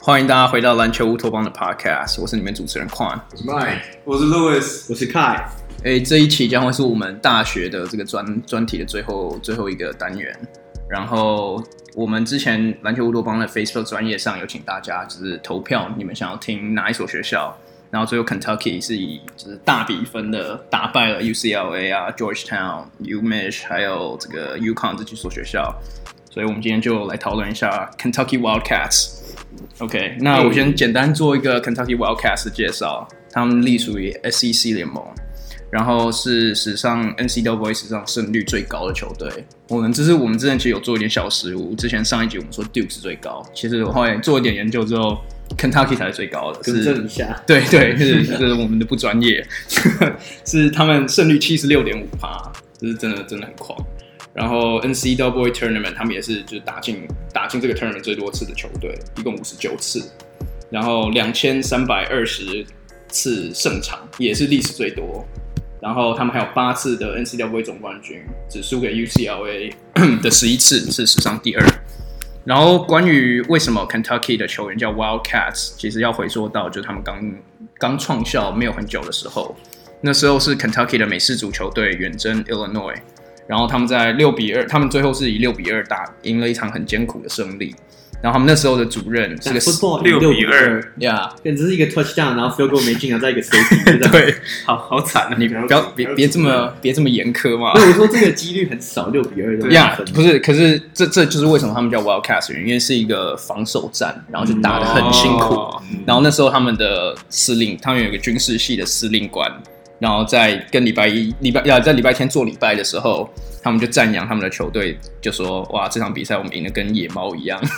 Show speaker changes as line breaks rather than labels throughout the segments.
欢迎大家回到篮球乌托邦的 Podcast，我是你们主持人 Quan。
Mike，
我是 Louis，
我是 Kai，
诶，这一期将会是我们大学的这个专专题的最后最后一个单元。然后我们之前篮球乌托邦的 Facebook 专业上有请大家就是投票，你们想要听哪一所学校？然后最后 Kentucky 是以就是大比分的打败了 UCLA 啊、Georgetown、UMich 还有这个 UConn 这几所学校，所以我们今天就来讨论一下 Kentucky Wildcats。OK，那我先简单做一个 Kentucky Wildcats 的介绍，他们隶属于 SEC 联盟，然后是史上 NCAA 史上胜率最高的球队。我们这是我们之前其实有做一点小失误，之前上一集我们说 Duke 是最高，其实我后来做一点研究之后，Kentucky 才是最高的，
更
是
正一下，
对对， 是这是我们的不专业，是他们胜率七十六点五趴，这是真的真的很狂。然后 NCAA tournament 他们也是就是打进打进这个 tournament 最多次的球队，一共五十九次，然后两千三百二十次胜场也是历史最多。然后他们还有八次的 NCAA 总冠军，只输给 UCLA 的十一次，是史上第二。然后关于为什么 Kentucky 的球员叫 Wildcats，其实要回溯到就是他们刚刚创校没有很久的时候，那时候是 Kentucky 的美式足球队远征 Illinois，然后他们在六比二，他们最后是以六比二打赢了一场很艰苦的胜利。然后他们那时候的主任是
这个
个
football
六比
比
二，
呀，
简直是一个 touchdown，然后 field goal 没进，然啊后再一个 safety，就这样。
对
好好惨啊！
你不要别别这么别这么严苛嘛。
所以我说这个几率很少，六比二这种
啊
呀
打分
不是，可是这这就是为什么他们叫 Wildcats 的原因，因为是一个防守战，然后就打得很辛苦。
哦
然后那时候他们的司令，他们有一个军事系的司令官，然后在跟礼拜一、礼拜啊，在礼拜天做礼拜的时候，他们就赞扬他们的球队，就说：“哇，这场比赛我们赢得跟野猫一样。”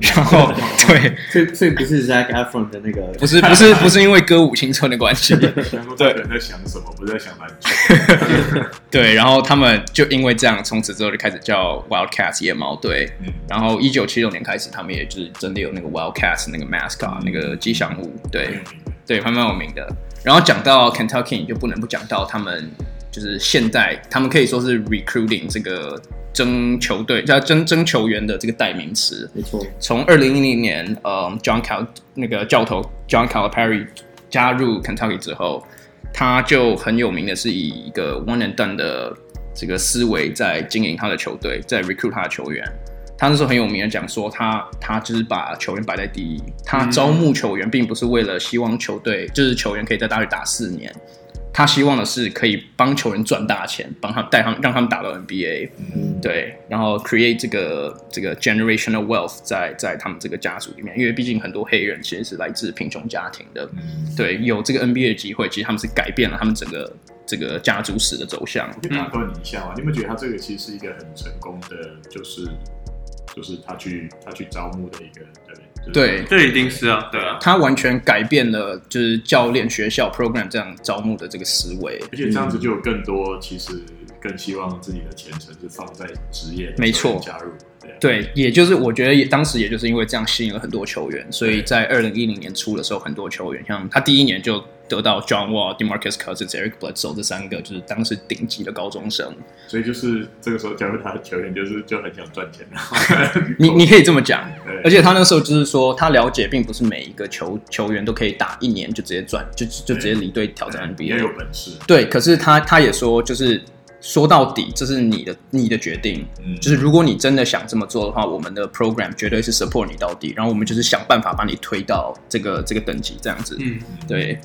然 后对，
所以所以不是 Zac Efron 的那个，
不是不是不是因为歌舞青春的关系，
全部人在想什么？不是在想篮球。
对，然后他们就因为这样，从此之后就开始叫 Wildcats 野猫队。
嗯，
然后一九七六年开始，他们也就是真的有那个 Wildcats 那个 mascot 那个吉祥物，对，
很有名的
对，还蛮有名的。然后讲到 Kentucky，你就不能不讲到他们，就是现代，他们可以说是 recruiting 这个征球队，叫征征球员的这个代名词。
没错，
从二零一零年，呃，John Cal 那个教头 John Calipari 加入 Kentucky 之后，他就很有名的是以一个 one and done 的这个思维在经营他的球队，在 recruit 他的球员。他那时候很有名的讲说他，他就是把球员摆在第一，他招募球员并不是为了希望球队就是球员可以在大学打四年，他希望的是可以帮球员赚大钱，帮他带他们让他们打到 NBA。对，然后 create 这个这个 generational wealth 在在他们这个家族里面，因为毕竟很多黑人其实是来自贫穷家庭的，对，有这个 NBA 的机会，其实他们是改变了他们整个这个家族史的走向。
我就打断你一下嘛，你有没有觉得他这个其实是一个很成功的，就是就是他去他去招募的一个，对不对？就是
对，
这一定是啊，对啊，
他完全改变了就是教练学校 program 这样招募的这个思维。
而且这
嗯
样子就有更多，其实更希望自己的前程是放在职业的
没错
球员加入，对啊
对，也就是我觉得也当时也就是因为这样吸引了很多球员，所以在二零一零年初的时候，很多球员像他第一年就得到 John Wall、Demarcus Cousins、Eric Bledsoe 这三个就是当时顶级的高中生。
所以就是这个时候加入他的球员，就是就很想赚钱，然后
你你可以这么讲，
对
而且他那时候就是说，他了解并不是每一个球球员都可以打一年就直接转，就就就直接离队挑战
要
NBA
有。本事，
对，可是他他也说，就是说到底，这是你的你的决定，
嗯，
就是如果你真的想这么做的话，我们的 program 绝对是 support 你到底，然后我们就是想办法把你推到这个这个等级这样子。
嗯，
对。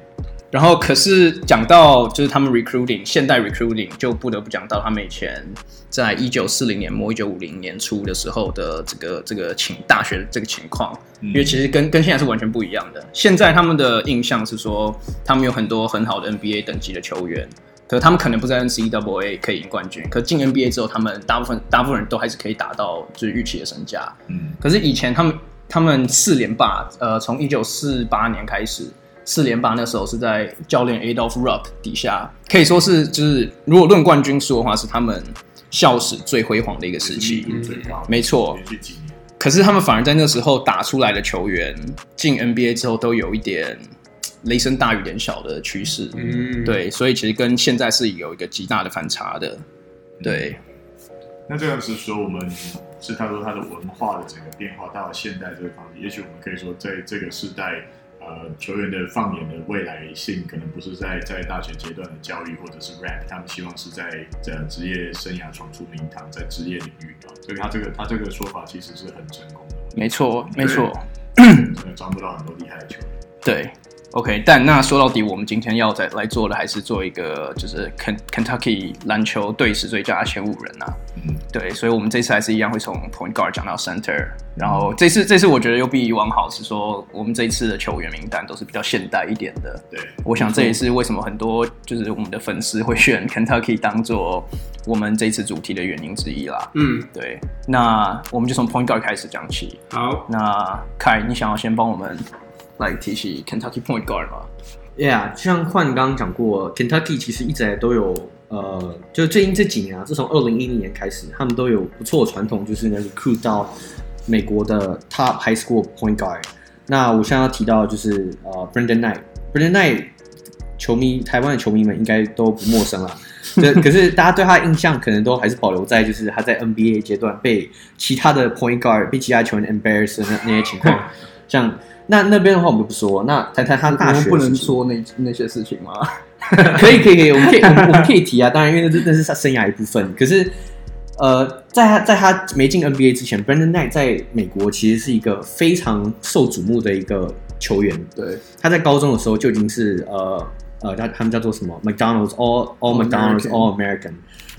然后，可是讲到就是他们 recruiting 现代 recruiting，就不得不讲到他们以前在一九四零年末一九五零年初的时候的这个这个情大学的这个情况，
嗯
因为其实跟跟现在是完全不一样的。现在他们的印象是说，他们有很多很好的 NBA 等级的球员，可是他们可能不在 NCAA 可以赢冠军，可进 NBA 之后，他们大部分大部分人都还是可以达到就是预期的身价。
嗯
可是以前他们他们四连霸，呃，从一九四八年开始，四连霸那时候是在教练 Adolf Rupp 底下，可以说是就是如果论冠军数的话，是他们校史最辉煌的一个时期。
就是密度最高，
嗯没错，
连续几年，
可是他们反而在那时候打出来的球员进 NBA 之后，都有一点雷声大雨点小的趋势。
嗯，
对，所以其实跟现在是有一个极大的反差的。对，
那这样子说，我们是他说他的文化的整个变化到了现代这个方式，也许我们可以说，在这个时代，呃，球员的放眼的未来性，可能不是在在大学阶段的教育或者是 rap，他们希望是在在职业生涯闯出名堂，在职业领域啊，所以他这个他这个说法其实是很成功的，
没错，没错，
真的招不到很多厉害的球员。
对。OK，但那说到底，我们今天要再来做的还是做一个就是 Ken- Kentucky 篮球队史最佳前五人啊。
嗯，
对，所以我们这次还是一样会从 point guard 讲到 center，然后这次这次我觉得又比以往好是说我们这一次的球员名单都是比较现代一点的。
对，
我想这也是为什么很多就是我们的粉丝会选 Kentucky 当做我们这次主题的原因之一啦。
嗯，
对，那我们就从 point guard 开始讲起。
好，
那凯，你想要先帮我们来提起 Kentucky point guard 吗？
Yeah，就像焕刚刚讲过，Kentucky 其实一直以来都有呃，就最近这几年啊，自从二零一零年开始，他们都有不错的传统，就是能 recruit 到美国的 top high school point guard。那我现在要提到的就是呃，Brendan Knight，Brendan Knight，球迷台湾的球迷们应该都不陌生 了。对，可是大家对他的印象可能都还是保留在就是他在 NBA 阶段被其他的 point guard 被其他球员 embarrass 的那那些情况，像那那边的话我们就不说，那谈谈他大学的事情
那那些事情吗？
可以可以可以，我们可以我们我们可以提啊，当然因为那是那是他生涯一部分。可是，呃，在他在他没进 NBA 之前，Brandon Knight 在美国其实是一个非常受瞩目的一个球员。
对，
他在高中的时候就已经是呃呃，他他们叫做什么 McDonald's All All
All
McDonald's
American
All American，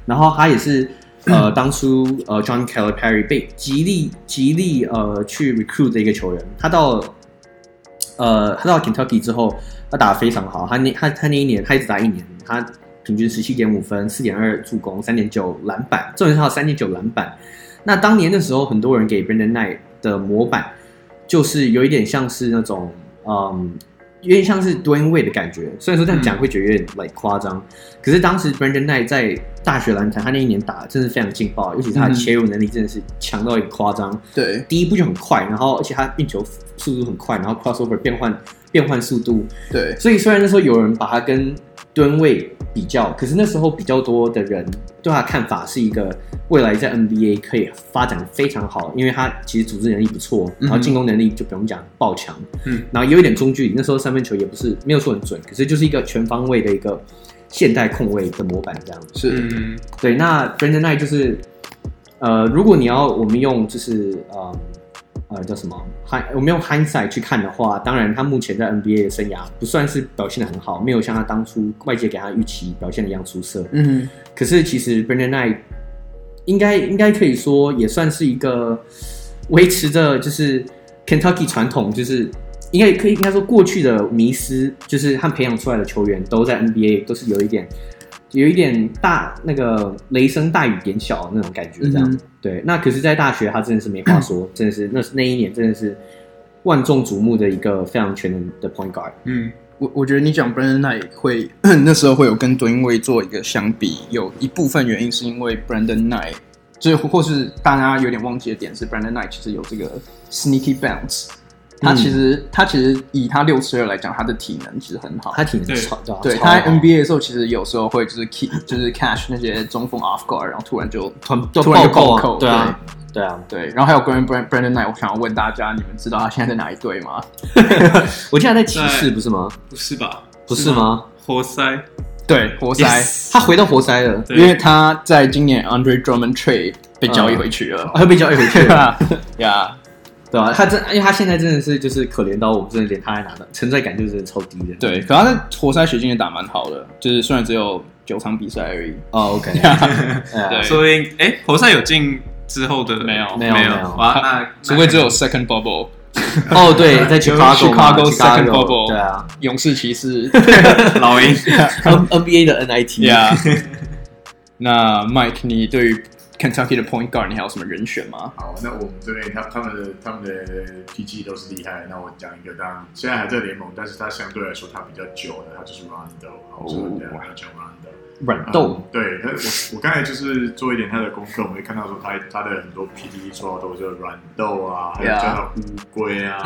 然后他也是呃当初呃 John Calipari 被极力极力呃去 recruit 的一个球员，他到呃他到 Kentucky 之后，他打得非常好，他那他他那一年他一直打一年，他平均十七点五分、四点二助攻、三点九篮板，重点是他有三点九篮板。那当年的时候，很多人给 Brandon Knight 的模板就是有一点像是那种，嗯，有点像是 Dwayne Wade 的感觉。虽然说这样讲会觉得有点 like 夸张，可是当时 Brandon Knight 在大学篮坛，他那一年打得真的非常劲爆，尤其是他的
嗯
切入能力真的是强到一个夸张。
对，
第一步就很快，然后而且他运球速度很快，然后 crossover 变换变换速度，
对，
所以虽然那时候有人把他跟吨位比较，可是那时候比较多的人对他的看法是一个未来在 NBA 可以发展非常好，因为他其实组织能力不错，然后进攻能力就不用讲爆强，
嗯，
然后也有一点中距离，那时候三分球也不是没有说很准，可是就是一个全方位的一个现代控卫的模板这样。
是，
嗯，
对，那 Brandon Knight 就是，呃，如果你要我们用就是呃呃叫什么 h 我们用 hindsight 去看的话，当然他目前在 NBA 的生涯不算是表现的很好，没有像他当初外界给他预期表现的一样出色。
嗯，
可是其实 Brandon Knight 应该应该可以说也算是一个维持着就是 Kentucky 传统，就是应该可以应该说过去的迷失，就是他培养出来的球员都在 NBA 都是有一点有一点大那个雷声大雨点小的那种感觉，这样、
嗯
对。那可是，在大学他真的是没 话说，真的是那那一年真的是万众瞩目的一个非常全能的 point guard。
嗯，
我我觉得你讲 Brandon Knight 会 那时候会有跟杜因为做一个相比，有一部分原因是因为 Brandon Knight，就是或或是大家有点忘记的点是 Brandon Knight 其实有这个 sneaky bounce，他
嗯
其实、他其实以他六尺二来讲，他的体能其实很好。
他挺啊
对
超吧
对，
超
他在
好
NBA 的时候，其实有时候会就是 keep 就是 catch 那些中锋 off guard，然后突然就
突然就
突然就
暴
暴
扣
扣
啊，对啊，对啊。
对，然后还有关于 Brand Brandon Knight，我想要问大家，你们知道他现在在哪一队吗？
我记得他在骑士不是吗？
不是吧？
不是？吗？
活塞，
对，活塞
Yes
他回到活塞了，
对
因为他在今年 Andre Drummond trade 被交易回去了。
他又被交易回 去
对啊
了，
吧？呀，
对吧、他真，因为他现在真的是就是可怜到我们真的连他来拿的存在感就是超低的。
对，可他在活塞学今年打蛮好的，就是虽然只有九场比赛而已。
哦 ，OK，
对
对
说不定哎，活塞有进之后的
没有
没
没
有没有
有，哇，那
除非只有 second bubble，
哦，对，在
有
Chicago 嘛
Chicago second
Chicago，
bubble
对啊
勇士骑士
那老 鹰，
，N NBA 的 NIT，
，Yeah。那 Mike，你对于 Kentucky 的 point guard 你还有什么人选吗？
好，那我们这边他他们的他们的 PG 都是厉害。那我讲一个，当然现在还在联盟，但是他相对来说他比较久的，他就是 Rondo，好，我们讲 Rondo。
软豆
嗯，对，他我我刚才就是做一点他的功课，我会看到说他他的很多 PDE 绰号都是软豆啊，还有
Yeah
叫他乌龟啊，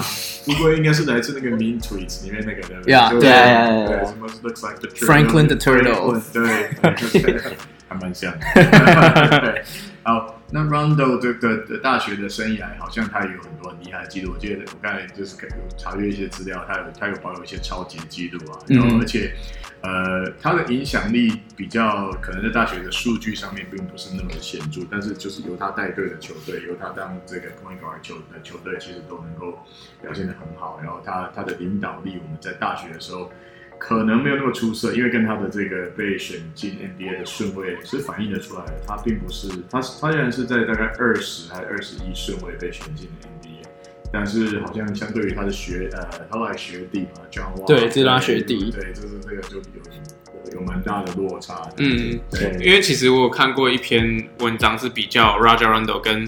乌龟应该是来自那个 Mean Tweets 里面那个的
Yeah，
就是
对
，yeah，yeah，yeah，
对
yeah
什么 Looks like the turtle,
Franklin the turtle
Franklin，对，对就是还蛮像的，对，好。那 Rondo 这个的大学的生涯，好像他也有很多很厉害的记录。我记得我刚才就是可有查阅一些资料，他有他有保有一些超级记录啊，然后
嗯
而且呃，他的影响力比较可能在大学的数据上面并不是那么显著，但是就是由他带队的球队，由他当这个 point guard 球的球队，其实都能够表现得很好。然后他他的领导力，我们在大学的时候可能没有那么出色，因为跟他的这个被选进 NBA 的顺位是反映得出来的。他并不是他他仍然是在大概二十还二十一顺位被选进的 NBA，但是好像相对于他的学呃后来学弟嘛，John Wall，
对这是他学弟
对，就是这个就有有蛮大的落差。
嗯，
对，
因为其实我有看过一篇文章是比较 Roger Rondo 跟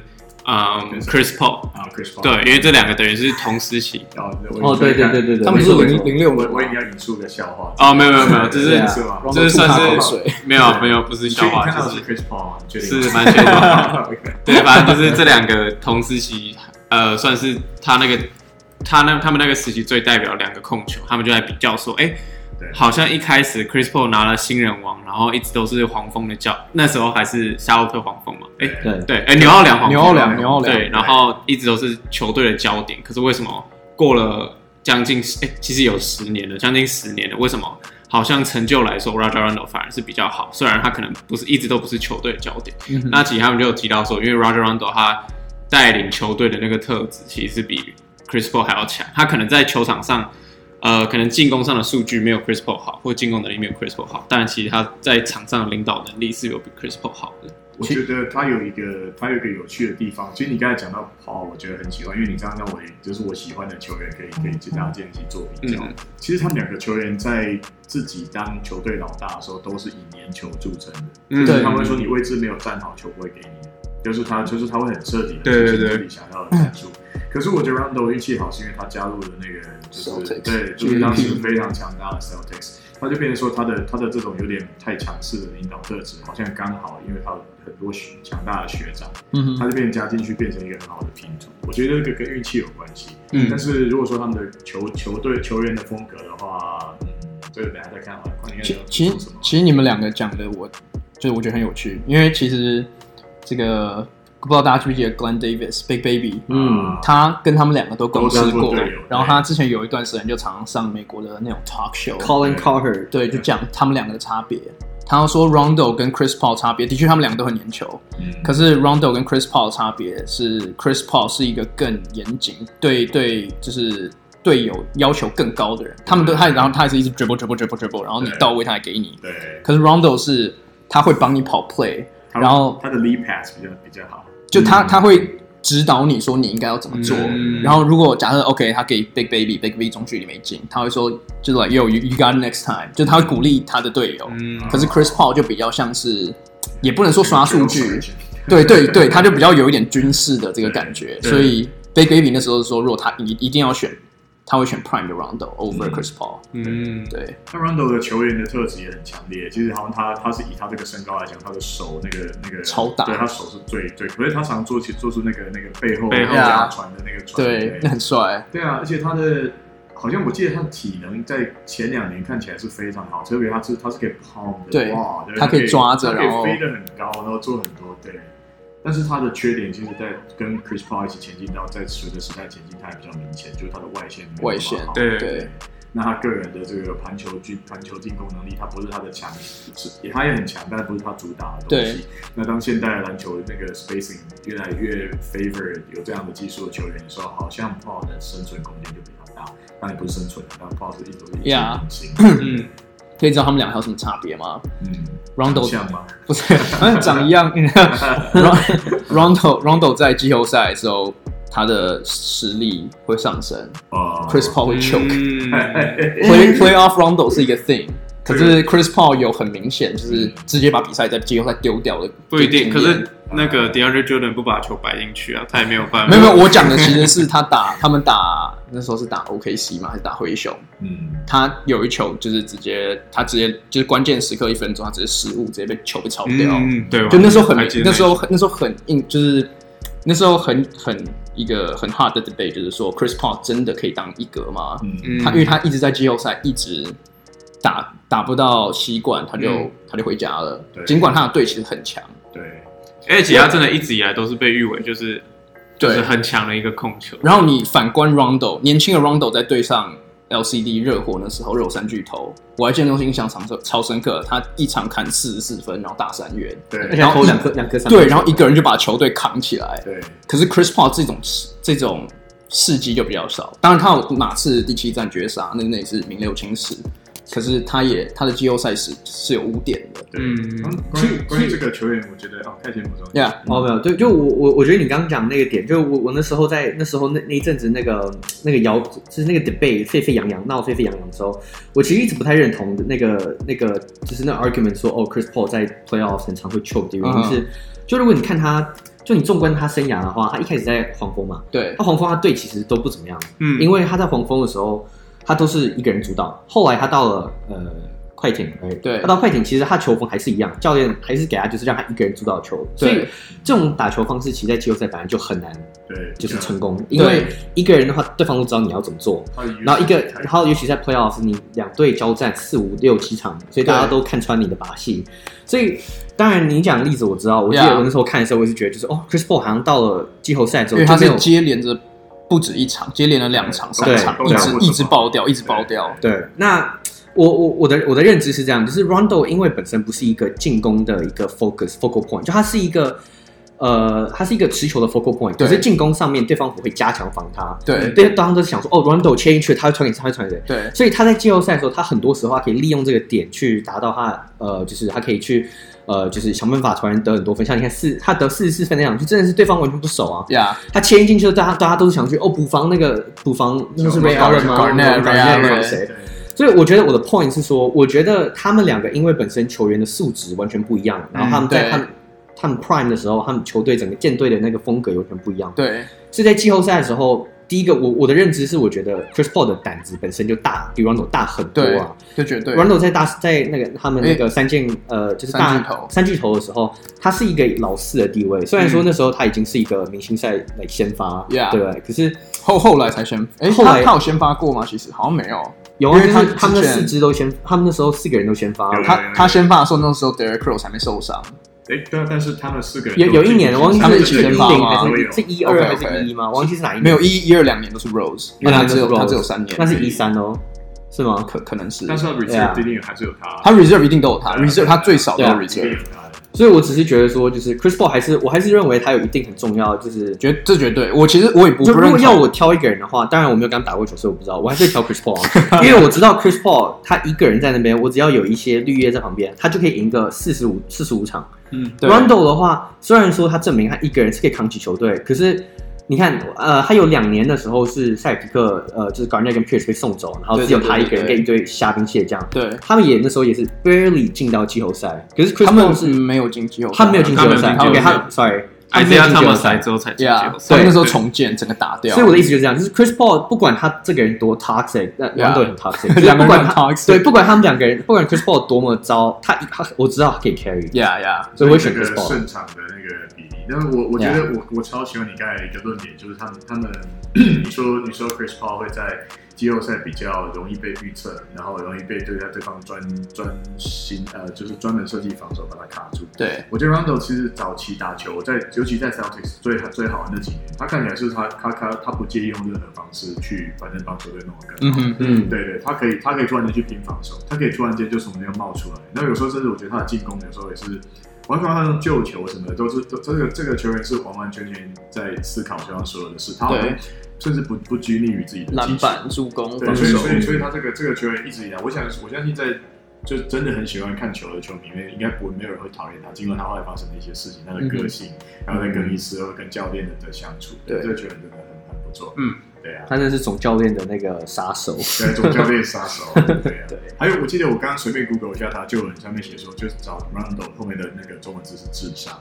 嗯 Chris Paul，
啊，Chris Paul，
对，因为这两个等于是同时期。
然后
哦，对对对对对，
他们
没
是
错
零零六
我
年
我也要引出个笑话
哦，没有没有没有，这
对
是
啊
是吗？
Rondo
这是
吐
算
他口
是
水
没有没有不是
你
笑
确定
话，
看到
就是是
Chris Paul 吗？你确定
是
吗？
蛮确定 的。
OK
对，反正就是这两个同时期，呃，算是他那个他那他们那个时期最代表两个控球，他们就在比较说，哎、
对
好像一开始 Chris Paul 拿了新人王，然后一直都是黄蜂的教，那时候还是夏洛特黄蜂嘛，哎、
对
对，哎、纽奥良黄蜂，
牛奥良牛奥良
对，然后一直都是球队的焦点，可是为什么过了将近十，哎、其实有十年了，将近十年了，为什么？好像成就来说，Raja Rondo 反而是比较好，虽然他可能不是一直都不是球队的焦点。
嗯
那其实他们就有提到说，因为 Roger Rondo 他带领球队的那个特质，其实是比 Chris Paul 还要强。他可能在球场上，呃，可能进攻上的数据没有 Chris Paul 好，或进攻能力没有 Chris Paul 好，但其实他在场上的领导能力是有比 Chris Paul 好的。
我觉得他有一个他有一个有趣的地方，其实你刚才讲到 Paul，我觉得很喜欢，因为你刚刚让我也就是我喜欢的球员，可以可以去搭建一起做比较。
嗯
其实他们两个球员在自己当球队老大的时候，都是以粘球著称的，
嗯
就是他们会说你位置没有站好，球不会给你，就是他就是他会很彻底的
对对
执行
对
自己想要的战术。可是我觉得 Rondo 运气好，是因为他加入了那个就是
Celtics
对，就是当时非常强大的 Celtics，他就变成说他的他的这种有点太强势的领导特质，好像刚好因为他有很多学强大的学长，
嗯
他就变成加进去，变成一个很好的拼图。我觉得这个跟运气有关系。
嗯
但是如果说他们的球球队球员的风格的话，嗯，这个等一下再看吧。关键
其其实其实你们两个讲的我，就是我觉得很有趣，因为其实这个不知道大家记不记得 Glenn Davis Big Baby，
啊
嗯
他跟他们两个都共事
都当
过
过队友，
然后他之前有一段时间就常常上美国的那种 talk show，
Colin Cowherd，
对，就讲他们两个的差别。他说 Rondo 跟 Chris Paul 差别，的确他们两个都很粘球，
嗯
可是 Rondo 跟 Chris Paul 差别是，Chris Paul 是一个更严谨，对对，就是队友要求更高的人。他们都他，然后他也是一直 dribble dribble dribble dribble，然后你
对
到位他还给你。
对，
可是 Rondo 是他会帮你跑 play，
他
然后
他的 lead pass 比较比较好。
就他、他会指导你说你应该要怎么做。
嗯
然后如果假设 OK，他给 Big Baby Big Baby 中距离没进，他会说就是 like yo you you got it next time，就他会鼓励他的队友。
嗯
可是 Chris Paul 就比较像是，也不能说刷数据。
对
对对对，他就比较有一点军事的这个感觉，
对
所以 Big Baby 那时候说，如果他一一定要选，他会选 Prime 的 Rondo over
嗯
Chris Paul、
嗯，
对，
那 Rondo 的球员的特质也很强烈，其实好像他他是以他这个身高来讲，他的手那个那个
超大
对他手是最最，可是他常做起做出那个那个背后
背后
加传的那个传，
啊对，那很帅，
对啊，而且他的好像我记得他的体能在前两年看起来是非常好，特别他是他是可以 palm 的，
对
哇，对
他可以抓着
他可以
然后
飞得很高，然后做很多对。但是他的缺点，其实，在跟 Chris Paul 一起前进到在随着时代前进，他也比较明显，就是他的外线没有那么
外线
好
对
对，
那他个人的这个盘球进盘球进攻能力，他不是他的强，是也他也很强，但不是他主打的东西。那当现代篮球那个 spacing 越来越 favor 有这样的技术的球员的时候，好像 Paul 的生存空间就比较大。当然不是生存，但 Paul 是一直都是一线
Yeah
明星。
嗯
可以知道他们俩还有什么差别吗
嗯，
？Rondo
像吗？
不是长一 样，Rondo Rondo 在季后赛的时候，他的实力会上升
哦
，Chris Paul 会 choke，play、
嗯
play playoff Rondo 是一个 thing。可是 Chris Paul 有很明显就是直接把比赛在季后赛丢掉的，
不一定。可是那个 DeAndre Jordan 不把球摆进去啊，他也没有办法。
没有没有，我讲的其实是他打 他们打那时候是打 OKC 嘛，还是打灰熊？
嗯，
他有一球就是直接他直接就是关键时刻一分钟，他直接失误，直接被球被抄掉。
嗯，对，
啊就那时候很
我还记得
那时候很那时候很硬，就是那时候很很一个很 hard 的 debate，就是说 Chris Paul 真的可以当一格吗？
嗯
嗯
他因为他一直在季后赛一直打打不到西冠，他就、
嗯
他就回家了
对。
尽管他的队其实很强，
对。
而且他真的一直以来都是被誉为就是就是很强的一个控球。
然后你反观 Rondo，年轻的 Rondo 在对上 LCD 热火那时候，热火三巨头，我还记得那时候印象超超深刻，他一场砍四十四分，然后大三元，
而
对
且
然
还
后
投
一
两颗两颗三分
对，然后一个人就把球队扛起来。
对，
可是 Chris Paul 这种这种事迹就比较少，当然他有马刺第七战绝杀，那那也是名留青史。可是他也他的季后赛是是有污点的
对
嗯
关关于关于这个球员，我觉得哦，太前补充。
，Yeah，
哦，没有，对，就我我我觉得你刚刚讲的那个点，就我我那时候在那时候那那一阵子那个那个摇就是那个 debate 沸沸扬扬闹沸沸扬扬的时候，我其实一直不太认同那个那个就是那 argument 说哦 Chris Paul 在 playoffs 很常会 choke 的原因是，就如果你看他，就你纵观他生涯的话，他一开始在黄蜂嘛，
对
他黄蜂他队其实都不怎么样，
嗯，
因为他在黄蜂的时候，他都是一个人主导。后来他到了呃快艇，哎
对
他到快艇其实他球风还是一样，教练还是给他就是让他一个人主导球。所以
对
这种打球方式，其实在季后赛本来就很难
对，
就是
成
成功，因为一个人的话，对方都知道你要怎么做。然后一个，然后尤其在 playoffs，你两队交战四五六七场，所以大家
对
都看穿你的把戏。所以当然你讲的例子我知道，我记
Yeah
得我那时候看的时候，我也是觉得就是哦，Chris Paul 好像到了季后赛之
因
后
为他
就没
是
有
接连着不止一场，接连了两场、三
对
场，
都
一
两
直
场
一直爆掉，一直爆掉。
对，那我我我的我的认知是这样，就是 Rondo 因为本身不是一个进攻的一个 focus focal point，就它是一个呃，它是一个持球的 focal point，
对
可是进攻上面对方不会加强防他，
对
对方都是想说哦，Rondo 切进去，他会传给他会传给谁，
对
所以他在季后赛的时候，他很多时候他可以利用这个点去达到他呃，就是他可以去呃，就是想办法突然得很多分，像你看四他得四十四分那场，就真的是对方完全不熟啊，
，Yeah，
他切进去，大家大家都是想去哦补防那个补防，那是 Ray Allen 吗
Garnett，
补防
Ray Allen
那个谁？所以我觉得我的 point 是说，我觉得他们两个因为本身球员的素质完全不一样，然后他
嗯
们
对
在他们、他们 prime 的时候，他们球队整个舰队的那个风格完全不一样。，
对
所以在季后赛的时候，第一个我我的认知是，我觉得 Chris Paul 的胆子本身就大，比 Rondo 大很多
对
啊。，
就绝对
Rondo 在大在那个他们那个三件、呃就是大
三巨头嗯
三巨头的时候，他是一个老四的地位。虽然说那时候他已经是一个明星赛来先发
Yeah
对不对？可是
后后来才先，哎，
后
他
来
他有先发过吗？其实好像没有，
有啊，
因为他
就是他们
之
的
前
四支都先，他们那时候四个人都先发了。
有
他
他他先发的时候，那时候 Derrick Rose 还没受伤，
哎，但但是他们四个人
有有一年，我忘记
他们
是啊
一起
是一
先
零
发吗
还是是一二
OK，OK
还是一一吗？我忘记是哪一年，
没有一一二两年都是 Rose，因为他只有
那
他
是
只有三年，
那是一三哦，是吗？
可可能是，
但是他 reserve 一定还是有他，
他 reserve 一定都有他
对啊
，reserve 他最少都有
一定
reserve，
有他的。
所以我只是觉得说，就是 Chris Paul 还是我还是认为他有一定很重要，就是。
绝这绝对，我其实我也不
就
不
如
认
果要
同，
我挑一个人的话，当然我没有跟他打过球，所以我不知道，我还是挑 Chris Paul，啊 因为我知道 Chris Paul 他一个人在那边，我只要有一些绿叶在旁边，他就可以赢个四十五四十五场。
嗯，
对
Rondo 的话，虽然说他证明他一个人是可以扛起球队，可是你看，呃，他有两年的时候是塞尔提克，呃，就是 Garnett 跟 Pierce 被送走，然后只有他一个
对
人
对对对
跟一堆虾兵蟹将，
对
他们也那时候也是 barely 进到季后赛，可是 Chris
他们
Paul
是
是
没有进季后赛，
他没有进季后赛，
他
他
们没有进季后
OK，
赛
他 sorry，他
艾
没
斯
有
亚
进
他
季后
们
赛
才之后才进季
，Yeah，
后
他
赛，
们那时候
对
重建整个打掉，
所以我的意思就是这样，就是 Chris Paul 不管他这个人多 toxic，那
Yeah.
Rondo 也很 toxic，就 是
两个
不
人
管
很
他
toxic
对，不管他们两个人，不管 Chris Paul 多么糟，他他我知道他可以 carry，
，Yeah Yeah，
所以我会
这
选
个
Chris Paul。
胜场的那个比例。但是我我觉得我我超喜欢你刚才一个论点，就是他们他们你说你说 Chris Paul 会在季后赛比较容易被预测，然后容易被对待对方专专心呃就是专门设计防守把它卡住。
对
我觉得 Rondo 其实早期打球，在尤其在 Celtics 最最好的那几年，他看起来是他他他他不介意用任何方式去，反正帮球队弄得更好。
嗯哼
嗯，
对对，他可以，他可以突然间去拼防守，他可以突然间就从那个冒出来。那有时候甚至我觉得他的进攻有时候也是完全他用救球什么的，都是都这个这个球员是完完全全在思考球上所有的事，他好像
对
甚至不不拘泥于自己的技
篮
术
板、助攻、
对，
防
所以
守，
所以所以他这个这个球员一直以来，我想我相信在就真的很喜欢看球的球迷，因为应该不没有人会讨厌他，尽管他后来发生的一些事情，他的个性，然后在更衣室和跟教练的的相处，
嗯对
这个球员真的很很不错。
嗯，
对啊，
他那是总教练的那个杀手。
对，总教练杀手， 对啊。
对
还有，我记得我刚刚随便 Google 一下他，就有人上面写说，就是找 Rondo 后面的那个中文字是智商，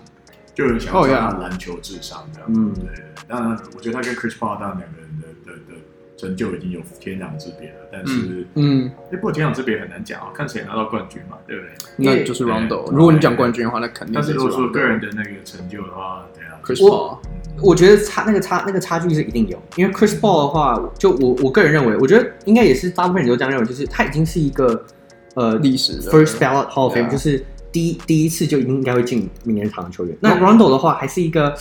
就有人想要
Oh,
找
yeah.
他篮球智商这样。
嗯
对对对。当然，我觉得他跟 Chris Paul 当然两个人的的的成就已经有天壤之别了，但是，
嗯，
哎、不过天壤之别很难讲啊，看谁拿到冠军嘛，对不对？
那就是
对
Rondo。
对
如果你讲冠军的话，那肯定
但是
是
如果说个
Rondo
人的那个成就的话，对啊，
Chris
我
Paul，
我觉得差那个差那个差距是一定有，因为 Chris Paul 的话，就我我个人认为，我觉得应该也是大部分人都这样认为，就是他已经是一个呃
历史的
first ballot Hall of Fame，、
Yeah
就是第一第一次就应该会进名人堂的球员。那 Rondo 的话，还是一个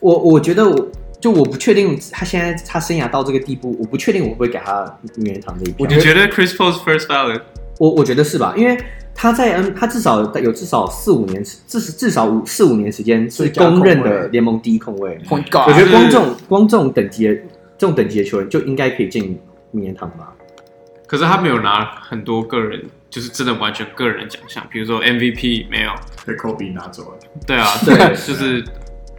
我我觉得我就我不确定他现在他生涯到这个地步，我不确定我会不会给他名人堂这一票。
你觉得 Chris Paul's first ballot
我我觉得是吧？因为他在 N，他至少有至少四五年，至至少五四五年时间是
最佳控
公
卫
认的联盟第一控卫。
Point guard，
我觉得光这
是
种光这种等级的这种等级的球员就应该可以进名人堂吧？
可是他没有拿很多个人，就是真的完全个人奖项，比如说 MVP 没有。
被 Kobe 拿走了。
对啊，
对
就是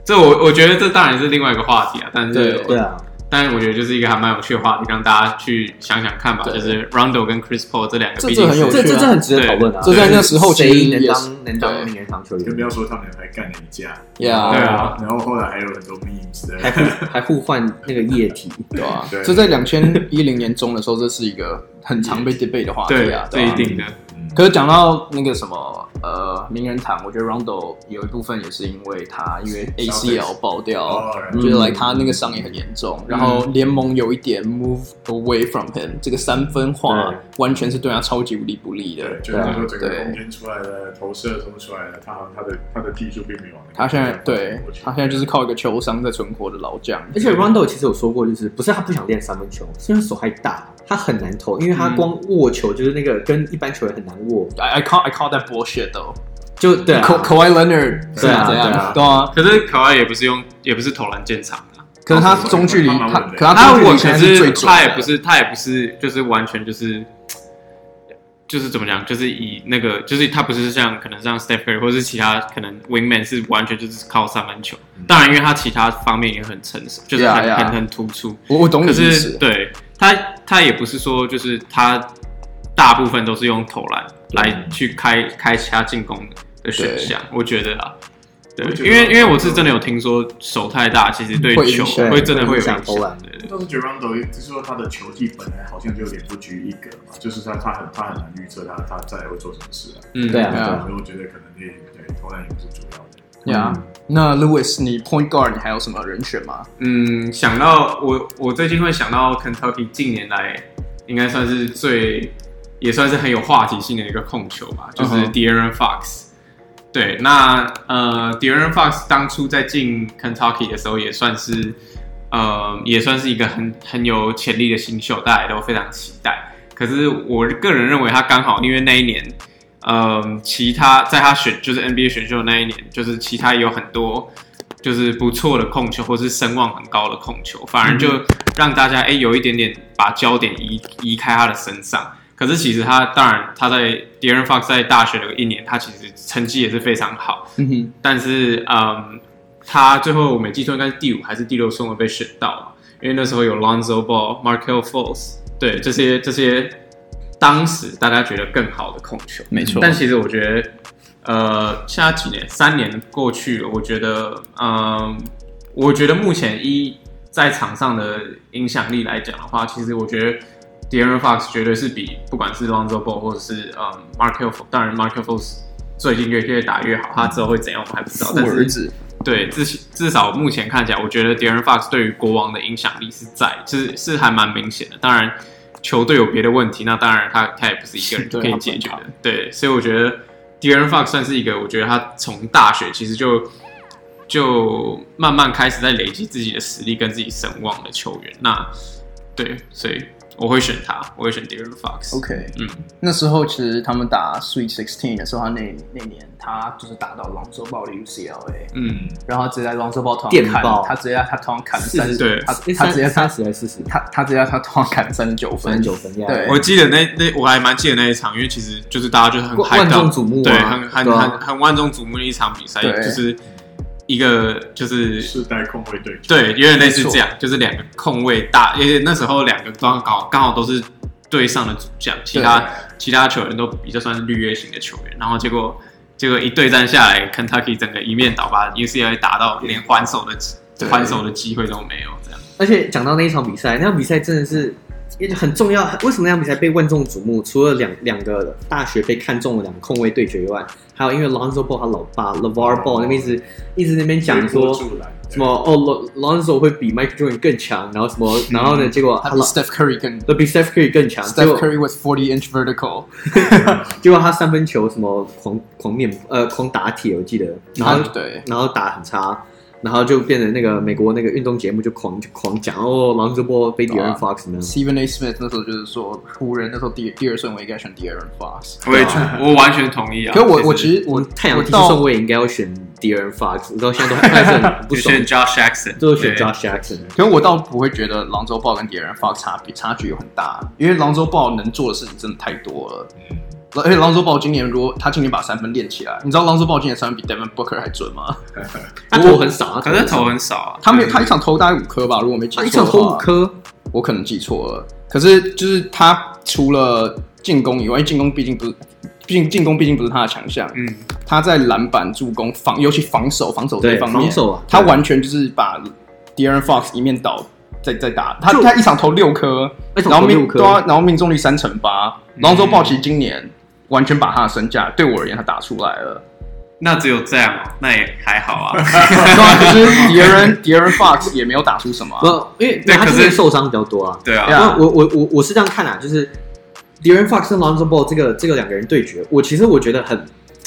这我我觉得这当然是另外一个话题啊，但是
对
对啊，
但是我觉得就是一个还蛮有趣的话题，让大家去想想看吧。
对
就是 Rondo 跟 Chris Paul 这两个
这
毕竟
这很
是
有趣
啊这这这很值得讨论啊！
对就在那时候其实
谁能
也是
当能当
对
名人堂球
更不
员？
要说他们还干了一架，
Yeah
对啊
然后后来还有很多 memes
还
的，
互 还互换那个液体，
对啊吧
对？
这在两千一零年中的时候，这是一个很常被 debate 的话题
对
啊，
这
吧
一定的。
嗯，
可是讲到那个什么呃名人堂，我觉得 Rondo 有一部分也是因为他因为 ACL 爆掉，
哦，然后
就是来他那个伤也很严重，然后联盟有一点 move away from him，这个三分化
对
完全是对他超级无力不利
对，
的。
就是说整个空间出来了，投射什么出来了，他好像他的他的技术并没有往那个
他现在
方向
对
过去
他现在就是靠一个球商在存活的老将，
而且 Rondo 其实有说过，就是不是他不想练三分球，是因为手太大，他很难投，因为他光握球就是那个跟一般球员很难握，
I I call I call that bullshit though。
就对啊
Ka-，Kawhi Leonard
对啊
怎
对
样
啊
对啊，
可是卡哇也不是用，也不是投篮建场的啊、
可是他中距离
慢慢
他，
稳的
可是他
他
中距
我
离现
可
在是最
是
准的
他也不是他也不是就是完全就是就是怎么讲，就是以那个就是他不是像可能像 Steph Curry 或是其他可能 Wingman 是完全就是靠三分球。
嗯
当然，因为他其他方面也很成熟，就是很
Yeah, yeah
很很突出。
我我懂你
可
意
是
思，
对他，他也不是说就是他大部分都是用投篮来去开开其他进攻的选项，我觉得啊，对
我，觉得
因为因为我是真的有听说手太大，其实对
会
球
影响
会真的会
影
有影响
响投篮。
对
但是 Gerondo 就是说他的球技本来好像就有点不拘一格嘛，就是他他很他很难预测他他再来会做什么事啊，
嗯，
对啊，
对
对
啊
啊
所以我觉得可能也对投篮也不是主要的，
嗯
呀。那 Lewis，你 Point Guard 你还有什么人选吗？
嗯，想到我我最近会想到 Kentucky 近年来应该算是最也算是很有话题性的一个控球吧，就是
嗯哼
De'Aaron Fox。对，那呃，De'Aaron Fox 当初在进 Kentucky 的时候，也算是呃，也算是一个很很有潜力的新秀，大家也都非常期待。可是我个人认为，他刚好因为那一年，呃，其他在他选就是 NBA 选秀那一年，就是其他也有很多就是不错的控球，或是声望很高的控球，反而就让大家哎、有一点点把焦点移移开他的身上。可是其实他当然他在 De'Aaron Fox 在大学的一年，他其实成绩也是非常好，
嗯哼，
但是嗯，他最后我没记错，应该是第五还是第六顺位被选到嘛，因为那时候有 Lonzo Ball、Markel Fultz，对这些这些当时大家觉得更好的控球，
没错
但其实我觉得，呃，现在几年三年过去了，我觉得，嗯，我觉得目前一在场上的影响力来讲的话，其实我觉得 De'Aaron Fox 绝对是比不管是 Lonzo Ball 或者是嗯 Markel，Fultz，当然 Markel Fultz 最近越越打越好，他之后会怎样我们还不知道，
我
但
儿
是
子，
对，至至少目前看起来，我觉得 De'Aaron Fox 对于国王的影响力是在，是是还蛮明显的。当然，球队有别的问题，那当然他他也不是一个人
对
可以
他不
解
能
决
扛
的。对，所以我觉得 De'Aaron Fox 算是一个，我觉得他从大学其实就就慢慢开始在累积自己的实力跟自己声望的球员。那对，所以我会选他，我会选 De'Aaron Fox。
OK，
嗯，
那时候其实他们打 Sweet Sixteen 的时候，他那那年他就是打到朗州暴的 UCLA，
嗯，
然后他直接在朗州暴头上
电
砍
爆，
他直接在他头上砍了
四
三
十
十，
对
他
诶
他直接
三
他
三十还是四十？
他他直接在他头上砍了三十九
三
分
十，九分，呀
对
我记得那那我还蛮记得那一场，因为其实就是大家就很
万
high
万众瞩目啊
对，很很
对啊
很很万众瞩目的一场比赛，
对
就是一个就是
世代控卫对决，
对，有点类似
没错
这样，就是两个控卫大，因为那时候两个刚好刚好都是队上的主将，其他其他球员都比较算是绿叶型的球员，然后结果结果一对战下来，Kentucky 整个一面倒，把 UCLA 打到连还手的
对
还手的机会都没有，这样
而且讲到那一场比赛，那场比赛真的是也很重要。为什么那场比赛被万众瞩目？除了两两个大学被看中的两个控卫对决以外，还有因为 Lonzo Ball 他老爸 LeVar Ball 那边一直一直那边讲说什么哦 Lon Lonzo 会比 Michael Jordan 更强，然后什么，然后呢，结果
嗯
他
他比 Steph Curry 更
比 Steph Curry 更强，结
Steph
果
Curry with forty inch vertical，
结果他三分球什么狂狂面呃狂打铁，我记得，然后
他对
然后打很差，然后就变成那个美国那个运动节目就狂就狂讲哦，Lonzo Ball 被 Deron
啊
Fox 怎么样？
Stephen A Smith 那时候就是说，湖人那时候第第二顺位应该选 De'Aaron Fox。
我也觉得我完全同意啊。
可我我
实
其实我
太阳
我
第四顺
到
位应该要选 Deron Fox，你知道现在都还是 很不
就
爽，
选 Josh Jackson，
就是选
对
Josh Jackson。
可是我倒不会觉得狼州豹跟 De'Aaron Fox 差别差距有很大，因为狼州豹能做的事情真的太多了。
嗯
而且狼州豹今年如果他今年把三分练起来，你知道狼州豹今年三分比 Devin Booker 还准吗？
他投很少，
可是投很少啊。
他没有，
对
他一场投大概五颗吧，如果我没记错
嗯他
的
一
话。
场投五颗，
我可能记错了。可是就是他除了进攻以外，因为进攻毕竟不是，毕竟进攻毕竟不是他的强项。
嗯，
他在篮板、助攻、防，尤其防守、防守这
对
一方面，
防守啊
他
对
完全就是把 Deron Fox 一面倒，再再打他，
就
他一场投六颗，
一场
然后
投六
命
颗
对啊，然后命中率三成八。然后周
嗯
报其实今年完全把他的身价，对我而言他打出来 了。
那只有这样哦，那也还好 啊。
对啊，可是 Deron Deron Fox 也没有打出什么啊、
不，因为
对
他
可
今
是
年受伤比较多啊。
对啊，
Yeah
那我我我我是这样看啊，就是 Deron Fox 跟 Lonzo Ball 这个这个两个人对决，我其实我觉得很，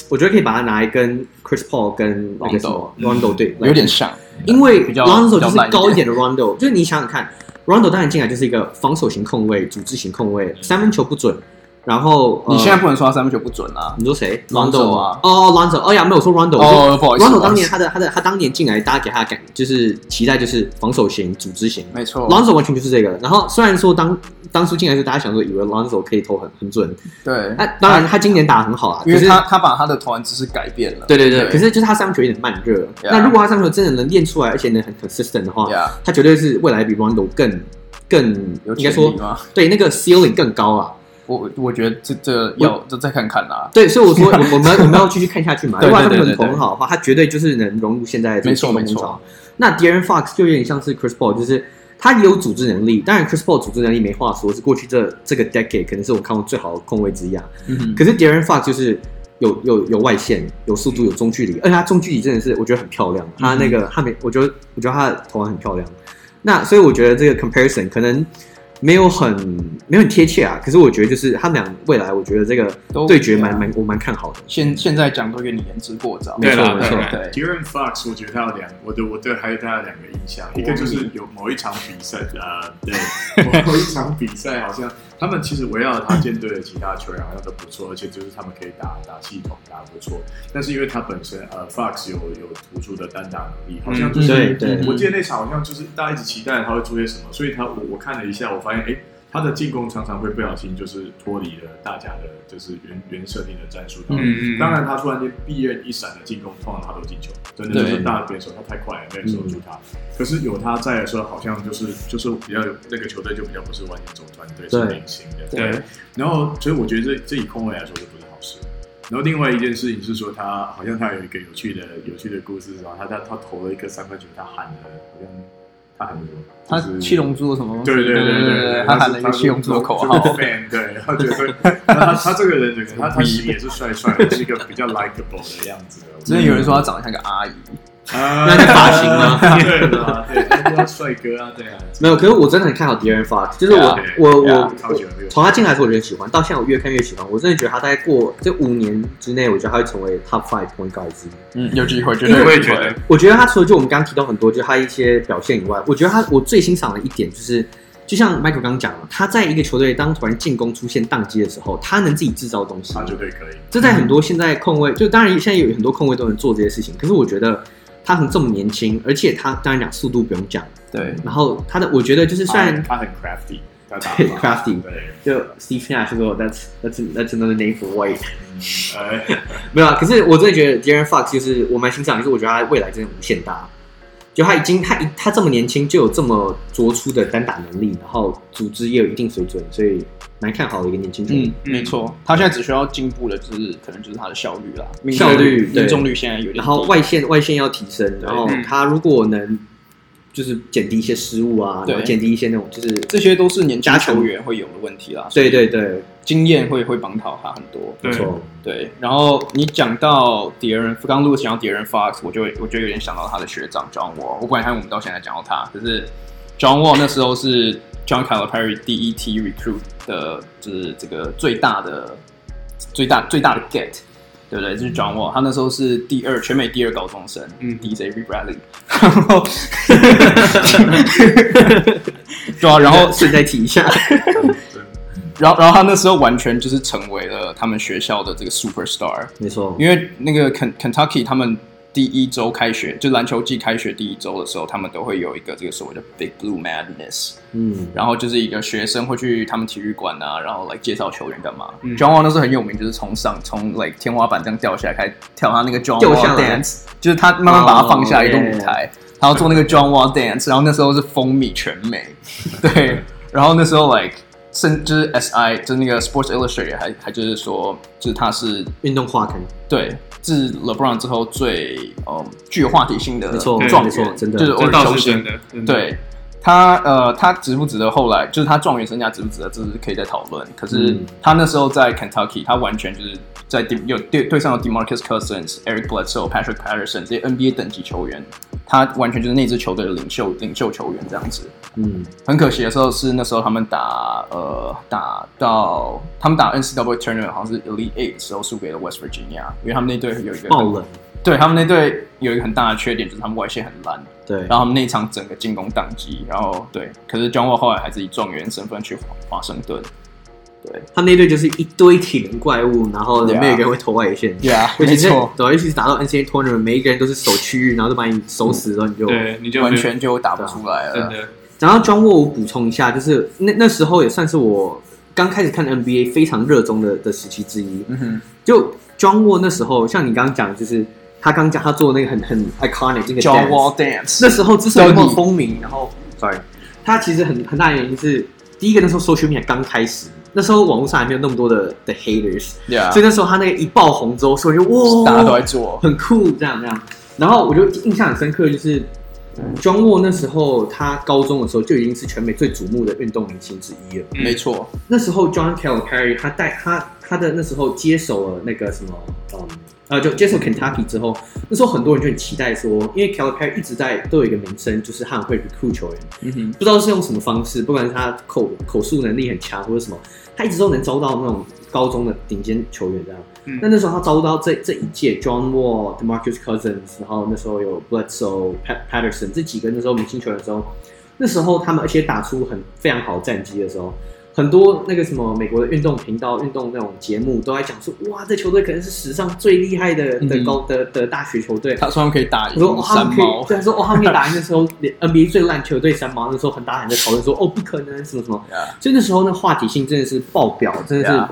我觉得可以把它拿来跟 Chris Paul 跟那个什么 Rondo 对，
有点像，嗯
因为
呃比较
Rondo
比
就
较
是
烂一
高一
点
点的 Rondo，就是 你想想看，Rondo 当然进来就是一个防守型控卫、组织型控卫，三分球不准。然后、呃
你现在不能说他三分球不准啊。
你说谁
Rondo
？Rondo
啊
哦哦，Rondo，哦呀，没有我说 Rondo，我说
哦，不好意思
Rondo
不好
当
意思
年他的他的他当年进来，大家给他的感就是期待就是防守型、组织型。
没错
Lonzo 完全就是这个。然后虽然说当当初进来的时候，大家想说以为 Lonzo 可以投很很准，
对
那、，当然他今年打得很好啊，
因为
哎可是
他他把他的投篮姿势改变了。
对对对，
对
可是就是他三分球有点慢热。
Yeah
那如果他三分球真的能练出来，而且能很 consistent 的话
Yeah
他绝对是未来比 Rondo 更更
有
应
潜
该说
力吗？
对那个 ceiling 更高啊。
我我觉得这这要这再看看啦。
对，所以 我说我我们我们要继续看下去嘛。如
对
果他
对对
们投
对对
很好的话，他绝对就是能融入现在的这个
没错
进攻
没
风
错
潮。那 Deron Fox 就有点像是 Chris Paul，就是他也有组织能力。当然，Chris Paul 组织能力没话说，是过去这这个 decade 可能是我看过最好的控卫之一啊。
嗯哼，
可是 Deron Fox 就是有有有外线，有速度，有中距离，而且他中距离真的是我觉得很漂亮。他那
嗯
个他没，我觉得我觉得他的投篮很漂亮。那所以我觉得这个 comparison 可能没有很没有很贴切啊。可是我觉得就是他们俩未来，我觉得这个
都
对决蛮
对啊
蛮我蛮看好的。
现现在讲都有点言之过早。
没
对
错
啦，
没错
对啦。
对
Deron Fox，我觉得他有两，我对我对还有他有两个印象，一个就是有某一场比赛，呃，对，某一场比赛好像他们其实围绕着他舰队的其他球员好像都不错，而且就是他们可以打打系统打得不错，但是因为他本身呃 Fox 有有突出的单打能力，好像就是、
对对
我记得那场好像就是大家一直期待他会做些什么，所以他我我看了一下，我发现哎。诶他的进攻常常会不小心就是脱离了大家的，就是原原设定的战术道路。
嗯嗯嗯
当然，他突然间闭眼一闪的进攻，放了他都进球，真的就是
对嗯
大的变手，他太快了，没人守住他。可是有他在的时候，好像就是就是比较有那个球队就比较不是完全走团队，是
对
零星的。
对，
然后，所以我觉得这这以空位啊来说，这不是好事。然后另外一件事情是说他，好像他有一个有趣的有趣的故事，然后他他他投了一个三分球，他喊了，好像他喊了什么？
他
就是
七龙珠的什么？
对对对
对
对，
他喊了一个七龙珠的口 号。
fan，对，他觉得他他这个人整个他他其实也是帅帅的，是一个比较 likable 的样子的。
之前有人说他长得像个阿姨，
啊，
那你发型吗
对的，对，啊他说他帅哥啊，对啊，
没有，可是我真的很看好 Deron Fox，就是我、
对
我
对啊
我
超级有那个
从他进来的时候我就很喜欢，到现在我越看越喜欢。我真的觉得他大概过这五年之内，我觉得他会成为 top five point guard 之一。
嗯，有机会，绝
对
对
我
有
也
机
觉
会
得，
我觉得他除了就我们刚刚提到很多，就是他一些表现以外，我觉得他我最欣赏的一点就是，就像 Michael 刚刚讲了，他在一个球队当突然进攻出现宕机的时候，他能自己制造东西
他。绝对可以，
这在很多现在控卫，就当然现在有很多控卫都能做这些事情，可是我觉得他很这么年轻，而且他当然讲速度不用讲，
对，
然后他的我觉得就是虽 然
他很 crafty，他打
对 crafty，
对，
就 Steve Nash 说 That's That's That's another name for white。
哎，
没有啊，可是我真的觉得 Jaren Fox 就是我蛮欣赏，就是我觉得他未来真的无限大。就他已经他一他这么年轻就有这么卓出的单打能力，然后组织也有一定水准，所以蛮看好的一个年轻球员。
嗯，没错。他现在只需要进步的就是可能就是他的效率啦，命
效率对
命中率现在有点低。
然后外线外线要提升，然后
嗯
他如果能就是减低一些失误啊，
对
然后减低一些那种就是
这些都是年轻
加强
球员会有的问题啦。
对对对，
经验会会帮到他很多。
对
没错，
对，然后你讲到敌人，刚录讲到敌人 Fox，我就我就有点想到他的学长 John Wall。我本来还以为我们到现在讲到他，可是 John Wall 那时候是 John Calipari 第一梯 recruit 的，就是这个最大的最大最大的 get，对不对？就是 John Wall，他那时候是第二全美第二高中生，
嗯
，DJ v Bradley，然 后，对啊，然后
顺带提一下，
然后然后他那时候完全就是成为了他们学校的这个 super star，
没错，
因为那个 Ken- Kentucky 他们第一周开学，就篮球季开学第一周的时候，他们都会有一个这个所谓的 Big Blue Madness，
嗯，
然后就是一个学生会去他们体育馆啊，然后来介绍球员干嘛。
嗯
John Wall 那时候很有名，就是从上从 like 天花板这样掉下来，开始跳他那个 John
掉
Wall
下来
dance，就是他慢慢把它放下来
哦
一个舞台，然后做那个 John Wall dance，然后那时候是风靡全 美，对，然后那时候 like 甚就是 SI 就是那个 Sports Illustrated 还还就是说就是他是
运动化坑，
对，自 LeBron 之后最嗯具有话题性的
没错
状
没错
元，
真的
就是
这
偶尔
倒
球
是真
星。
的，真的，
对他呃，他值不值得后来就是他状元生涯值不值得，这是可以再讨论。可是
嗯
他那时候在 Kentucky，他完全就是在 D- 有对对上有 DeMarcus Cousins、Eric Bledsoe、Patrick Patterson 这些 NBA 等级球员，他完全就是那支球队的领袖领袖球员这样子。
嗯，
很可惜的时候是那时候他们打呃打到他们打 NCAA tournament 好像是 Elite Eight 的时候输给了 West Virginia，因为他们那队有一个
爆冷，
对他们那队有一个很大的缺点就是他们外线很烂，
对
然，后他们那一场整个进攻宕机，然后对，可是 John Wall 后来还是以状元身份去华华盛顿，对
他那队就是一堆体能怪物，然后
对啊
没有一个人会投外线。
，Yeah，
尤
没
其是
错，
对，尤其是打到 NCAA tournament，每一个人都是守区域，然后都把你守死了，你就。
对，你就
完
没有
全呃就打不出来
真
了，
的，
然后 John Wall 我补充一下，就是那那时候也算是我刚开始看 NBA 非常热衷的的时期之一。
嗯哼
就 John Wall 那时候，像你刚刚讲，就是他刚讲他做那个很很 iconic 这个
，John
dance
Wall dance，
那时候之所以那么
Dougie
风靡，然后 sorry，他其实很很大原因是第一个那时候 social media 刚开始，那时候网络上还没有那么多的的 haters，、所
Yeah，
以那时候他那个一爆红之后，所以就哇，
啊大家都在做，
很酷，这样这样。然后我就印象很深刻，就是庄沃那时候他高中的时候就已经是全美最瞩目的运动明星之一了。
嗯
没错，
那时候 John Calipari 他带他他的那时候接手了那个什么，嗯，呃，就接手 Kentucky 之后，那时候很多人就很期待说，因为 Calipari 一直在都有一个名声，就是他很会 recruit 球员，
嗯哼，
不知道是用什么方式，不管是他口口述能力很强或者什么，他一直都能招到那种高中的顶尖球员这样。
嗯
那那时候他招到这这一届 John Wall、Demarcus Cousins，然后那时候有 Bledsoe、Pat Patterson 这几个那时候明星球员的时候，那时候他们而且打出很非常好的战绩的时候，很多那个什么美国的运动频道、运动那种节目都在讲说，哇，这球队可能是史上最厉害的的高的的大学球队。
他说他们可以打
我说哦
赢
他
三
们可以，
毛，
对，他说哦，他们可以打赢的时候，连 NBA 最烂球队三毛那时候很大人在讨论说哦，不可能什么什么，
Yeah，
所以那时候呢话题性真的是爆表，真的是
Yeah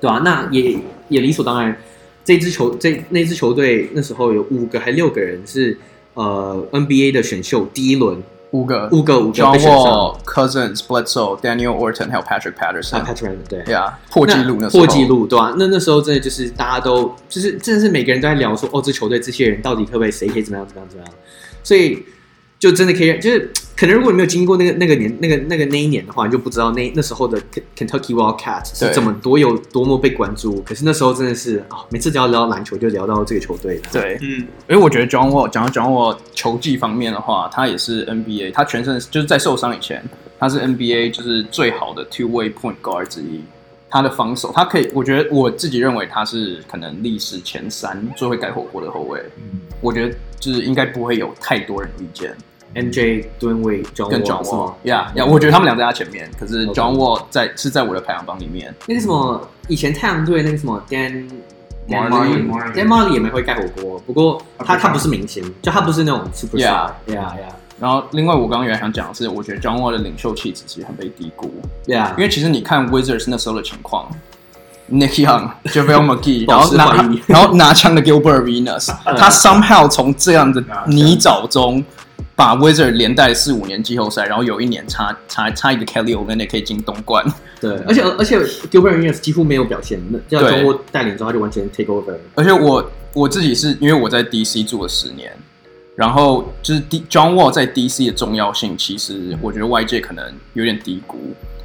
对吧、那也也理所当然，这支球这那支球队那时候有五个还六个人是呃 NBA 的选秀第一轮
五个
五个五个
John
被选上，
Wall、Cousins、Bledsoe、Daniel Orton 还有 Patrick
啊
Patterson，
，Patrick Ewing，对。
对啊，破纪录那时候
破纪录，对吧、那那时候真的就是大家都就是真的是每个人都在聊说，哦，这球队这些人到底可不可以谁可以怎么样怎么样怎么样，所以就真的可以就是可能如果你没有经过那个那个年那个那个那一年的话，你就不知道那那时候的 K- Kentucky Wildcats
对
是怎么多有多么被关注。可是那时候真的是啊、每次只要聊到篮球就聊到这个球队，
对，
嗯，
因为我觉得 John Wall 讲到 John Wall 球技方面的话，他也是 NBA，他全身就是在受伤以前，他是 NBA 就是最好的 two way point guard 之一。他的防守，他可以，我觉得我自己认为他是可能历史前三最会改火锅的后卫。
嗯，
我觉得就是应该不会有太多人有意见，
MJ、吨位、John
跟 John
Wall 哦是吗
Wall，Yeah Yeah，我觉得他们俩在他前面，可是
OK
John Wall 在是在我的排行榜里面。
那个什么，以前太阳队那个什么 Dan Dan
Marley，Marley
Dan Marley 也蛮会盖火锅，不过他他不是明星，就他不是那种 superstar，yeah yeah
然后，另外我刚刚原来想讲的是，我觉得 John Wall 的领袖气质其实很被低估，因
yeah，
为其实你看 Wizards 那时候的情况，Nicky Young、JaVale McGee，然
保
后
持怀
拿
疑嗯
然后拿枪的 Gilbert Venus，他 somehow 从这样的泥沼中把 Wizard 连带四五年季后赛，然后有一年差差差一个 Kelly Olynyk 可以进东冠，
对，而且而且 Gilbert Arenas 几乎没有表现，那要
对
中国带领之后他就完全 take over，
而且我我自己是因为我在 DC 住了十年，然后就是 D John Wall 在 DC 的重要性，其实我觉得外界可能有点低估。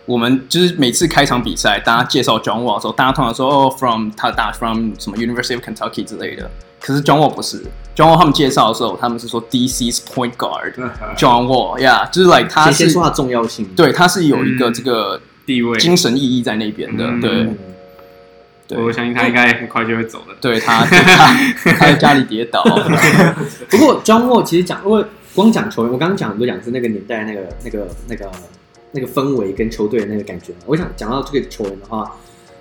我们就是每次开场比赛，大家介绍 John Wall 的时候，大家通常说哦，from 他大 from 什么 University of Kentucky 之类的。可是 John Wall 不是，John Wall 他们介绍的时候，他们是说 DC's point guard John Wall，yeah，就是 like 他
先先
是
说它重要性，，
对，他是有一个
嗯
这个
地位，
精神意义在那边的，
嗯
对。对
我相信他应该很快就会走的。
对他， 他他在家里跌倒，
不过 John Wall 其实讲，因为光讲球员，我刚刚讲很多讲是那个年代那个那个那个那个氛围跟球队的那个感觉嘛。我想讲到这个球员的话，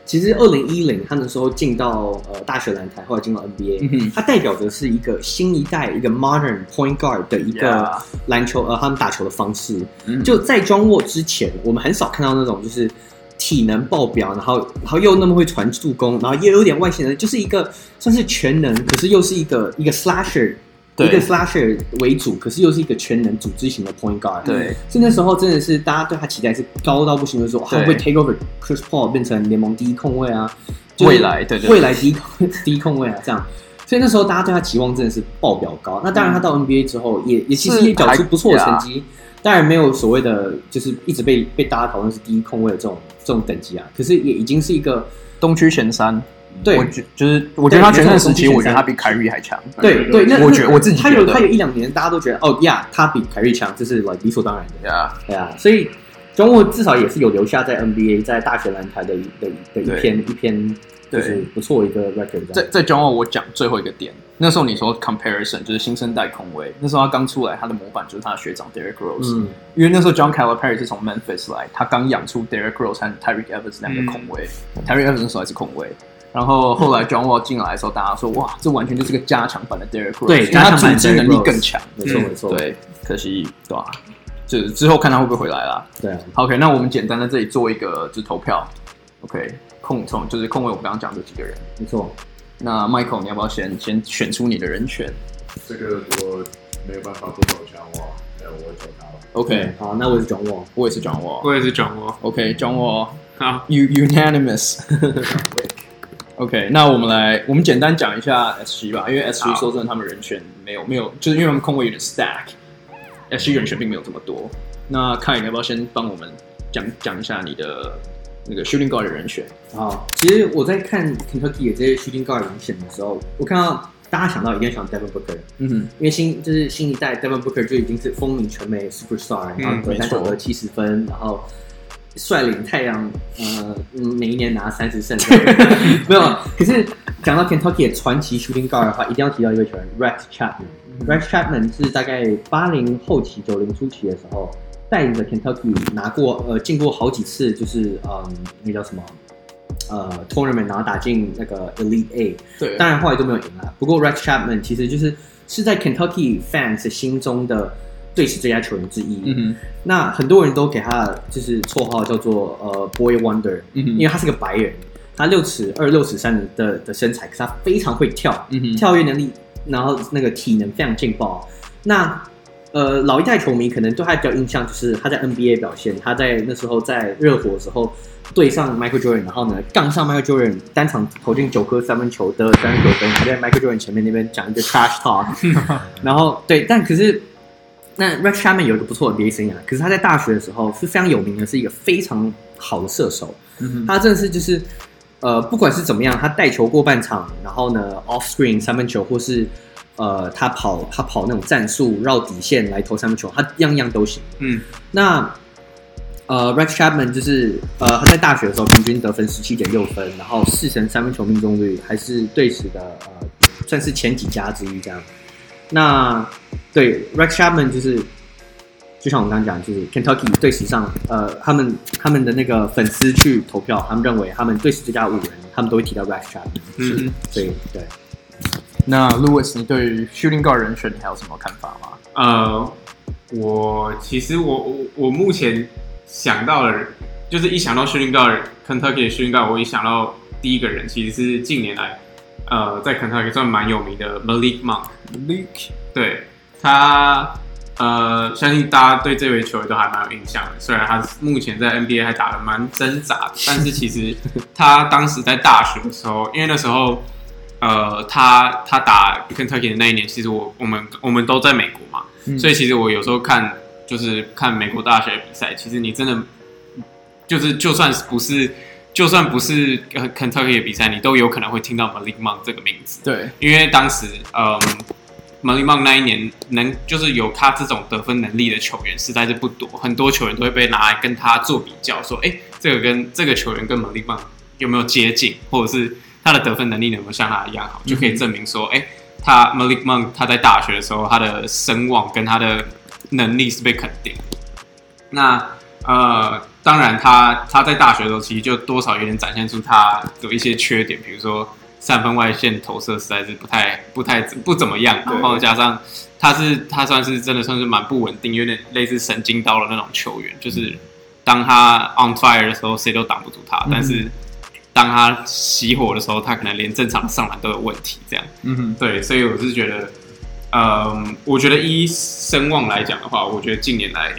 其实二零一零他那时候进到呃大学篮台，后来进到 NBA，、
嗯哼
他代表的是一个新一代一个 modern point guard 的一个
Yeah
篮球呃他们打球的方式。
嗯
就在 John Wall 之前，我们很少看到那种就是体能爆表，然后然后又那么会传助攻，然后又有点外线人，就是一个算是全能，可是又是一个一个 slasher。
对
一个 slasher 为主，可是又是一个全能组织型的 point guard。
对，
所以那时候真的是大家对他期待是高到不行，就是说哇他
对
会不会 take over Chris Paul 变成联盟第一控卫啊，就是
未来对对对
未来第一控第一控卫啊 这样。所以那时候大家对他期望真的是爆表高。那当然他到 NBA 之后也也其实
嗯是
也缴出
还
不错的成绩，当然没有所谓的就是一直被被大家讨论是第一控卫的这种这种等级啊，可是也已经是一个
东区前三，
对
嗯我觉就是我觉得他
对
全
没错
盛时期，
东区前三
我觉得他比凯瑞还强，
对对，那
我
那
觉我自己
他
觉
有
得
他有一两年大家都觉得哦呀，他比凯瑞强，这是 like 理所当然的。
呀，
对啊，所以中国至少也是有留下在 NBA 在大学篮台的一的一的一
对
篇一篇，就是不错的一个 record 这
在
样。
在 John Wall 我讲最后一个点，那时候你说 comparison 就是新生代控卫，那时候他刚出来，他的模板就是他的学长 Derrick Rose，、
嗯，
因为那时候 John Calipari 是从 Memphis 来，他刚养出 Derrick Rose 和 Tyreek Evans 两个控卫、t y r e e k Evans 那时候还是控卫。然后后来 John Wall 进来的时候，大家说哇，这完全就是个加强版的 Derrick Rose，
对
因为他
加强版
组织
Derrick
能力
Rose
更强。
没错
嗯
没错，
对，可惜对吧、就是之后看他会不会回来啦。
对啊，
OK，那我们简单在这里做一个就是投票。OK，控从就是控卫我们刚刚讲这几个人。
没错。
那 Michael，你要不要先先选出你的人选
这个我没有办法不走全我，哎，我会走他了。
？OK，
好，那我是 John Wall。
我也是 John Wall。
我也是转过，
OK，John Wall，you
好，
unanimous。OK，那我们来，我们简单讲一下 SG 吧，因为 SG
好
说真的，他们人选没有没有，就是因为他们空位有点 stack，SG 人选并没有这么多。那看你要不要先帮我们讲讲一下你的那个 shooting guard 的人选？
好，其实我在看 Kentucky 的这些 shooting guard 人选的时候，我看到大家想到一定想 Devin Booker，
嗯哼，
因为新就是新一代 Devin Booker 就已经是风靡全美 superstar，
嗯
然后得
没
三
错
场得七十分，然后率领太阳呃嗯每一年拿三 十胜，没有。可是讲到 Kentucky 的传奇 shooting guard 的话，一定要提到一位球员 Rex
嗯
Chapman。Rex Chapman 是大概八零后期、九零初期的时候，带领着 Kentucky 拿过呃进过好几次，就是嗯那叫什么呃 tournament，然后打进那个 Elite A。
对
当然后来都没有赢啊。不过 Rex Chapman 其实就是是在 Kentucky fans 心中的最是最佳球员之一。
嗯哼，
那很多人都给他就是绰号叫做呃 Boy Wonder，、
嗯哼
因为他是个白人，他六尺二、六尺三的的身材，可是他非常会跳，
嗯哼
跳跃能力，然后那个体能非常劲爆。那呃，老一代球迷可能对他比较印象就是他在 NBA 表现，他在那时候在热火的时候对上 Michael Jordan，然后呢杠上 Michael Jordan，单场投进九颗三分球得三十九分，还在 Michael Jordan 前面那边讲一个 trash talk，然后对，但可是那 Rex Chapman 有一个不错的 NBA 生涯，可是他在大学的时候是非常有名的，是一个非常好的射手。
嗯
他真的是就是呃，不管是怎么样，他带球过半场，然后呢 off screen 三分球，或是呃他跑他跑那种战术绕底线来投三分球，他样样都行。
嗯，
那呃，Rex Chapman 就是呃，他在大学的时候平均得分十七点六分，然后四成三分球命中率还是队史的呃，算是前几家之一这样。那对 Rex Chapman 就是，就像我刚刚讲，就是 Kentucky 队史上呃，他们他们的那个粉丝去投票，他们认为他们队史最佳五人，他们都会提到 Rex Chapman，
嗯，
所以对。
那 Louis，你对于 shooting guard 人选你还有什么看法吗？
呃，我其实我我我目前想到的，就是一想到 shooting guard Kentucky 的 shooting guard，我一想到第一个人其实是近年来呃在 Kentucky 算蛮有名的 Malik Monk。
Luke，
对他，呃，相信大家对这位球员都还蛮有印象的。虽然他目前在 NBA 还打得蛮挣扎的，但是其实他当时在大学的时候，因为那时候，呃，他他打 Kentucky 的那一年，其实我我们我们都在美国嘛，
嗯
所以其实我有时候看就是看美国大学比赛，其实你真的就是就算不是就算不是呃 Kentucky 的比赛，你都有可能会听到 Malik Monk 这个名字。
对，
因为当时嗯 m a l i m o n 那一年能就是有他这种得分能力的球员实在是不多，很多球员都会被拿来跟他做比较，说哎、诶这个跟这个球员跟 m a l i m o n 有没有接近，或者是他的得分能力有没有像他一样好，就可以证明说，哎、他 m a l i m o n 他在大学的时候他的声望跟他的能力是被肯定。那呃，当然他他在大学的时候其实就多少有点展现出他有一些缺点，比如说三分外线投射实在是不太不太不怎么样，然后加上他是他算是真的算是蛮不稳定，有点类似神经刀的那种球员，就是当他 on fire 的时候谁都挡不住
嗯
他，但是当他熄火的时候，他可能连正常的上篮都有问题这样。
嗯哼，
对，所以我是觉得，嗯，我觉得依声望来讲的话，我觉得近年来，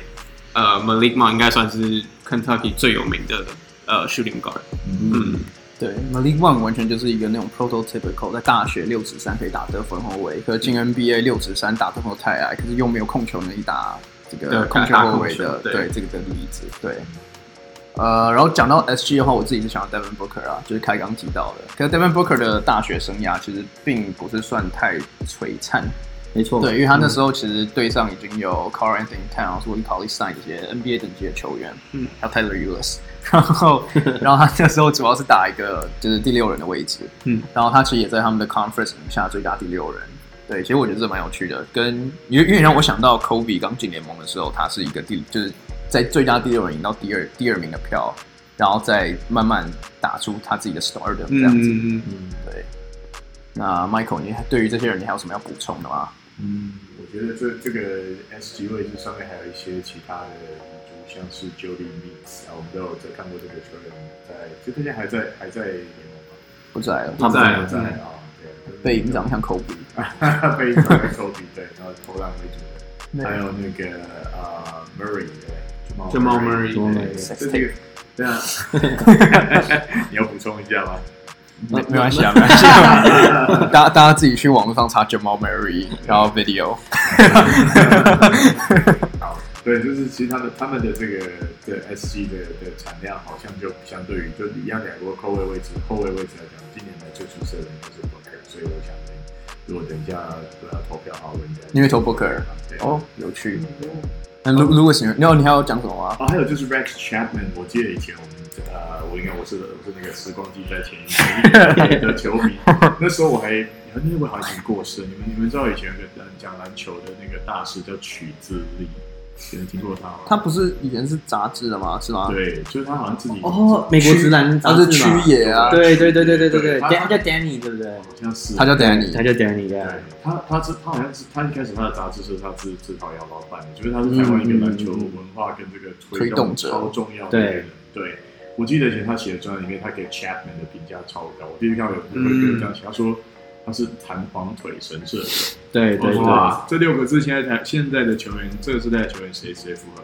呃，Malik Monk 应该算是 Kentucky 最有名的呃 shooting guard。嗯，
对，Malik One 完全就是一个那种 prototypical，在大学六指三可以打得分后卫，可是进 NBA 六指三打得分后太矮，可是又没有控球能力打这
对
个
打
呃控球后卫
打
的
控，球
对
对
这个的例子，对。呃，然后讲到 SG 的话，我自己是想要 Devin Booker 啊，就是开刚提到的。可是 Devin Booker 的大学生涯其实并不是算太璀璨，
没错，
对，因为他
嗯
那时候其实队上已经有 Carl Anthony Towns、Willie Cauley Stein 这些 NBA 等级的球员，
嗯，
还有 Tyler Ulis，然 后 然后他那时候主要是打一个就是第六人的位置，
嗯，
然后他其实也在他们的 conference 名下最佳第六人。对，其实我觉得这蛮有趣的，跟因为因为让我想到 Kobe 刚进联盟的时候，他是一个第就是在最佳第六人赢到第二第二名的票，然后再慢慢打出他自己的 stardom 这样子。
嗯嗯
嗯
对，那 Michael，你对于这些人你还有什么要补充的吗？
嗯，我觉得这这个 S 级位置上面还有一些其他的遗珠，像是 Jody Meeks 啊，我们都有在看过这个球员在，就这些还在还在联盟吗？
不在了。
他在
还在啊，对，
被营长像口鼻，
长， 被影响被抽比对，然后投篮为主的。还
对
有那个呃 Murray 对
Jamal Murray，
对
Murray
这个对啊， 你要补充一下吗？
没没关系啊，没关系、 啊。大家大家自己去网络上查 Jamal Murray，然后 video。
对，就是其实他们他们的这个的 SG 的的产量好像就相对于就一样两个后卫位置后卫位置来讲，今年的最出色的应该是 Booker，所以我想如果等一下都要投票的话，我应该
你会投 Booker
对
哦，有趣。那 Lu Louis，你你还要讲什么啊吗？
哦，还有就是 Rex Chapman，我记得以前我们呃，我应该我是我是那个时光机在前 一的球迷，那时候我还那位好像已经过世了。你们你们知道以前有个呃讲篮球的那个大师叫曲自立，你们听过他吗？
他不是以前是杂志的吗？是吗？
对，就是他好像自己
啊哦，美国直男杂
他
志
是
嘛
区野啊，
对对对对对对对，
对
Dan- 他叫 Danny 对不对？
好像是
他叫
他
Danny。
叫 Danny
对
对，
他他是他好像是他一开始他的杂志是他自自掏腰包办的，就是他是台湾一个篮球文化跟这个推
推动者
超重要的一个人。对，我记得以前他写的专栏里面，他给 Chapman 的评价超高。我第一次看到有有人这样写，他说他是弹簧腿神射手。
对对对，
哇，这六个字现在台现在的球员，这个时代的球员谁谁符合？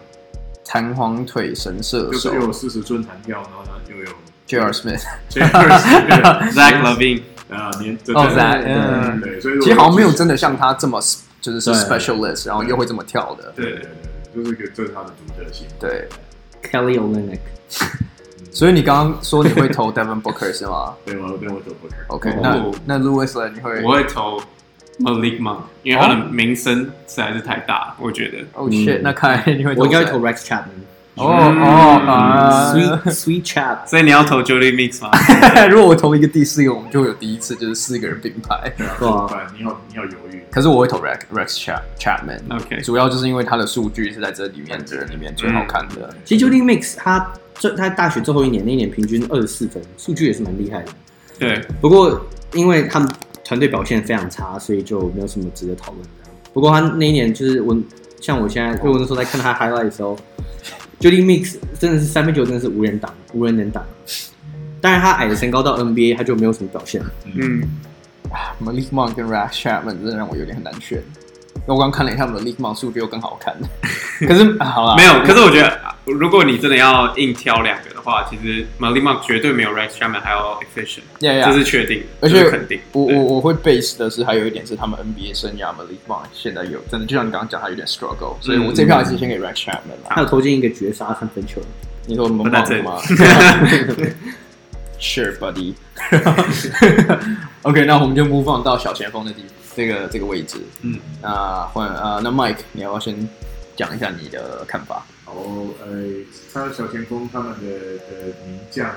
弹簧腿神射
就是
手
又有四十寸弹跳，然后呢又 有
J.R. Smith，
这个
，Zach Levine，
啊年
哦
对
Zach，
对
嗯
对，所以
其实好像没有
真。
真的像他这么 s- 就是是
对
specialist，然后又会这么跳的。
对对对，就是一个这是他的独特性。
对，
Kelly Olynyk，
所以你刚刚说你会投 Devin Booker 是吗
对我对我走不开。
？OK，
哦
那那 Louis 呢？你会？
我会投 Malik Monk，因为他的名声实在是太大，我觉得。
哦 shit，那看来你会
我应该会
谁
投 Rex Chapman，Sweet
哦哦啊
Sweet Chap，
所以你要投 Jody Mix 吗？
如果我投一个第四个，我们就会有第一次就是四个人并排。
对啊，
对啊
怎么办？你要你要犹豫。
可是我会投 Rex Rex Chap Chapman。
OK
主要就是因为他的数据是在这里面的人里面最好看的。
其实 Judy Mix 他最他大学最后一年那一年平均二十四分，数据也是蛮厉害的。
对，
不过因为他们团队表现非常差，所以就没有什么值得讨论的。不过他那一年就是我，像我现在，就我那时候在看他 highlight 的时候，Judy Mix 真的是三分球真的是无人挡，无人能挡。当然他矮的身高到 NBA 他就没有什么表现了。
嗯，
Malik Monk 跟 Rex Chapman 真的让我有点很难 选。那我刚看了一下 Malik Monk 数据又更好看，可是、啊好啦，
没有。可是我觉得如果你真的要硬挑两个的话，其实 Malik Monk 绝对没有 Rex Chapman 还要 efficient，
Yeah, yeah
这是确定的，
而
这
且
是肯定。
我
对
我我会 base 的是，还有一点是他们 NBA 生涯 Malik Monk 现在有真的，就像你刚刚讲，他有点 struggle，所以我这票还是先给 Red Chapman 啦。
他有投进一个绝杀三分球，
你说我们
But that's
Monk 吗 ？Sure, buddy 。OK，那我们就 move on 到小前锋的地这个这个位置。
嗯，
那换呃，那 Mike，你要不要先讲一下你的看法？
然后呃，他的小前锋他们的的名将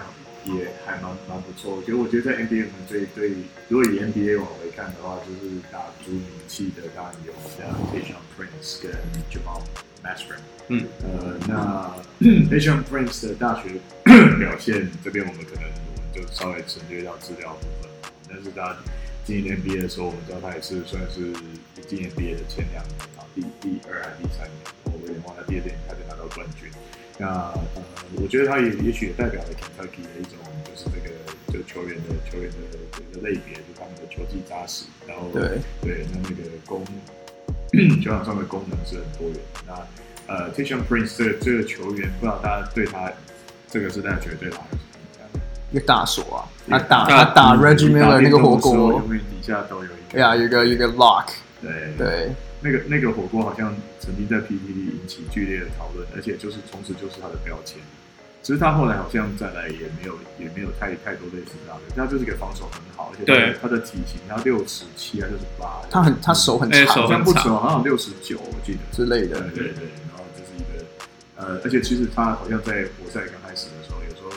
也还蛮蛮不错。我觉得，我觉得在 NBA 可能最对，如果以 NBA 往回看的话，就是打出名气的，当然有像 t a s h a n Prince 跟 Jamal Mashburn。
嗯，
呃，那 t a s h a n Prince 的大学呃表现，这边我们可能我们就稍微省略掉资料部分，但是他今年 NBA 的时候，我们知道他也是算是今年 NBA 的前两名啊，第第二还是第三名，我有点忘了，第二年他就拿到冠军。那呃，我觉得他也也许也代表了 Kentucky 的一种，就是这个就球员的球员的这个类别，就他们的球技扎实，然后
对
对，那那个功球场上的功能是很多元的。那呃 t i s h a n Prince 这个这个球员，不知道大家对他这个时代觉得对他有什么印象？
一个大锁啊，他
对
打
大
他打 Reggie
嗯你打
Miller 那
电
个火
动的时候
锅，
永远底下都有一个
对啊，有一个有一个 lock，
对
对，
那个那个火锅好像曾经在 PTT 引起剧烈的讨论，而且就是从此就是他的标签。只是他后来好像再来也没有也没有太太多类似他的，他就是个防守很好，而且他
对
的他的体型，他六尺七还是八，
他很他手很
哎
长
手
好像不止哦，好像六十九我记得
之类的
对，对对，然后就是一个呃，而且其实他好像在活塞刚开始的时候，有时候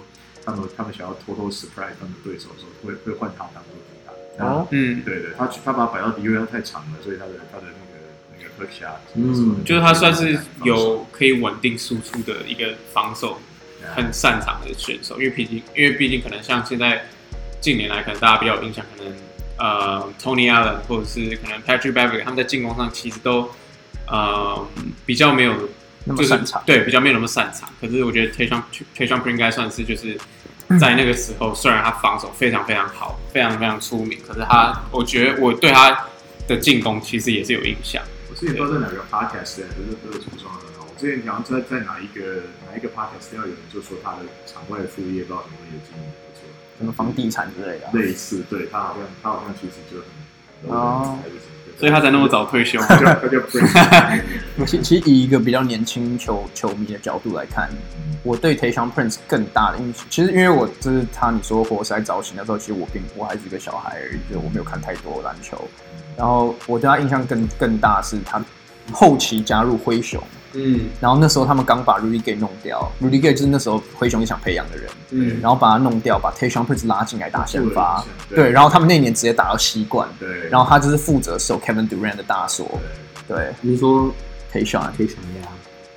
他们他们想要偷偷 surprise 他们的对手的时候，会会换他当做主打。然后
哦
嗯，
对对，他他把它摆到第一位，他太长了，所以他的他的那个那个 hook shot，什
嗯
么的
就是他算是有可以稳定输出的一个防守
哎
很擅长的选手，因为毕竟因为毕竟可能像现在近年来可能大家比较有印象，可能呃 Tony Allen 或者是可能 Patrick Beverly 他们在进攻上其实都呃比较没有
那么
就是
擅长
对比较没有那么擅长。可是我觉得 t a y s h a n t a y s h a n p r i n 应该算是就是。
嗯
在那个时候，虽然他防守非常非常好，非常非常出名，可是他，我觉得我对他的进攻其实也是有印象。
我之前不知道在哪个 podcast 的，就是都是出双的。我之前好像在在哪一个哪一个 podcast 要有人就说他的场外副业，不知道怎么也经营不错。
什么房地产之类的啊，
类似，对他好像他好像其实就很
哦
还是什么的
所以他才那么早退休。
他就他就 break
其其实以一个比较年轻球球迷的角度来看，我对 t a y s h a n Prince 更大的印象，其实因为我就是他你说活塞早期那时候，其实我并我还是一个小孩而已，就我没有看太多篮球。然后我对他印象更更大是他后期加入灰熊，
嗯
然后那时候他们刚把 Rudy Gay 弄掉，Rudy Gay 就是那时候灰熊也想培养的人，
嗯，
然后把他弄掉，把 t a y s h a n Prince 拉进来打先发，
对
对，然后他们那年直接打到西冠，
对，
然后他就是负责守 Kevin Durant 的大锁，
对
对
你说
t a y s h a n
可以想啊一下，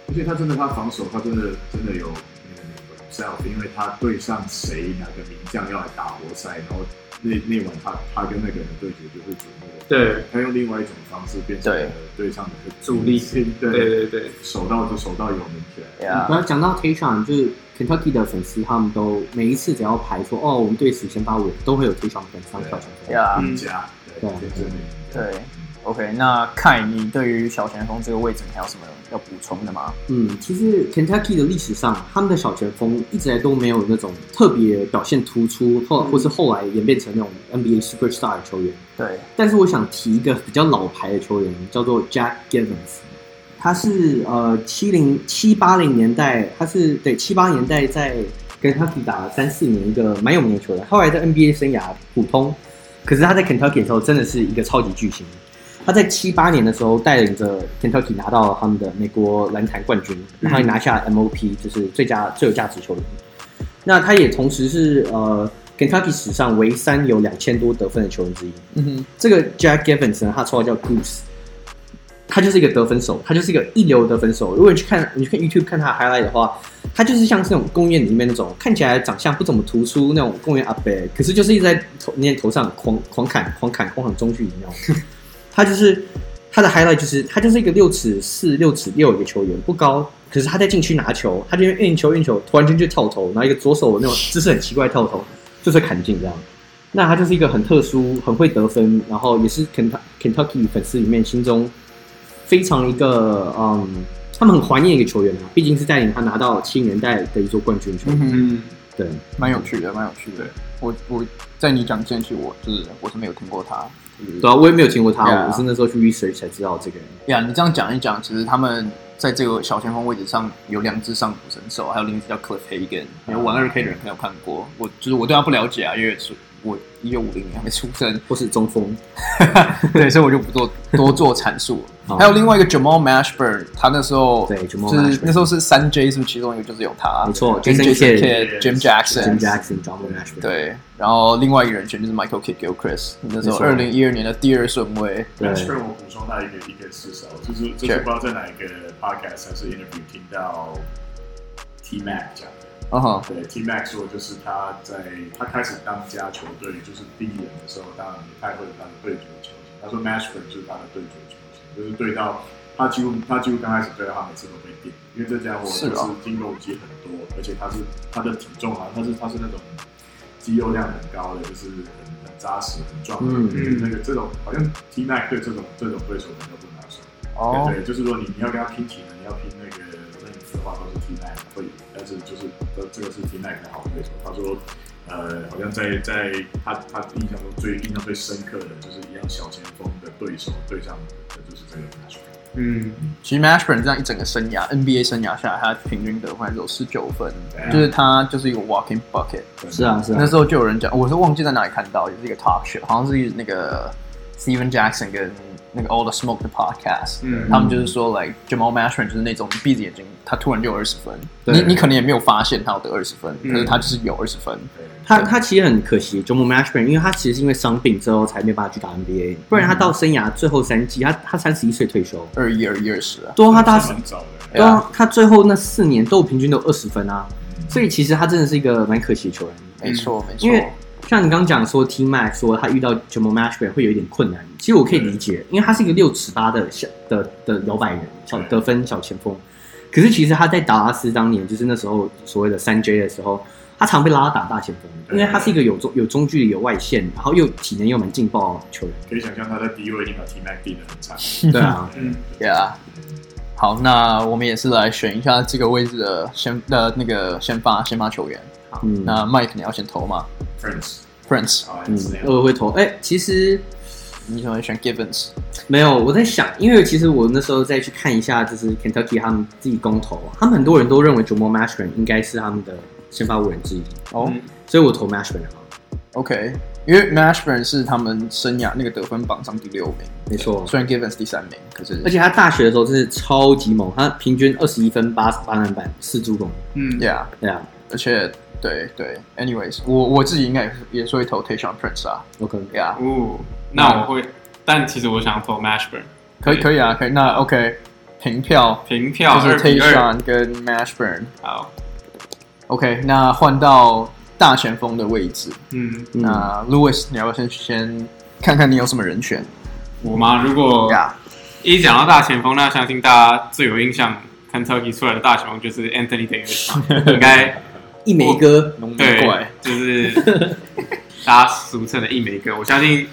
而且他真的他防守他真的真的有那个那个 self，因为他对上谁哪个名将要来打活塞，然后那那晚他他跟那个人对决就是瞩目，
对，
他用另外一种方式变成
对
了对上的一个
主力
对
对对对，
手到就手到有名起来，
呀。
然后讲到 Tayshon，就是 Kentucky 的粉丝，他们都每一次只要排说哦，我们队史先发五，都会有 Tayshon 跟上小前锋。
呀、
嗯
名家对
对
天生的名家，
对，OK，那凯，你对于小前锋这个位置，你还有什么要补充的吗？
嗯，其实 Kentucky 的历史上，他们的小前锋一直来都没有那种特别表现突出，或或是后来演变成那种 NBA superstar 的球员。
对，
但是我想提一个比较老牌的球员，叫做 Jack Givens，他是呃七零七八零年代，他是对七八年代在跟 Kentucky 打了三四年一个蛮有名的球员，后来在 NBA 生涯普通，可是他在 Kentucky 的时候真的是一个超级巨星。他在七八年的时候带领着 Kentucky 拿到他们的美国篮坛冠军，然后也拿下 MOP，就是最佳最有价值球员。那他也同时是呃 Kentucky 史上唯三有两千多得分的球员之一。
嗯哼，
这个 Jack Givens 呢，他绰号叫 Goose，他就是一个得分手，他就是一个一流得分手。如果你去看，你去看 YouTube 看他 highlight 的话，他就是像是那种公园里面那种看起来长相不怎么突出那种公园阿伯，可是就是一直在头你的头上狂狂砍、狂砍、狂砍中距离那种。他就是他的 highlight 就是他就是一个六尺四、六尺六的球员，不高，可是他在禁区拿球，他就运球运球，突然间就跳投，然后一个左手那种姿势很奇怪的跳投，就是砍进这样。那他就是一个很特殊、很会得分，然后也是 Kentu- Kentucky 粉丝里面心中非常一个嗯他们很怀念一个球员啊，毕竟是带领他拿到七年代的一座冠军球。
嗯哼，
嗯，
对，
蛮有趣的，蛮有趣的。我我在你讲之前，其实我就是我是没有听过他。就是
对啊，我也没有听过他
Yeah
我是那时候去 research 才知道这个人。
呀，你这样讲一讲，其实他们在这个小前锋位置上有两只上古神兽，还有另一只叫 Cliff Hagan。有玩二 K 的人可能有看过，我就是我对他不了解啊，因为是我一九五零年还没出生，
或是中锋，
对，所以我就不做多做阐述
好。
还有另外一个 Jamal Mashburn，他那时候
哦对，Jamal
就是
Mashburn
那时候是三 J 是不是其中一个就是有他，
没错
跟
Jason
Jason
Kidd
Kidd、Jim
Jim
Jackson。
Jackson、John Nashville，，
对，然后另外一个人选就是 Michael Kidd Gilchrist，那时候
没错
二零一二年的第二顺位，
对
Ashburn，我补充到一个一个事实，哦，就是就是
Sure
不知道在哪一个 podcast 还是 interview 听到 T Mac 讲的。
嗯哼，
对，T Mac 说就是他在他开始当家球队，就是第一年的时候，当然不太会有他的对决球星。他说 Mashburn 就是他的对决球星，就是对到他几乎他几乎刚开始对到他每次都被定，因为这家伙就是是
啊
肌肉肌很多，而且他是他的体重啊，他是他是那种肌肉量很高的，就是很很扎实、很壮的。
嗯
那个这种好像 T Mac 对这种这种对手比较不拿手。
哦，
对，就是说你你要跟他拼体能，你要拼那个那个的话，都是 T Mac 会赢，但是就是这这个是 T Mac 的好对手。他说，呃，好像在在他他印象中最印象最深刻的就是一样小前锋的对手对上的就是这个 Nash。
嗯，
其实 Mashburn 这样一整个生涯 NBA 生涯下来，他平均得分还是有十九分
对啊，
就是他就是一个 walking bucket。
是啊，是
那
啊，
时候就有人讲，我是忘记在哪里看到，也是一个 talk show，好像是那个 Steven Jackson 跟那个 All the Smoke 的 podcast，、
嗯
他们就是说，like Jamal Mashburn 就是那种你闭着眼睛，他突然就有二十分，
对
你你可能也没有发现他有得二十分，
嗯
可是他就是有二十分。
他他其实很可惜 j o m a Mashburn，因为他其实是因为伤病之后才没有办法去打 NBA，不然他到生涯最后三季，他他三十一岁退休，
二一二一二十啊，
对啊，他
打
大
很早的，
对啊，他最后那四年都有平均都有二十分啊，
嗯
所以其实他真的是一个蛮可惜的球员。
没错没
因为
错，
像你刚刚讲说 T Mac 说他遇到 Jamal Mashburn 会有一点困难，其实我可以理解，因为他是一个六尺八的小的的摇摆人，小得分小前锋。可是其实他在达拉斯当年，就是那时候所谓的三 J 的时候，他常被拉到打大前锋，因为他是一个有中有中距离、有外线，然后又体能又蛮劲爆的球员。
可以想象他在第一位已经把 T Mac 定的很惨。
嗯
嗯
对啊，
，Yeah。好，那我们也是来选一下这个位置的先呃那个先发先发球员。
嗯，
那 Mike 你要先投吗
Friends
？Prince，
啊，
嗯
是那，样。
我会投。哎、其实
你怎么会选 Givens？
没有，我在想，因为其实我那时候再去看一下，就是 Kentucky 他们自己公投，他们很多人都认为 Jamal Mashburn 应该是他们的先发五人之一。
哦、
嗯
所以我投 Mashburn 好了
o k 因为 Mashburn 是他们生涯那个得分榜上第六名，
没错。
虽然 Givens 第三名，可是
而且他大学的时候真是超级猛，他平均二十一分、八八篮板、四助攻，
嗯，
，Yeah，
对啊
而且对对，Anyways，我我自己应该也是也是会投 t a y s h a n Prince 啊
，OK，
，Yeah，
哦，那我会，但其实我想投 Mashburn，
可以可以啊，可以，那 OK，平票
平
就
票二
是 t a
比
y s h a
二，
n 跟 Mashburn，OK，、
好，
那换到大前锋的位置，
嗯，
嗯，
那 Lewis 你要不要先先看看你有什么人选
我吗？如果
，Yeah，
一讲到大前锋，那相信大家最有印象，Kentucky 出来的大前锋就是 Anthony Davis，嘛 应该
一枚哥，
浓眉
对
怪，，
就是大家俗称的一枚哥。我相信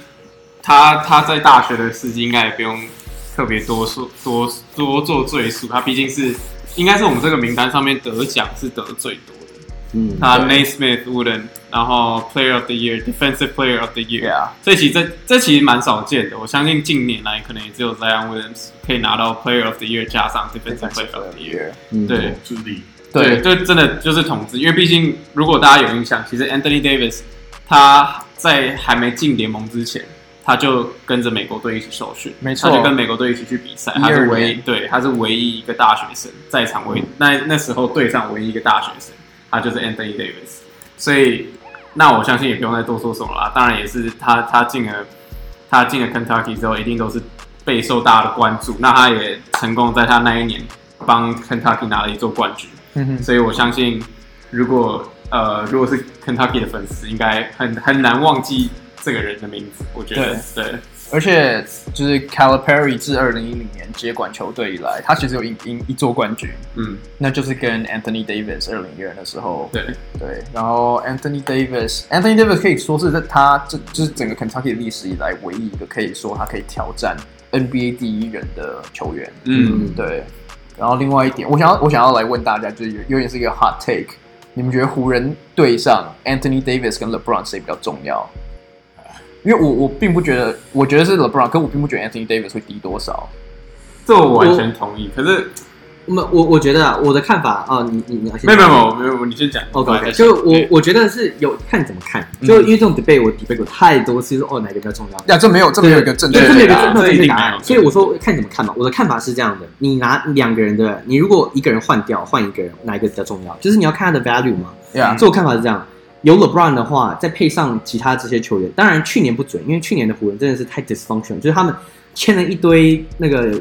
他他在大学的事迹应该也不用特别多说多多做赘述，他毕竟是应该是我们这个名单上面得奖是得最多的。
嗯，
他 Naismith Wooden，然后 Player of the Year、Defensive Player of the Year，、
，Yeah。
所以其实这这其实蛮少见的。我相信近年来可能也只有 Zion Williams 可以拿到 Player of the Year 加上 Defensive Player of the Year。
嗯，
对
智力，
对，
就真的就是统治，因为毕竟如果大家有印象，其实 Anthony Davis 他在还没进联盟之前，他就跟着美国队一起受训，
没错
他就跟美国队一起去比赛，
12
他是唯
年
对，他是唯一一个大学生在场唯那那时候队上唯一一个大学生，他就是 Anthony Davis，所以那我相信也不用再多说什么啦。当然也是他他进了他进了 Kentucky 之后，一定都是备受大家的关注。那他也成功在他那一年帮 Kentucky 拿了一座冠军。
嗯哼，
所以我相信，如果呃如果是 Kentucky 的粉丝，应该很很难忘记这个人的名字。我觉得对
而且就是 Calipari 自二零一零年接管球队以来，他其实有赢赢一座冠军，
嗯，
那就是跟 Anthony Davis 二零一二的时候，
对，
对，然后 Anthony Davis，Anthony Davis 可以说是在他这就是整个 Kentucky 历史以来唯一一个可以说他可以挑战 NBA 第一人的球员，
嗯，
对，
然后另外一点，我想要我想要来问大家，就是有有点是一个 hot take，你们觉得湖人队上 Anthony Davis 跟 LeBron 谁比较重要？因为我我并不觉得，我觉得是 LeBron，可我并不觉得 Anthony Davis 会低多少。
这我完全同意。可是
我们我我觉得啊，我的看法啊，你你你要先
没有没有没有没有，你先讲。
OK
我再
OK，
想
就我
对嗯
我觉得是有看你怎么看，就因为这种 debate 我 debate 过太多次，说哦哪个比较重要，
呀，这没有这没有一个正确
对，
的
这没有一
答
个
案
正确
这一
的
定
答
没
案。
有
所以我说看你怎么看嘛。我的看法是这样的：你拿两个人的，你如果一个人换掉，换一个人，哪一个比较重要？就是你要看他的 value 嘛。
呀
所以我看法是这样：有 LeBron 的话，再配上其他这些球员，当然去年不准，因为去年的湖人真的是太 dysfunction，就是他们签了一堆那个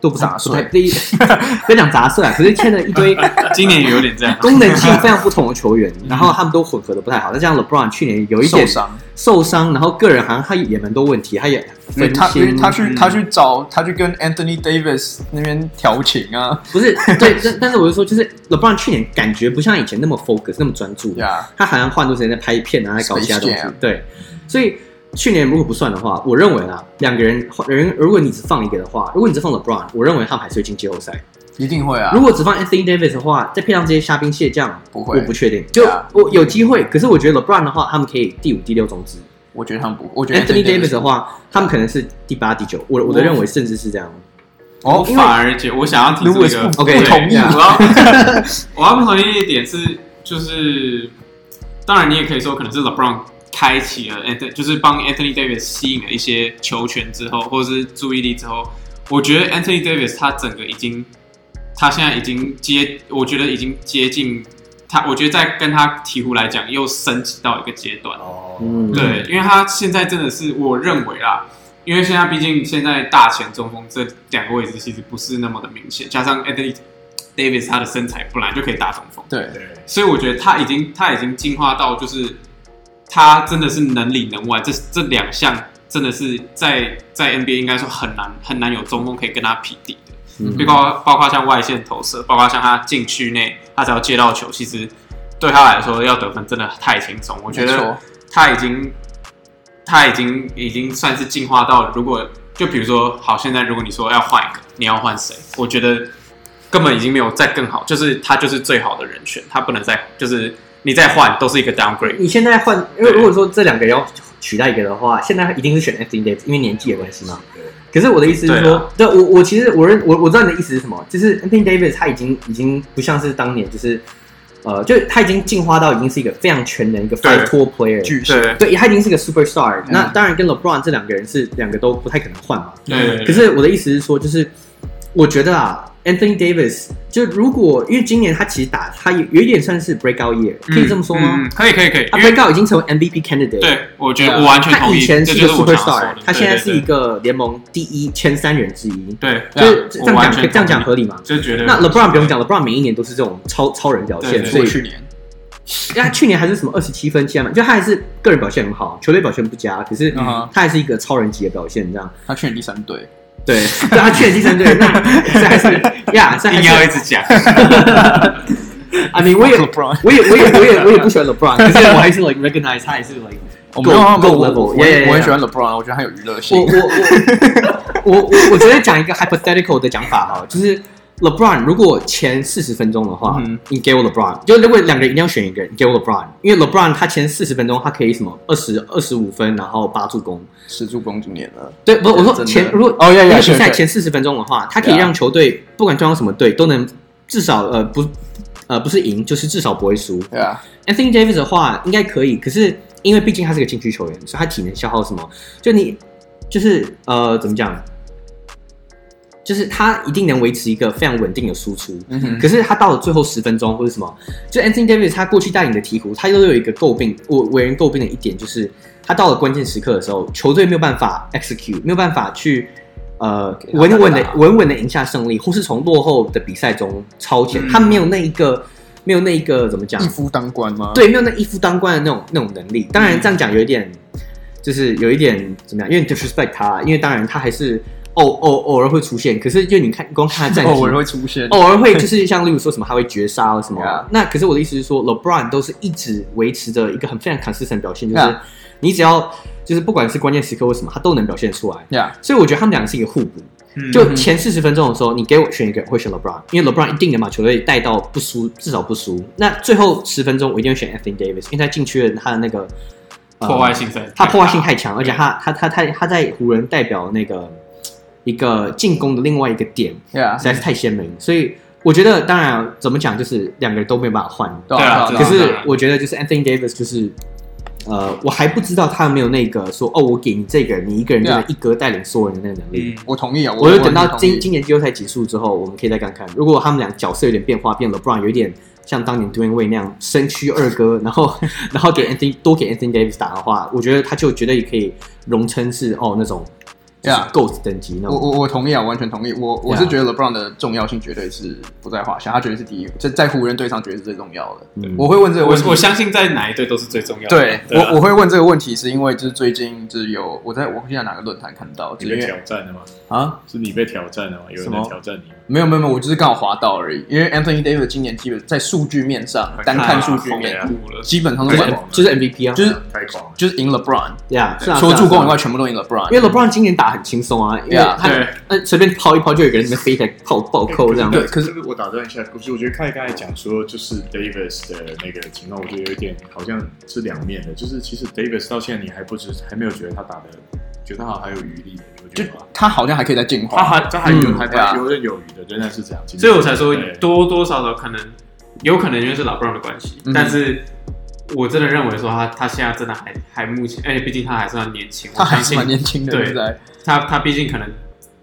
都不是
杂碎
不太不太不要讲杂碎啊，可是签了一堆
今年也有点这样。
功能性非常不同的球员，然后他们都混合的不太好。那像 LeBron 去年有一
受
点
伤，
受伤，然后个人好像他也蛮多问题，他也
因为
分
他因为
心，
他去他去找他去跟 Anthony Davis 那边调情啊，
不是对，但但是我就说，就是 LeBron 去年感觉不像以前那么 focus 那么专注了，
呀，
他好像花很多时间在拍片啊，在搞其他东西
Space Jam。
对，所以去年如果不算的话，我认为啊，两个人人如果你只放一个的话，如果你只放 LeBron，我认为他们还是会进季后赛。
一定会啊
如，果只放 Anthony Davis 的话，再配上这些虾兵蟹将，
不会啊
我不确定。就
Yeah
我有机会，可是我觉得 LeBron 的话，他们可以第五、第六种子。
我觉得他们不，我觉得
Anthony Davis 的
不
话，他们可能是第八、第九。我我的认为甚至是这样。
我
哦，因为
反而觉我想要提出一个
Lewis 不
对
不同意啊
我要我要不同意一点是，就是当然你也可以说可能是 LeBron 开启了 Anthony，就是帮 Anthony Davis 吸引了一些球权之后，或者是注意力之后，我觉得 Anthony Davis 他整个已经他现在已经接，我觉得已经接近他，我觉得在跟他鹈鹕来讲又升级到一个阶段。
哦，
嗯，
对，因为他现在真的是我认为啦，因为现在毕竟现在大前中锋这两个位置其实不是那么的明显，加上 Anthony Davis 他的身材本来就可以打中锋，
对
对，
所以我觉得他已经他已经进化到就是他真的是能里能外，这这两项真的是在在 NBA 应该说很难很难有中锋可以跟他匹敌的。
嗯
包括包括像外线投射，包括像他禁区内，他只要接到球，其实对他来说要得分真的太轻松。我觉
没
得
错
他已经他已经已经算是进化到，如果就比如说好，现在如果你说要换一个，你要换谁？我觉得根本已经没有再更好，就是他就是最好的人选，他不能再就是你再换都是一个 downgrade。
你现在换，因为如果说这两个要取代一个的话，现在一定是选 Anthony Davis，因为年纪的关系嘛。可是我的意思是
对啊
说，对我我其实我认我我知道你的意思是什么，就是 Anthony Davis 他已经已经不像是当年就是呃，就他已经进化到已经是一个非常全能一个 five tour player，
巨
对
对，他已经是一个 superstar、那
嗯
当然跟 LeBron 这两个人是两个都不太可能换嘛。
对，
可是我的意思是说，就是我觉得啊，Anthony Davis 就如果因为今年他其实打他有有一点算是 breakout year，可以这么说吗？啊
嗯嗯可以可以可以，
他
因为
breakout 已经成为 MVP candidate，
对我觉
对
得
啊
我完全
他
同意，
以前
这
是一
就
个
是我想要说
superstar，
的。
他现在是一
个。对对
个联盟第一前三人之一，
对，
就
对
是
啊
这
我
样
完
讲
全
可以这样讲
同意
合理吗？
这绝对。
那 LeBron 不用讲，LeBron 每一年都是这种超超人表
对
现，
对
所以
去年
因为他去年还是什么二十七分、七篮板，就他还是个人表现很好，球队表现不佳，可是
嗯哼
他还是一个超人级的表现，这样。
他去年第三队，
对，对他去年第三队，那这还 是呀，这还
硬要一
是
直 讲，
啊，你我也
LeBron
我也我也我也我也不喜 欢 LeBron，可是我还是 like recognize 他也是 like
我没有啊
Go-
我
Go level，
我我
yeah, yeah,
我很
yeah
喜欢 LeBron，我觉得他有娱乐性
我。我我我我我觉得讲一个 hypothetical 的讲法哈，就是 LeBron 如果前四十分钟的
嗯
话，你给我 LeBron，就如果两个人一定要选一个，你给我 LeBron，因为 LeBron 他前四十分钟他可以什么二十二十五分，然后八助攻。
十助攻今年了，
对，不是我说
真的
前如果
哦，yeah, yeah，
那个比赛
sure，sure
前四十分钟的话，他可以
Yeah
让球队不管撞到什么队都能至少呃不呃不是赢，就是至少不会输。
对啊，
Anthony Davis 的话应该可以，可是因为毕竟他是个禁区球员，所以他体能消耗什么，就你就是呃怎么讲，就是他一定能维持一个非常稳定的输出。
嗯哼，
可是他到了最后十分钟或者什么，就 Anthony Davis 他过去带领的鹈鹕，他又有一个诟病，我为人诟病的一点就是，他到了关键时刻的时候，球队没有办法 execute，没有办法去呃
给他
稳稳的
打
稳稳的赢下胜利，或是从落后的比赛中超前，
嗯
他没有那一个没有那一个怎么讲
一夫当关吗？，
哦
对，没有那一夫当关的那种那种能力。当然这样讲有一点，就是有一点怎么样，有点 disrespect 他，因为当然他还是偶偶偶尔会出现，可是就你看光看他战绩，
偶尔会出现。
偶尔会就是像例如说什么他会绝杀啊什么
Yeah.。
那可是我的意思是说，LeBron 都是一直维持着一个很非常 consistent 表现，就是
Yeah.
你只要就是不管是关键时刻或什么，他都能表现出来。
呀，
所以我觉得他们两个是一个互补。
嗯
就前四十分钟的时候，你给我选一个人，我会选 LeBron，因为 LeBron 一定能把球队带到不输，至少不输。那最后十分钟，我一定会选 Anthony Davis，因为他禁区的他的那个、呃
破坏性在，
他破坏性太强，而且他他他他他在湖人代表那个一个进攻的另外一个点，
Yeah，
实在是太鲜明。所以我觉得，当然怎么讲，就是两个人都没有办法换。
对
对啊
啊，
知
对
道
啊
可
当
是
然
我觉得就是 Anthony Davis 就是，呃，我还不知道他有没有那个说哦，我给你这个，你一个人就能
Yeah
一哥带领所有人的那个能
嗯
力。
我同意啊，
我就等
我
到
同意
今今年季后赛结束之后，我们可以再看看，如果他们俩角色有点变化，变 LeBron 有一点像当年 Dwayne Wade 那样身躯二哥，然后然后给 Anthony 多给 Anthony Davis 打的话，我觉得他就绝对可以荣称是哦那种就是
Yeah
GOAT 等级那
我
种。
我我同意啊，完全同意。我我是
Yeah
觉得 LeBron 的重要性绝对是不在话下，他绝对是第一，在在湖人队上绝对是最重要的。
嗯
我会问这个
我
问题，
我相信在哪一队都是最重要的。
对
啊
我我会问这个问题，是因为就是最近就是有我在我不记得哪个论坛看到，就
你
是
被
因
挑
为
战了吗？
啊
是你被挑战了吗？有
什
人
么
在挑战你吗？
没有没有没有，我就是刚好滑到而已。因为 Anthony Davis 今年基本在数据面上，单看数据面
太恐怖了
基本上都
就是是就是 MVP 啊，
就是
太狂了！
就是赢 LeBron，
对啊，是啊
除了助攻以，外
是啊
全部都赢 LeBron，
因为 LeBron 今年打很轻松啊，因为
Yeah
他
对
那随便抛一抛就有一个人在那边飞起来扣暴扣这样。
可是我打断一下，可是我觉得看刚才讲说，就是 Davis 的那个情况，我觉得有一点好像是两面的。就是其实 Davis 到现在你还不知，还没有觉得他打的，觉得他还有余力，你会觉
就
得吗？
他好像还可以再进
他
化。
还他还有、
嗯
还
对啊
还游刃有余的，仍然是这样。
所以我才说
对
多多少少可能有可能因为是老布朗的关系，
嗯
但是我真的认为说他他现在真的还还目前，哎而且毕竟他还算年轻，
他
我
还
相
是
信
蛮年轻的，
对
现在
他他毕竟可能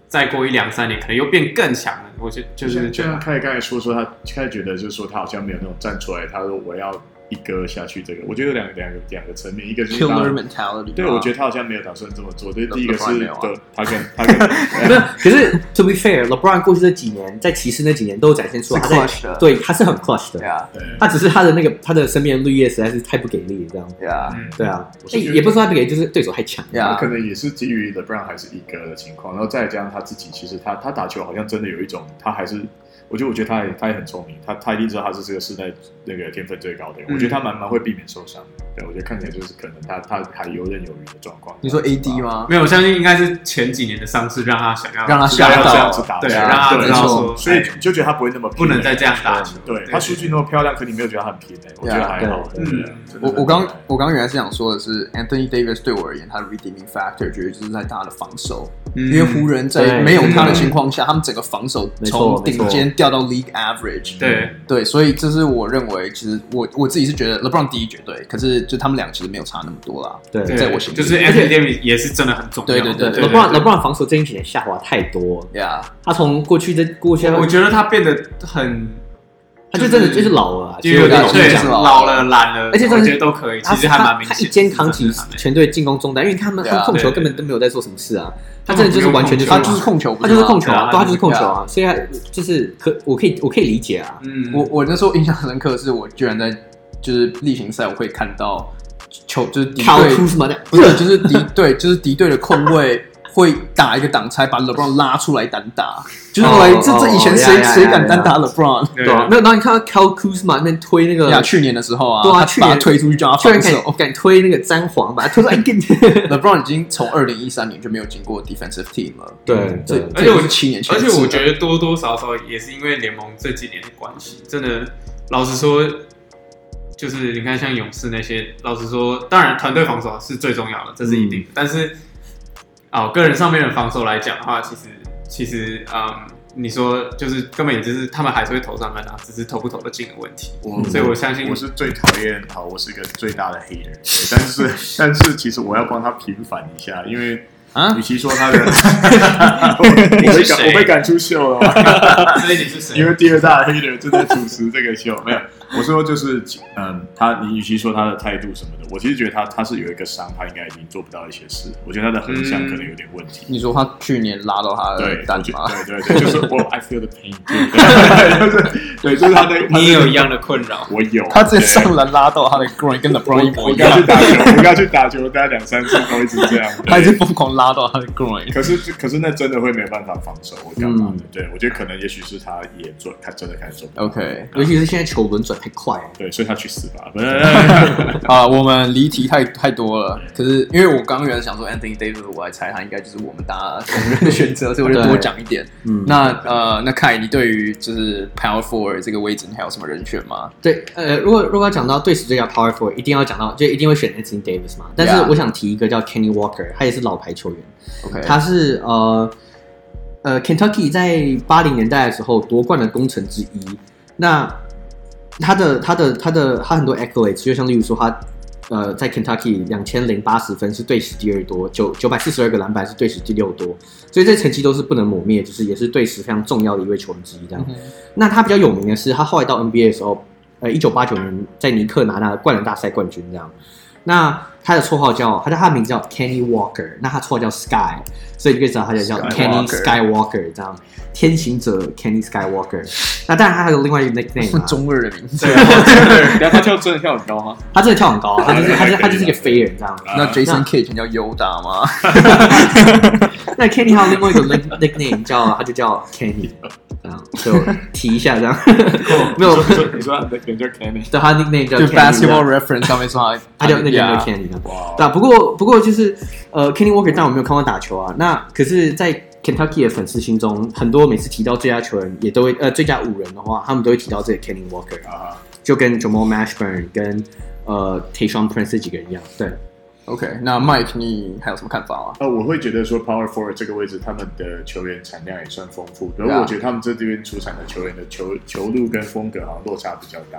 再过一两三年，可能又变更强了。我就就
就是是就
觉
像
得
开始刚才说说他，开始觉得就是说他好像没有那种站出来，他说我要一哥下去这个，我觉得有两个两个两个层面，一个就是他
killer mentality。
对，我觉
得
得他好像没啊有打算这么做。这是
那
第一个
不然
是
没有啊
对，他跟他跟
没有，可是 to be fair，LeBron 过去这几年在骑士那几年都有展现出
是
他在
clutch 的
对他是很 clutch
对
的，
啊，
对
他只是他的那个他的身边的绿叶实在是太不给力，这样
对啊，
嗯，
对啊
我，是
哎
觉得
也不是说他不给力，就是对手太强。
对啊
他可能也是基于 LeBron 还是一哥的情况，然后再加上他自己，其实他他打球好像真的有一种，他还是，我觉得我觉得他也他也很聪明，他他一定知道他是这个时代那个天分最高的人，
嗯
我觉得他蛮蛮会避免受伤的，对我觉得看起来就是可能他他还游刃有余的状况。
你说 AD？吗？
没有，我相信应该是前几年的伤势让他想要
让他
他
吓
要这
到
样子，打球，
对
啊
让他
对
知道
没错
说，哎
所以就觉得他不会那么
不能再这样打
球
球。
对
对
他数据那么漂亮，可你没有觉得他很拼哎，我觉得还好。
对
对
嗯
真
我
的很
我刚
厉害
我刚原来是想说的是，Anthony Davis 对我而言，他的 redeeming factor 绝对就是在他的防守，
嗯
因为湖人在
对
没有他的情况下，他们整个防守
没错
从顶尖掉到 league average。
对
对，所以这是我认为，其实我我自己是觉得 LeBron 第一绝对，可是就他们俩其实没有差那么多啦。
对
对，
在我心里
就是
而且
Anthony Davis 也是真的很重要。
对对对对
对
LeBron LeBron 防守这几年下滑太多，
Yeah，
他从过去这过去
我
他
觉得他变得很，
他就真的就是老了啊，
就
其实
有
我
点
觉得
老
老实
对
就是
讲
老
老了懒了，
而且真的
我
是
觉得都可以，
他
其实还蛮
他
明
他
显。
一肩扛起
是真的
全队进攻中单，因为他们他们
对啊
控球根本都没有在做什么事啊，他真的就是完全就是
他就是控球，
啊他就是控球啊，
对啊
对，他就是控球啊，所以他就是可我可以我可以理解啊，
嗯，
我我那时候印象深刻的是，我居然在就是例行赛我会看到球就是敌
考
嗯对
出什么的，
不是，就是敌对，就是敌对的控卫会打一个挡拆，把 LeBron 拉出来单打，就是
哦
来这
哦
这以前
哦
谁
呀呀
谁
呀
敢
呀
单打 LeBron？
对
对啊，没有，然后你看到 Cal Kuzma 那边推那
对啊，
个，
去年的时候啊，
对啊
他
去
把他
年
推出去叫他
居然
防
敢
守。
敢推那个詹皇，把他推出来，跟
LeBron 已经从二零一三年就没有进过 defensive team 了，
对
这
对
而且
这
我
已经是七年前
而
的事
且
了，
我觉得多多少少也是因为联盟这几年的关系，真的，老实说，就是你看像勇士那些，老实说，当然团队防守是最重要的，这是一定的。但是，哦，个人上面的防守来讲的话，其实其实，嗯，你说就是根本也就是他们还是会投三分啊，只是投不投得进的问题。
嗯
我
所以我相信
我是最讨厌，好，我是一个最大的 hater，对但 是但是其实我要帮他平反一下，因为
啊
与其说 他的，
你
我被
是
赶
谁
我被赶出秀了嘛，
所以你是谁？啊
因为第二大的 hater 正在主持这个秀，没有，我说就是嗯，他你与其说他的态度什么的，我其实觉得他他是有一个伤，他应该已经做不到一些事，我觉得他的横向可能有点问题。
你说他去年拉到他
对，
嗯的单
我觉
嘛，
得对对 对，就是我 I feel the pain，too 就是对，就是他的，他
你也有
的
一样的困扰，
我有，啊
他直接
对
上篮拉到他的 groin 跟 LeBron 一模
我
一
刚
样
去，打球，我刚去打球，大概两三次都一直这样。
他已经疯狂
拉到他的 groin。
可是可是那真的会没办法防守，我干嘛的？
嗯
对，我觉得可能也许是他也做，他真的开始做不到
OK，
尤其是现在球轮转太快啊了，
对，所以他去死吧！不是
啊、我们离题太太多了。可是因为我刚原来想说 Anthony Davis，我还猜他应该就是我们大家公认的选择，所以我就多讲一点。
嗯，
那呃，那凯，你对于就是 Power Forward 这个位置，你还有什么人选吗？
对，呃，如果如果要讲到队史最佳 power forward，一定要讲到，就一定会选 Anthony Davis 嘛。但是
Yeah
我想提一个叫 Kenny Walker，他也是老牌球员
OK
他是呃呃 Kentucky 在八零年代的时候夺冠的功臣之一。那他的他的他的他很多 accolades，就像例如说他呃在 Kentucky 两千零八十分是队史第二多，九九百四十二个篮板是队史第六多，所以这成绩都是不能磨灭，就是也是队史非常重要的一位球员之一这样。那他比较有名的是，他后来到 NBA 的时候，呃，一九八九年在尼克拿拿灌篮大赛冠军这样。那他的绰号叫，他的他的名字叫 Kenny Walker，那他绰号叫 Sky，所以你可以知道他就叫 Kenny
Skywalker
Skywalker 这样，天行者 Kenny Skywalker。那当然他还有另外一个 nickname，、啊、
中二的名字。
对啊，真的，然后他跳真的跳很高吗？
他真的跳很高，啊他就是他就是他就是一个飞人这样。
啊
那 Jason Kidd 以前叫 Yoda 吗？
那 Kenny 还有另外一个 nick- nickname 叫，他就叫 Kenny，这样就提一下这样，没有，
你说你说那个人叫 Kenny，
对，他 nickname 叫
就
Kenny 这样
Basketball Reference 上面说 哎
他叫那个叫
Yeah
Kenny 这样。
哇，哦
对啊，不过不过就是呃，Kenny Walker，但我没有看过他打球啊。那可是，在 Kentucky 的粉丝心中，很多每次提到最佳球员，也都会呃最佳五人的话，他们都会提到这个 Kenny Walker，
啊，
就跟 Jamal Mashburn 跟呃 Tayshawn Prince 这几个人一样。对，
OK，那 Mike 你还有什么看法吗？
呃，我会觉得说 power forward 这个位置，他们的球员产量也算丰富，然
Yeah
后我觉得他们这边出产的球员的球球路跟风格好像落差比较大。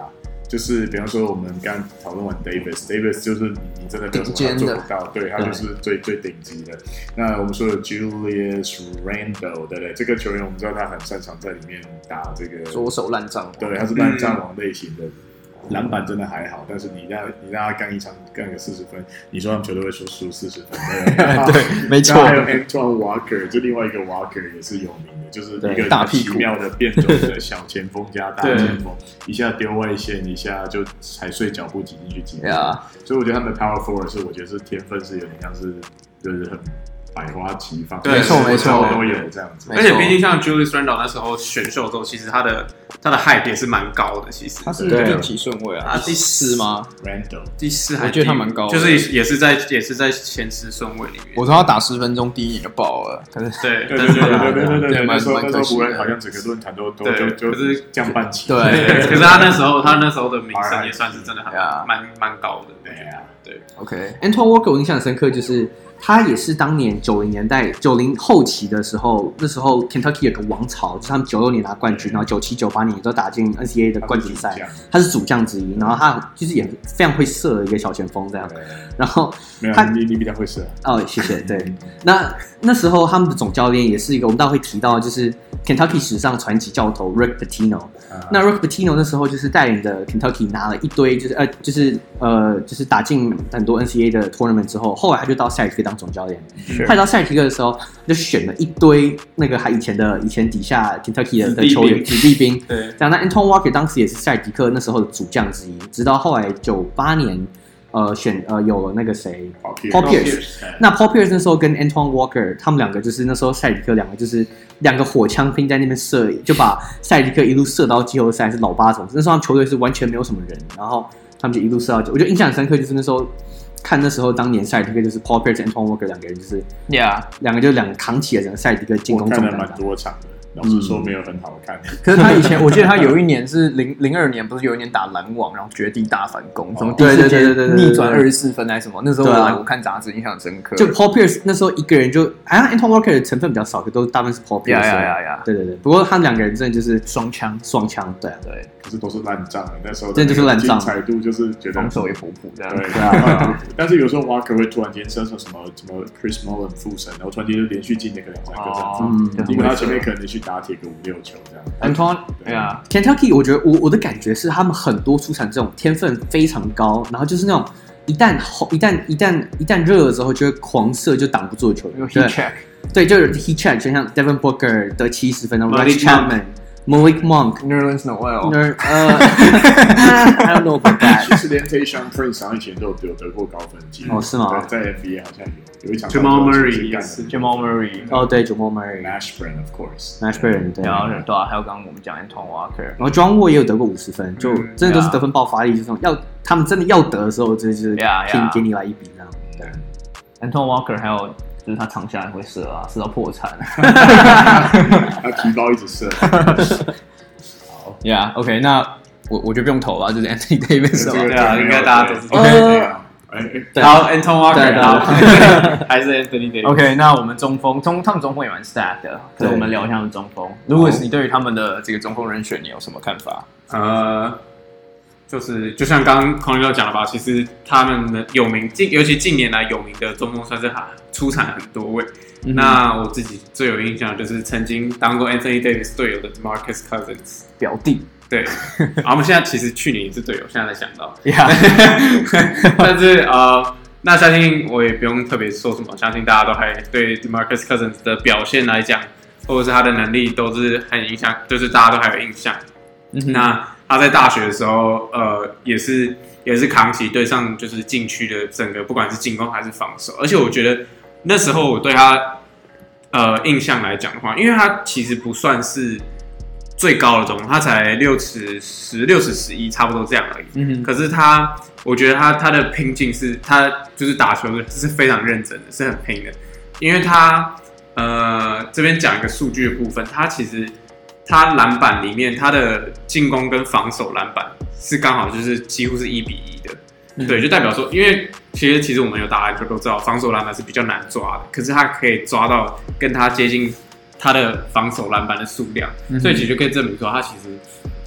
就是比方说，我们刚讨论完 Davis，Davis 就是你你真的没有什
顶
么他
尖
做
的
不到，对他就是最最顶级的。那我们说有 Julius Randle，对不对？这个球员我们知道他很擅长在里面打这个
左手烂账。
对，他是
嗯
烂战王类型的，篮板真的还好，但是你让你让他干一场干个四十分，你说他们球队会输输四 十分，对对，
没错
还有 Antoine Walker，就另外一个 Walker 也是有名的，就是一
对
个
大屁股
奇妙的变种的小前锋加 大
对
前锋，一下丢外线，一下就踩碎脚步挤进去进攻。
Yeah
所以我觉得他们的 power forward 是我觉得是天分是有点像是就是很百花齐放，
对没错
没错
都有这样子
没。
而
错
且毕竟像 Julius Randle 那时候选秀之后，其实他的他的 hype 也是蛮高的，其实
他是
对
第几顺位啊？
他第
四吗？
Randall
第四还
我觉得他蛮高的
就是也是在也是在前十顺位里面。
我说他打十分钟，第一眼就爆了，可是
对
对
但
对
是
对对对对对对，
蛮
那时候
蛮
那
可
时候
惜
湖人
的
好像整个论坛都都就
对
就
可是
降半 旗。
对
对，可是他那时候他那时候的名声也算是真的很
Yeah
蛮蛮高的。
对啊，
OK，
Antoine Walker 我印象很深刻，就是他也是当年九零年代九零后期的时候，那时候 Kentucky 有个王朝，就是他们九六年拿冠军，然后九七九八年也都打进 NCAA 的冠军赛，他是主将之一，然后他就是也非常会射的一个小前锋这样。
对
然后
没有
他
你你比较会射，啊
哦，谢谢。对，那那时候他们的总教练也是一个我们大家会提到，就是 Kentucky 史上传奇教头 Rick Pitino。
啊
那 Rick Pitino 那时候就是带领的 Kentucky 拿了一堆，就是呃，就是呃，就是打进很多 NCAA 的 tournament 之后，后来他就到塞尔提克当总教练。派到塞尔提克的时候，他就选了一堆那个他以前的以前底下 Kentucky 的的球员子弟兵，
对，
讲到 Anton Walker 当时也是塞尔迪克那时候的主将之一，直到后来九八年，呃，选呃有了那个谁，
Paul Pierce 哎
Paul Pierce
对
那 Paul Pierce 那时候跟 Anton Walker 他们两个就是那时候塞尔迪克两个就是两个火枪兵在那边射，就把塞尔迪克一路射到季后赛是老八种，那时候他们球队是完全没有什么人，然后他们就一路射到九，我觉得印象很深刻就是那时候看那时候当年塞尔迪克就是 Paul Pierce、Anton Walker 两个人就是
呀，
两个就两个扛起了整个塞尔迪克进
我
攻
看
重
了
担这
蛮
样。
多场的，老实说没有很好看。
可是他以 前，我记得他有一年是零零二年，不是有一年打篮网，然后绝地大反攻，什么第四
哦对对对对
节
对对对啊
逆转二十四分还是什么？那时候我
对啊
我看杂志印象很深刻，
就 Paul Pierce 那时候一个人就，好像 Anton Walker 的成分比较少，可都大部分是 Paul Pierce
呀
啊。
呀呀呀，
对对对，不过他们两个人真的就是
双枪，
双枪，对啊，
对，
可是都是烂仗的，那时候
真的就是烂仗
精彩度就是觉得
防。守也普普这样。
对，啊， 但是有时候 Walker 会突然间身上什么什么 Chris Mullin 附身，然后突然间就连续进那个两三个这
哦
样子，
嗯
对
因为他前面可能连续打铁个五六球这样。
Anton，对
对
啊，
Kentucky，我觉得我我的感觉是，他们很多出产这种天分非常高，然后就是那种一旦红一旦一旦一旦热了之后，就会狂射就挡不住的球
有
员。
heat
对
check，
对，就是 He Check，就像 Devin Booker 得七十分，然后 r u
Malik
s h Chapman、Malik Monk。
Oh
Nerlens Noel，
那呃，I don't know about that。
其实连 Tayshaun Prince 好像以前都有得得过高分记录
哦是吗
对在 NBA 好像有有一场
Jamal
当中
Murray
是
也
干
是
Jamal Murray，
哦，对，Jamal Murray、
Nash Brand of course，
Nash b r n 对，
然后
然
对啊，还有刚刚我们讲 Anton Walker，
后 John Wall 也有得过五十分，就
嗯
真的都是
yeah
得分爆发力，就是那种要他们真的要得的时候，这就是
Yeah,
拼
yeah
给你来一笔这样。
Anton Walker 还有就是他长下来会射啊，射到破产。
他提包一直射，
Yeah，OK，、那我我就不用投了，就是 Anthony Davis 了
这
对
吧。
个
啊应该大家都知道
OK，对啊哎哎
对
然后 Anton Walker，
对
然 后还是 Anthony Davis。
OK，那我们中锋中他们中锋也蛮 stack 的，所以我们聊一下他们中锋。如果是你对于他们的这个中锋人选，你有什么看法？
呃，就是就像刚刚孔令都讲了吧，其实他们的有名近，尤其近年来有名的中锋算是哈出产很多位。那我自己最有印象的就是曾经当过 Anthony Davis 队友的 Marcus Cousins。
表弟
对，然后我们现在其实去年也是队友，现在才想到。
，Yeah，
但是呃，那相信我也不用特别说什么，相信大家都还对 Marcus Cousins 的表现来讲，或者是他的能力都是很影响，就是大家都还有印象。那他在大学的时候，呃，也是也是扛起对上就是禁区的整个，不管是进攻还是防守，而且我觉得那时候我对他呃印象来讲的话，因为他其实不算是最高的中锋，他才六尺十六尺十一，差不多这样而已。
嗯
可是他，我觉得他他的拼劲是，他就是打球是非常认真的，是很拼的。因为他呃这边讲一个数据的部分，他其实他篮板里面他的进攻跟防守篮板是刚好就是几乎是一比一的，对，就代表说，因为其实其实我们有打篮球都知道，防守篮板是比较难抓的，可是他可以抓到跟他接近他的防守篮板的数量，所以其实就可以证明说，他其实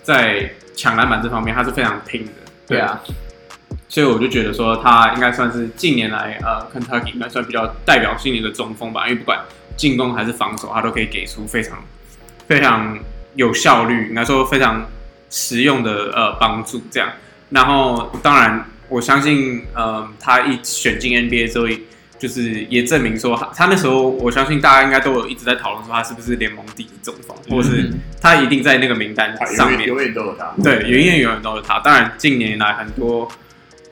在抢篮板这方面他是非常拼的，
对啊，
所以我就觉得说，他应该算是近年来呃，Kentucky 应该算比较代表性的一个中锋吧，因为不管进攻还是防守，他都可以给出非常非常有效率，应该说非常实用的呃帮助这样。然后当然，我相信呃，他一选进 NBA 之后，就是也证明说他，他那时候我相信大家应该都有一直在讨论说他是不是联盟第一中锋，或者是他一定在那个名单
嗯他
上
哎永远
面
永。远都有他，
对，远远永远都是他。当然，近年来很多，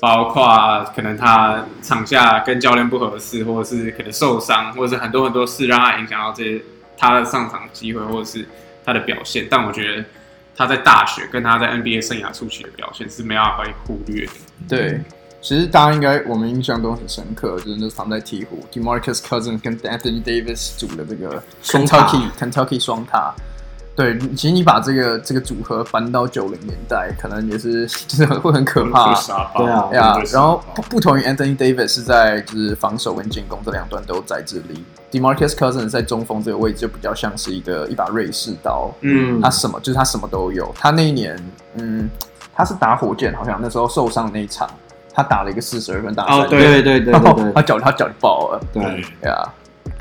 包括可能他场下跟教练不合适，或者是可能受伤，或者是很多很多事让他影响到这些他的上场机会，或者是他的表现。但我觉得他在大学跟他在 NBA 生涯初期的表现是没办法被忽略的。
对，其实大家应该我们印象都很深刻，就是那场在鹈鹕，Demarcus Cousins 跟 Anthony Davis 组的这个
双塔
Kentucky Kentucky 双塔。对，其实你把这个这个组合搬到九零年代，可能也是 就是很会很可怕
会。杀爆，
对啊
会
呀
杀爆
然后不不同于 Anthony Davis 是在就是防守跟进攻这两端都有宰制力，Demarcus Cousins 在中锋这个位置就比较像是一个一把瑞士刀，
嗯
他什么就是他什么都有。他那一年，嗯，他是打火箭，好像那时候受伤那一场，他打了一个四十二分，打了
哦
三
对
对对对
然后
对
他
对
脚他脚就爆了，
对
对。
对 啊，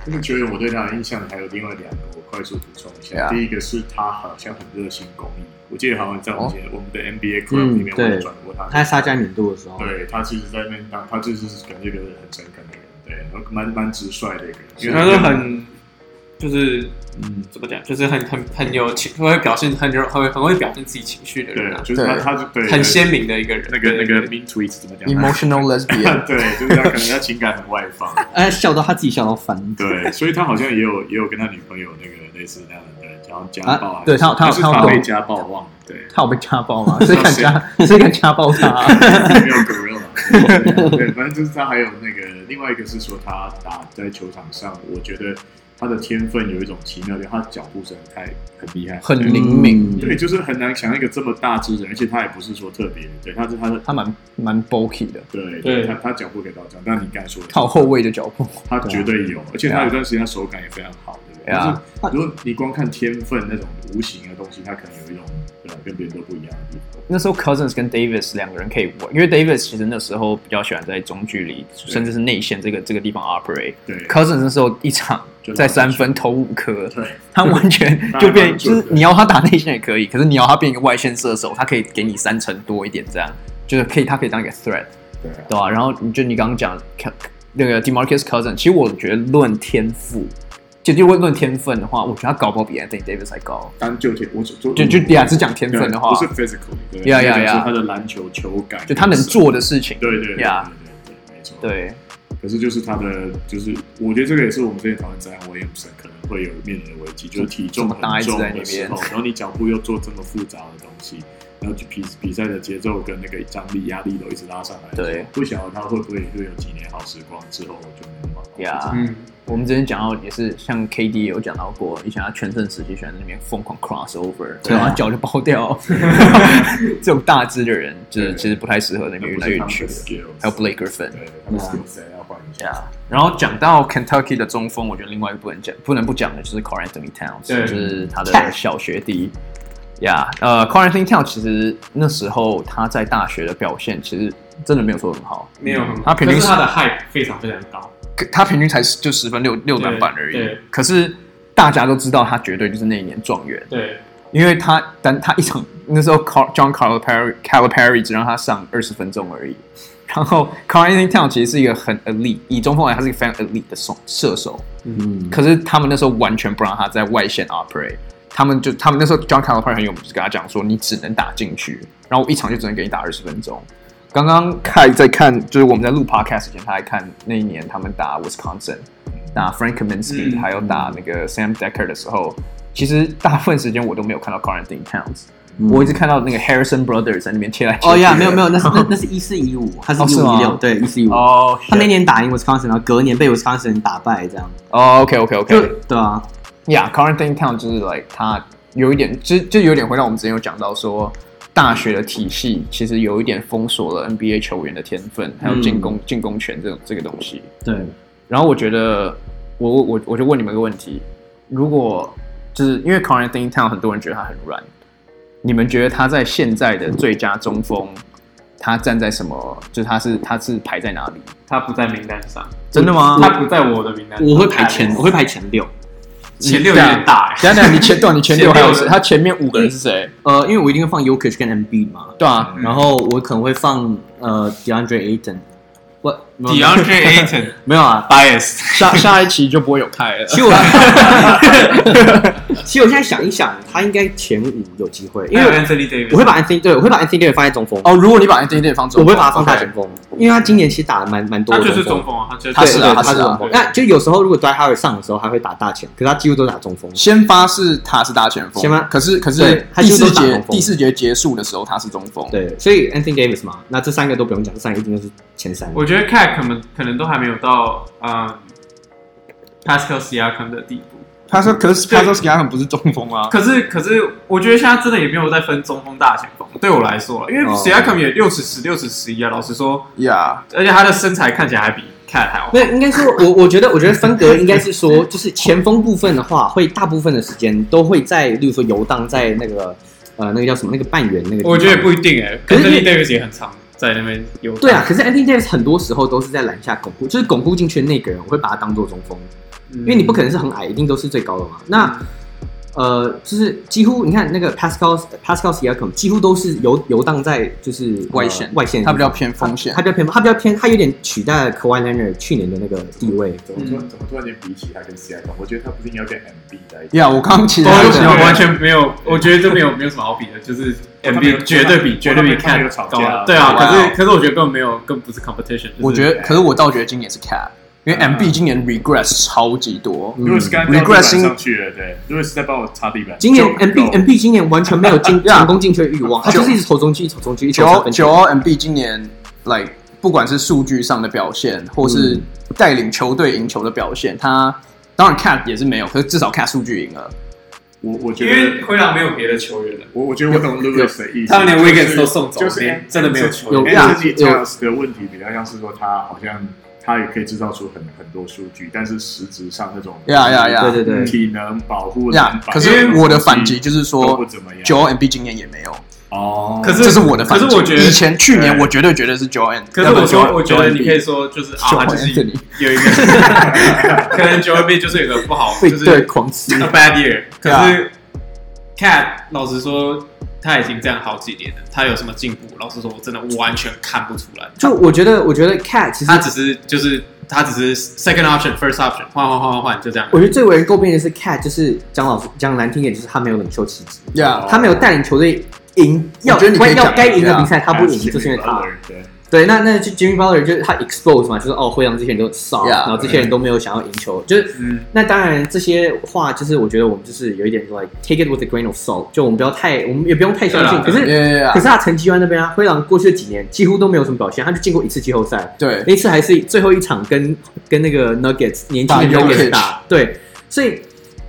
这个球员我对他的印象还有另外两个，我快速补充一下。
Yeah.
第一个是他好像很热心公益，我记得好像在我们
哦
节、我们的 NBA
嗯
club 里面我
对
有转过他的，
他在沙加缅度的时候，
对他其实在那边当，他就是感觉一个很诚恳的人，对，然后蛮蛮直率的一个人，因为
他是很就是嗯，怎么讲，就是很很很有情，会表现很有很很会表现自己情绪的人
对，
啊，
就是他
对
他就对
很鲜明的一个人。
那个那
对
个 mean tweet 怎么讲
emotional lesbian，
对，就是他可能他情感很外放，
哎，笑到他自己笑到翻。
对，所以他好像也有也有跟他女朋友那个类似那样的，然后家暴啊还
啊对
是什么，
他有他有
还是
他有
他
动
被家暴忘了， 对，
他有被家暴吗？谁敢家谁敢家暴他啊、
没有 gorilla。对，反正就是他还有那个另外一个是说他打在球场上，我觉得他的天分有一种奇妙的，他的脚步声太很厉害，
很
对
灵敏，
对，就是很难想象一个这么大只的人，而且他也不是说特别，对，他是他的。
他蛮蛮 bulky 的，
对，
对
他他脚步可以到这样，但你刚才说的，
靠后卫的脚步，
他绝对有，而且
对啊
他有段时间他手感也非常好，对不对？
对啊
就是如果你光看天分那种无形的东西，他可能有一种对、啊、跟别人都不一样的地方。
那时候 Cousins 跟 Davis 两个人可以玩，因为 Davis 其实那时候比较喜欢在中距离，甚至是内线这个这个地方 operate。
对
Cousins 那时候一场
就
在三分投五颗，
对，
他完全就变，
当然
就
就
是
是
你要他打内线也可以，可是你要他变一个外线射手，他可以给你三成多一点，这样就是可以，他可以当一个 threat，
对啊
对吧、然后你就你刚刚讲那个 Demarcus Cousins，其实我觉得论天赋，就就论天分的话，我觉得他搞不好比 Anthony Davis 还高。
单就天，我只就
就就呀，只讲天
嗯对
分的话
不，是 physical，对，
呀呀呀
就是他的篮球球感，
就他能做的事情。
对，对对对
呀
对对，没错，。
对，
可是就是他的，就是我觉得这个也是我们之前讨论在我也不是可能会有面临的危机，就是体重很重的时候，然后你脚步又做这么复杂的东西，然后就比比赛的节奏跟那个张力、压力都一直拉上来，
对，
不晓得他会不会会有几年好时光之后就没那么好。
呀
嗯，
我们之前讲到也是，像 KD 有讲到过，以前他全盛时期喜欢在那边疯狂 crossover，
对啊
然后他脚就爆掉。这种大只的人，就是
对
其实不太适合那边越
那不
来
是
越
他们
去
的
的。
skill，
还有 Blake Griffin。
对，他们 skill 谁要换一下？
Yeah，然后讲到 Kentucky 的中锋，我觉得另外一个不能讲、不能不讲的就是 Carl Anthony Towns，
对
就是他的小学弟。呀、yeah,，呃，Carl Anthony Towns 其实那时候他在大学的表现其实真的没有说很好，
没有很好，
他平均
可是他的 hype 非常非常高，
可他平均才十就十分六六篮板而已
对。
可是大家都知道他绝对就是那一年状元，
对，
因为他但他一场那时候 Car, John Calipari Calipari 只让他上二十分钟而已。然后 Carl Anthony Towns 其实是一个很 elite，以中锋来，他是一个非常 elite 的射射手。
嗯，
可是他们那时候完全不让他在外线 operate，他们就他们那时候 John Calipari 很有名，就是跟他讲说你只能打进去，然后我一场就只能给你打二十分钟。刚刚凯在看，就是我们在录 podcast 之前，他还看那一年他们打 Wisconsin，打 Frank Kaminsky，、
嗯
还有打那个 Sam Decker 的时候，其实大部分时间我都没有看到 Carnton Towns，、我一直看到那个 Harrison Brothers 在那边贴来贴去。
哦呀，没有没有，那是那那是一四一五，他是
哦
一
是
五
吗
一六，对一四一五。
哦，
他那年打赢 Wisconsin，然后隔年被 Wisconsin 打败，这样
哦，OK OK
就
OK，
对啊，
Yeah, current thing town 就是 like 它有一点，就就有点回到我们之前有讲到说，大学的体系其实有一点封锁了 NBA 球员的天分，还有进攻、
嗯
进攻权这种这个东西。
对，
然后我觉得，我我我我就问你们一个问题：如果就是因为 current thing town 很多人觉得他很软，你们觉得他在现在的最佳中锋，他站在什么？就是他是他是排在哪里？
他不在名单上，
真的吗？
他不在我的名单上，
我会排前，我会排前六。
前六有点大欸，
等一下等一下，你前对啊，你前六还有
前
谁？
六
他前面五个人是谁？
呃，因为我一定会放 Yokich 跟 MB 嘛，
对啊，
然后我可能会放呃 DeAndre Ayton。我
DeAndre Ayton
没有啊，
biased，
下下一期就不会有开了。
其实 我其实我现在想一想，他应该前五有机会，因
因为
为
Anthony Davis，
我会把 Anthony 对，我会把 Anthony Davis 放在中锋，
哦，如果你把 Anthony Davis 放
我
中锋，
不会把他放大
OK
前锋，因为他今年其实打的蛮蛮多
他
的，
就是中。锋啊，他就是
他是啊
对对
他是啊
中锋那就有时候如果 d r y h a r 上的时候，他会打大前，可是他几乎都打中锋。
先发是他是大前锋，
先发
可是可是
对他
第
就是
四
打
节
中锋
第四节结束的时候他是中锋，，
对，所以 Anthony Davis 嘛，那这三个都不用讲，这三个一定就是前三。
我觉得 Cat 可能可能都还没有到嗯 Pascal Siakam 的地步。
他说可是他说 s k a 不是中锋啊，
可是可是，我觉得现在真的也没有在分中锋大前锋。对我来说，啊因为
哦
Siakam 也六尺十、六尺十一啊。老实说，
呀，
而且他的身材看起来还比 Cat 还好。
没有，应该说，我我觉得，我觉得分隔应该是说， 就是前锋部分的话，会大部分的时间都会在，例如说游荡在那个呃那个叫什么那个半圆那个地方。
我觉得也不一定哎、
可
可
是
是 a
你
n Davis 也很常在那边有。
对啊，，可是 Anthony Davis 很多时候都是在篮下巩固，就是巩固进去的那个人，我会把他当做中锋，
因
因为你不可能是很矮，一定都是最高的嘛。那呃，就是几乎你看那个 Pascal Pascal Siakam 几乎都是游游荡在就是呃
外线
外线的地方，
他比较偏锋线
他，比较偏，他比较偏，他有点取代了 Kawhi Leonard 去年的那个地位。
怎么突然怎么突然间比起他跟 C I 我觉得他不是应该跟 M B 在一起？
呀，我刚刚其实
嗯都
还
没
有
有完全没有，我觉得这没有没有什么好比的，就是
他们有
MB 绝对比绝对比
他们有
Cat
吵架
高啊。对啊，
哇
可是可是我觉得根本没有，更不是 competition 就是。
我觉得，可是我倒觉得今年是 Cat，因为 MB 今年 regress 超级多，
如果是刚刚
Regressing-
上去了，对，如果是在帮我擦地板，
今年
就
M B
go
M B 今年完全没有 进
Yeah
成功进球的欲望，他就是一直投中距，一直投中距，一直
九
投三
欧
分
九
球。
欧 MB 今年 like 不管是数据上的表现，或是带领球队赢球的表现，他当然 Cat 也是没有，可是至少 Cat 数据赢了。
我我
因
觉得
为灰狼没有别的球员了。
我我觉得我懂 Lewis 的意思，
他们连
就是
Wiggins 都送走
就是
连真的没有球
有
Anthony
有
Towns 的问题比较像是说他好像他也可以制造出很很多数据，但是实质上那种
呀呀呀
对对对，
体能保护篮
呀
板，
可是我的反击
都
就是
不
说，
怎么样。
九 MB 今年也没有，
哦，
可是
这是我的反击。
可是我觉得
以前去年
对
我绝对觉得是九 M，
可是我说，我觉得
Joel
你可以说，就是啊，
Joel
他就是
Anthony
有一个， 可能 Joel B 就是有一个不好，
被
就是
对狂吃
a bad year。可
对啊
是 Cat 老实说，他已经这样好几年了，他有什么进步？老实说，我真的完全看不出来。
就我觉得，我觉得 Cat 其实
他只是就是他只是 second option first option 换换换换换就这样。
我觉得最为人诟病的是 Cat，就是讲老讲难听一点，就是他没有领袖气质，
呀，
哦
他没有带领球队赢要
我觉得你可以讲啊
要该赢的
一下
比赛，他不赢，就是因为他。
对，
对，那那就 Jimmy Butler 就是他 expose 嘛，就是哦，会让这些人都骚
Yeah，
然后这些人都没有想要赢球，就是、那当然这些话就是我觉得我们就是有一点 like take it with a grain of salt，就我们不要太，我们也不用太相信。可
对啦
是、
呀
可是他成绩就在那边啊，灰狼过去的几年几乎都没有什么表现，他就进过一次季后赛，
对，
那次还是最后一场跟跟那个 Nuggets 年轻
打
的 Nuggets
Jokic
打，对，所以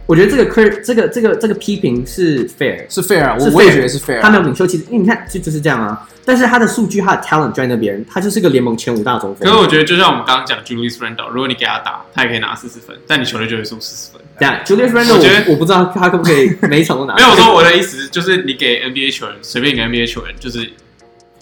我觉得这个 cri- 这个这个这个批评是 fair，
是 fair，啊
是
我我也
fair
觉得是 fair 啊。
他没有领袖气质，因为你看就就是这样啊。但是他的数据，他的 talent 就在那边，他就是个联盟前五大中锋
可是。我觉得，就像我们刚刚讲 Julius Randle，如果你给他打，他也可以拿四十分，但你球队就会输四十分。
这样，Julius
我觉得
Randle，我我不知道他可不可以每一场
啊
都拿。 哎
没有，我说我的意思就是，你给 NBA 球员随便一个 NBA 球员，就是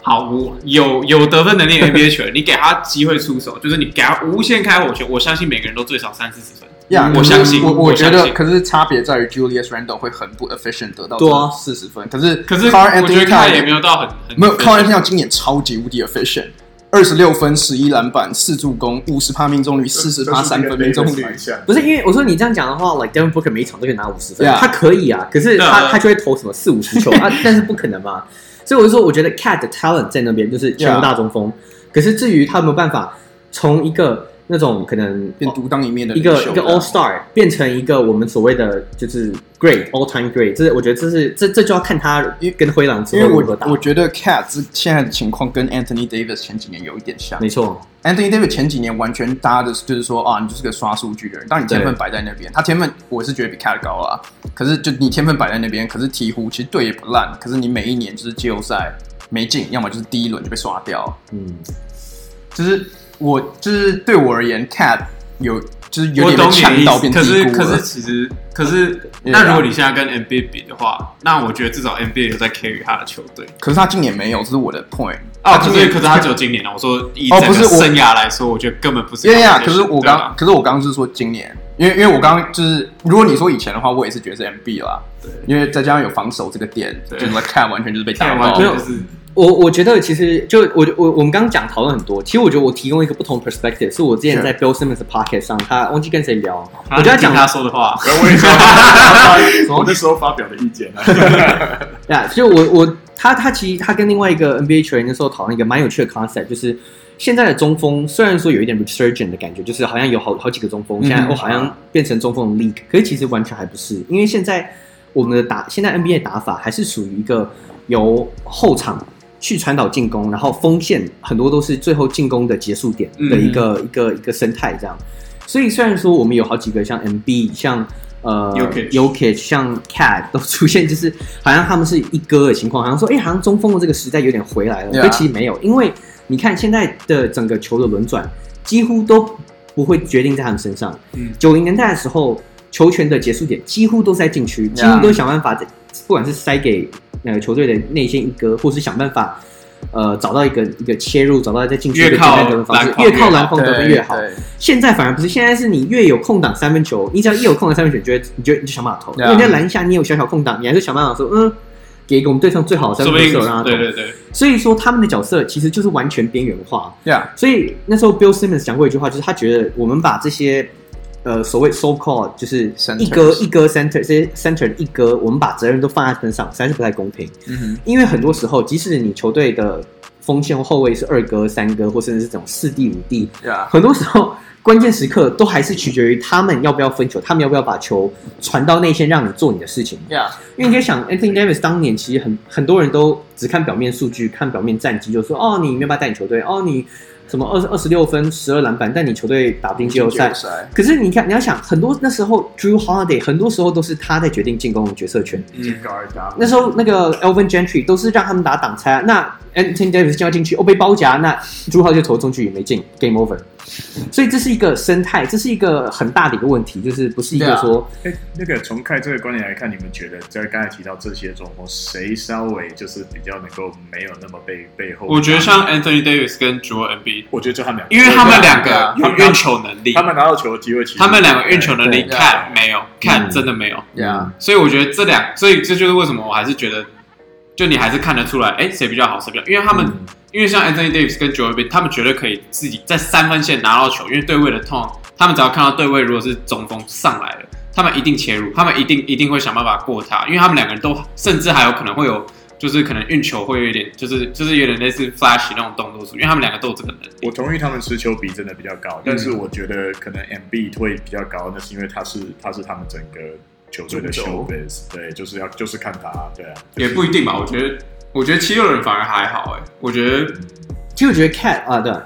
好无有有得分能力的 NBA 球员，你给他机会出手，就是你给他无限开火权，我相信每个人都最少三四十分。
呀，
我相信
我
我
觉
相
得，
信
可是差别在于 Julius Randle 会很不 efficient 得到
对啊
四十分，可是
可是
Carl
我觉
Anthony
得他
Towns
也没有到很很
没有 c a r l a n t o n 今年超级无敌 efficient，二十六分、十一篮板、四助攻、五十趴命中率、四十趴三分命中率。
不是因为我说你这样讲的话，like Devin Booker 每一场都可以拿五十分
Yeah
他可以啊，可是
对啊
他、
对啊
他就会投什么四五十球 啊，但是不可能嘛。所以我就说，我觉得 Cat 的 talent 在那边就是全
Yeah
部大中锋可是至于他有没有办法从一个那种可能
哦
变独当一面的
一个
领袖
一个
这样
All Star 变成一个我们所谓的就是 Great All Time Great，这是我觉得这是这这就要看他跟灰狼之
因为
后如何
我
打。
我觉得 Cat 现在的情况跟 Anthony Davis 前几年有一点像
嗯
没错，
，Anthony Davis 前几年完全搭的就是说啊，你就是个刷数据的人，当你天分摆在那边，他天分我是觉得比 Cat 高啊，可是就你天分摆在那边，可是鹈鹕其实队也不烂，可是你每一年就是季后赛没进，要么就是第一轮就被刷掉，
嗯，
就是我就是对我而言，Cat 有就是有
我
点
懂
被
你的
呛
意
到
思，
变
可
低
是
估
可
了
是。其实可是，
Yeah
那如果你现在跟 NBA 比的话，那我觉得至少 NBA 有在 carry 他的球队。
可是他今年没有，这是我的 point。
啊，
他
可
今
是
年
可是他只有今年啊，我说以
哦
整
不
个
是我
生涯来说，我觉得根本不是 competition。
呀呀，啊可是我
对吧啊
刚，可是我刚刚是说今年，因为因为我刚刚就是，如果你说以前的话，我也是觉得是 MB 啦，
对
因为再加上有防守这个点，就
对
是 Cat 完全就是被打
看
爆
完
没
全
有
就是
我我觉得其实就我我我们刚刚讲讨论很多，其实我觉得我提供一个不同 perspective，是我之前在 Bill Simmons 的 pocket 上，他忘记跟谁聊，我
我
觉得他
啊听
讲
他说的话，
然后我也是我那时候发表的意见啊，
呀，所以啊我我他他其实他跟另外一个 NBA 球员那时候讨论一个蛮有趣的 concept，就是现在的中锋虽然说有一点 resurgent 的感觉，就是好像有好好几个中锋，现在
嗯
我、哦、好像变成中锋的 league，可是其实完全还不是，因为现在我们的打现在 NBA 的打法还是属于一个由后场。去传导进攻，然后锋线很多都是最后进攻的结束点的一个、一个一个生态这样。所以虽然说我们有好几个像 MB、像呃
Jokic
Jokic 像 Cat 都出现，就是好像他们是一哥的情况，好像说哎、诶好像中锋的这个时代有点回来了
Yeah
可其实没有，因为你看现在的整个球的轮转几乎都不会决定在他们身上。
嗯
九零年代的时候，球权的结束点几乎都是在禁区，几乎都想办法在，不管是塞给呃球队的内线一哥，或是想办法。呃，找到一个一个切入，找到在禁区一个
越
简
靠
单得分方式
篮，筐
越
越
靠
好
篮筐得分越好。
对
现在反而不是，现在是你越有空档三分球，你只要一有空档三分球，你就会你就你就想办法投。
对啊
因为你在篮下你有小小空档，你还是想办法说，嗯，给一个我们队上最好的三
说不
分球
定
手让他投
对。对对，
所以说他们的角色其实就是完全边缘化。
呀，
所以那时候 Bill Simmons 讲过一句话，就是他觉得我们把这些呃所谓 so called 就是一哥
Centers
一哥 center 这些 center 一哥，我们把责任都放在他身上，实在是不太公平。
嗯哼，
因为很多时候，即使你球队的锋线或后卫是二哥、三哥，或甚至是这种四弟、五弟，
呀，
很多时候关键时刻都还是取决于他们要不要分球，他们要不要把球传到内线让你做你的事情。
呀，
因为你可以想，Anthony Davis 当年其实很很多人都只看表面数据，看表面战绩，就说哦你没有办法带你球队，哦你什么二二十六分、十二篮板，但你球队打不进季后赛。可是你看，你要想，很多那时候 Drew Holiday 很多时候都是他在决定进攻的决策权。
进高二打
那时候那个 Elvin Gentry 都是让他们打挡拆，啊那 Anthony Davis 进到禁区，哦被包夹，那朱浩就投中距也没进，Game Over。所以这是一个生态，这是一个很大的一个问题，就是不是一
对
个
啊
说
哎，那个从看这个观点来看，你们觉得在刚才提到这些中锋，谁稍微就是比较能够没有那么被背后？
我觉得像 Anthony Davis 跟 Joel Embiid，
我觉得就他们两个，
因为他们两
对啊
个有运球能力
他，们拿到球的机会，其实
他们两个运球能力
对
看没有看
嗯
真的没有，
呀，
所以我觉得这两，所以这就是为什么我还是觉得，就你还是看得出来，哎，谁比较好，谁比较，因为他们
嗯
因为像 Anthony Davis 跟 Joel b i d 他们绝对可以自己在三分线拿到球，因为对位的痛，他们只要看到对位如果是中锋上来了，他们一定切入，他们一定一定会想办法过他，因为他们两个人都甚至还有可能会有。就是可能运球会有一点，就是就是有点类似 flash 那种动作出，因为他们两个都有这个能力
我。同意他们持球比真的比较高，但
嗯
是我觉得可能 MB 会比较高，那是因为他是他是他们整个球队的
主
s
轴
h o w b i z 对，就是要就是看他，对啊，
也不一定吧，我觉得，我觉得七六人反而还好哎、我觉得
其实我觉得 Cat 啊，对啊，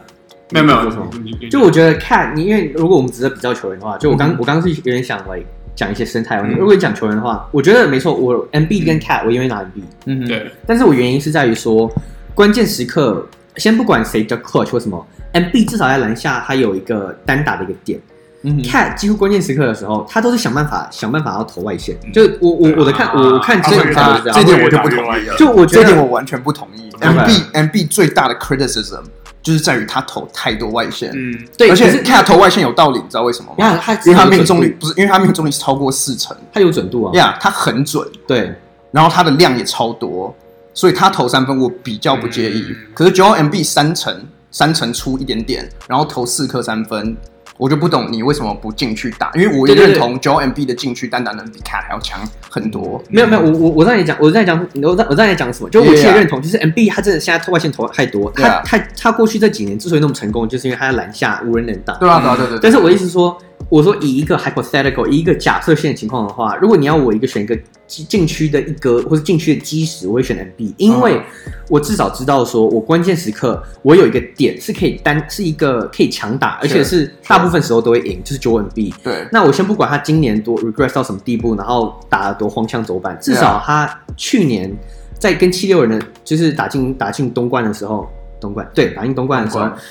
没有没
你
有
说什么，
你你
就我觉得 Cat，你因为如果我们只是比较球员
嗯
的话，就我刚、我刚刚是有点想 like 讲一些生态问题。
嗯
如果你讲球员的话，我觉得没错，我 MB 跟 Cat 我因为拿 MB，
嗯哼，
对
但是我原因是在于说，关键时刻，先不管谁比较 clutch 或什么，MB 至少在篮下他有一个单打的一个点。
嗯哼，
Cat 几乎关键时刻的时候，他都是想办法想办法要投外线。
嗯
就我我我的看
啊
我我看
他
这
会
种
越
看法
打
是这
这
样，
点我就不同意了。
就我觉
这点
得
我完全不同意。
明
M
白
B M B 最大的 criticism 就是在于他投太多外线，
嗯，
对，
而
可
且
是
他投外线有道理，你知道为什么吗？
呀，他
因为他
有
命
准
中率
度
不是，因为他命中率是超过四成，
他有准度啊，
呀、他很准，
对，
然后他的量也超多，所以他投三分我比较不介意。
嗯
可是 Joel M B 三成三成出一点点，然后投四颗三分，我就不懂你为什么不进去打，因为我也
对对对嗯
认同 Joel M B 的禁区单打能比 Cat 还要强很多。
没有没有，我我我让你讲，我在讲，我在我在讲什么？就我
Yeah,
其实
yeah.
认同，就是 M B 他真的现在投外线投得太多，他
Yeah.
他他过去这几年之所以那么成功，就是因为他在篮下无人能挡。
对啊，对啊，对对对。
但是我意思是说，我说以一个 hypothetical 以一个假设性的情况的话，如果你要我一个选一个禁禁区的一个或者禁区的基石，我会选 MB，因为
嗯
我至少知道说我关键时刻我有一个点是可以单是一个可以强打，而且是大部分时候都会赢，就是九 MB。
对
那我先不管他今年多 regress 到什么地步，然后打得多荒腔走板，至少他去年在跟七六人的就是打进打进东冠的时候，东冠对打进东冠的时候
东冠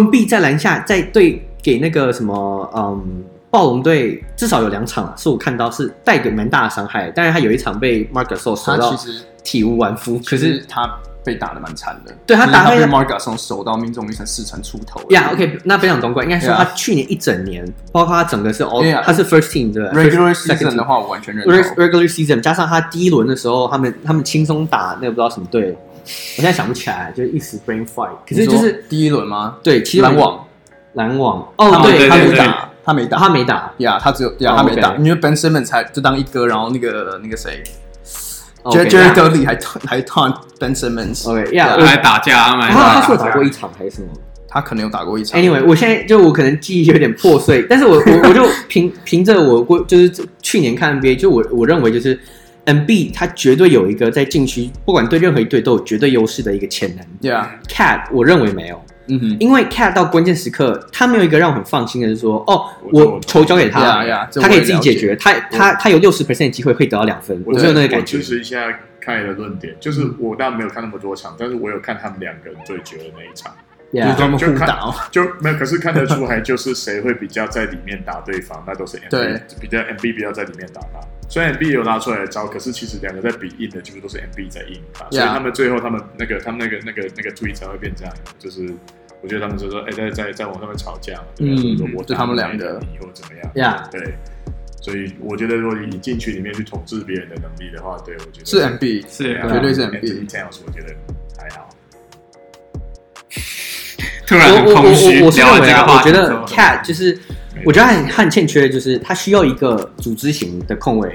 ，Joel B 在篮下在对给那个什么嗯暴龙队至少有两场啊，是我看到是带给蛮大的伤害，但是他有一场被 Marcus 守
他
到
其实
体无完肤，可
可
是
是他被打的蛮惨的，
对他
就是
打
他
得
被
很
Marga 送手到命中率才四成出头。
呀、OK，那不讲东冠，应该说
Yeah
他去年一整年，包括他整个是 all，、
Yeah
他是 first team 对吧
regular
First- second
season
team
的话，我完全认
Reg-
同。
regular season 加上他第一轮的时候，他们他们轻松打那个不知道什么队，我现在想不起来，就是一时 brain fight。可是就
你
是
说第一轮吗？
对，其实
篮网，
篮网哦
他
们
对，
他
他
没
没打，
打，他没打，
他没打
呀，他只有呀，
哦
他没打，
OK
因为 Ben Simmons 才就当一哥，然后那个那个谁
哦，OK，
，Jerry Jerry Dudley 还 taunt- 还 taunt Ben Simmons，
OK 呀，
Yeah
还
我
打架，他们还
啊他
打
他是有打过一场还是什么
他可能有打过一场。
？Anyway，我现在就我可能记忆有点破碎，但是我我我就凭凭着我过就是去年看 NBA，就我我认为就是。M B 他绝对有一个在禁区，不管对任何一队都有绝对优势的一个潜能。
yeah，
Cat 我认为没有，
嗯哼
因为 Cat 到关键时刻，他没有一个让我很放心的是说，哦，
我
我球交给他
Yeah, yeah，这
他
我
可
也
以自己解决，他他他有六十 percent 机会会得到两分，我
觉
就
得
有那个感觉
支。持一下凯的论点，就是
嗯
我当然没有看那么多场，但是我有看他们两个人对决的那一场，
就是
Yeah，
专门
就
互
看
打哦。
就没有，可是看得出来，就是谁会比较在里面打对方，那都是 MB，
对
比较 MB 比较在里面打他。虽然 MB 有拿出来的招，可是其实两个在比硬的，几乎都是 MB 在硬打，所以
Yeah
他们最后他们那个他们那个那个那个 tweet 才会变这样，就是我觉得他们就说，哎、在在在网上面吵架嘛，对不对
嗯
就是我
就他们两
个
个
你或怎么样
Yeah
对。所以我觉得，如果你进去里面去统治别人的能力的话，对我觉得
是 M B，
是啊
绝对是 MB
Anthony Towns 我觉得还好。
突然
我
很
我我
空虚，
我我是认
聊完
为
这
啊
个，
我
话
觉
题之
得
后，
Cat 就是，我觉得他很他很欠缺，的就是他需要一个组织型的控卫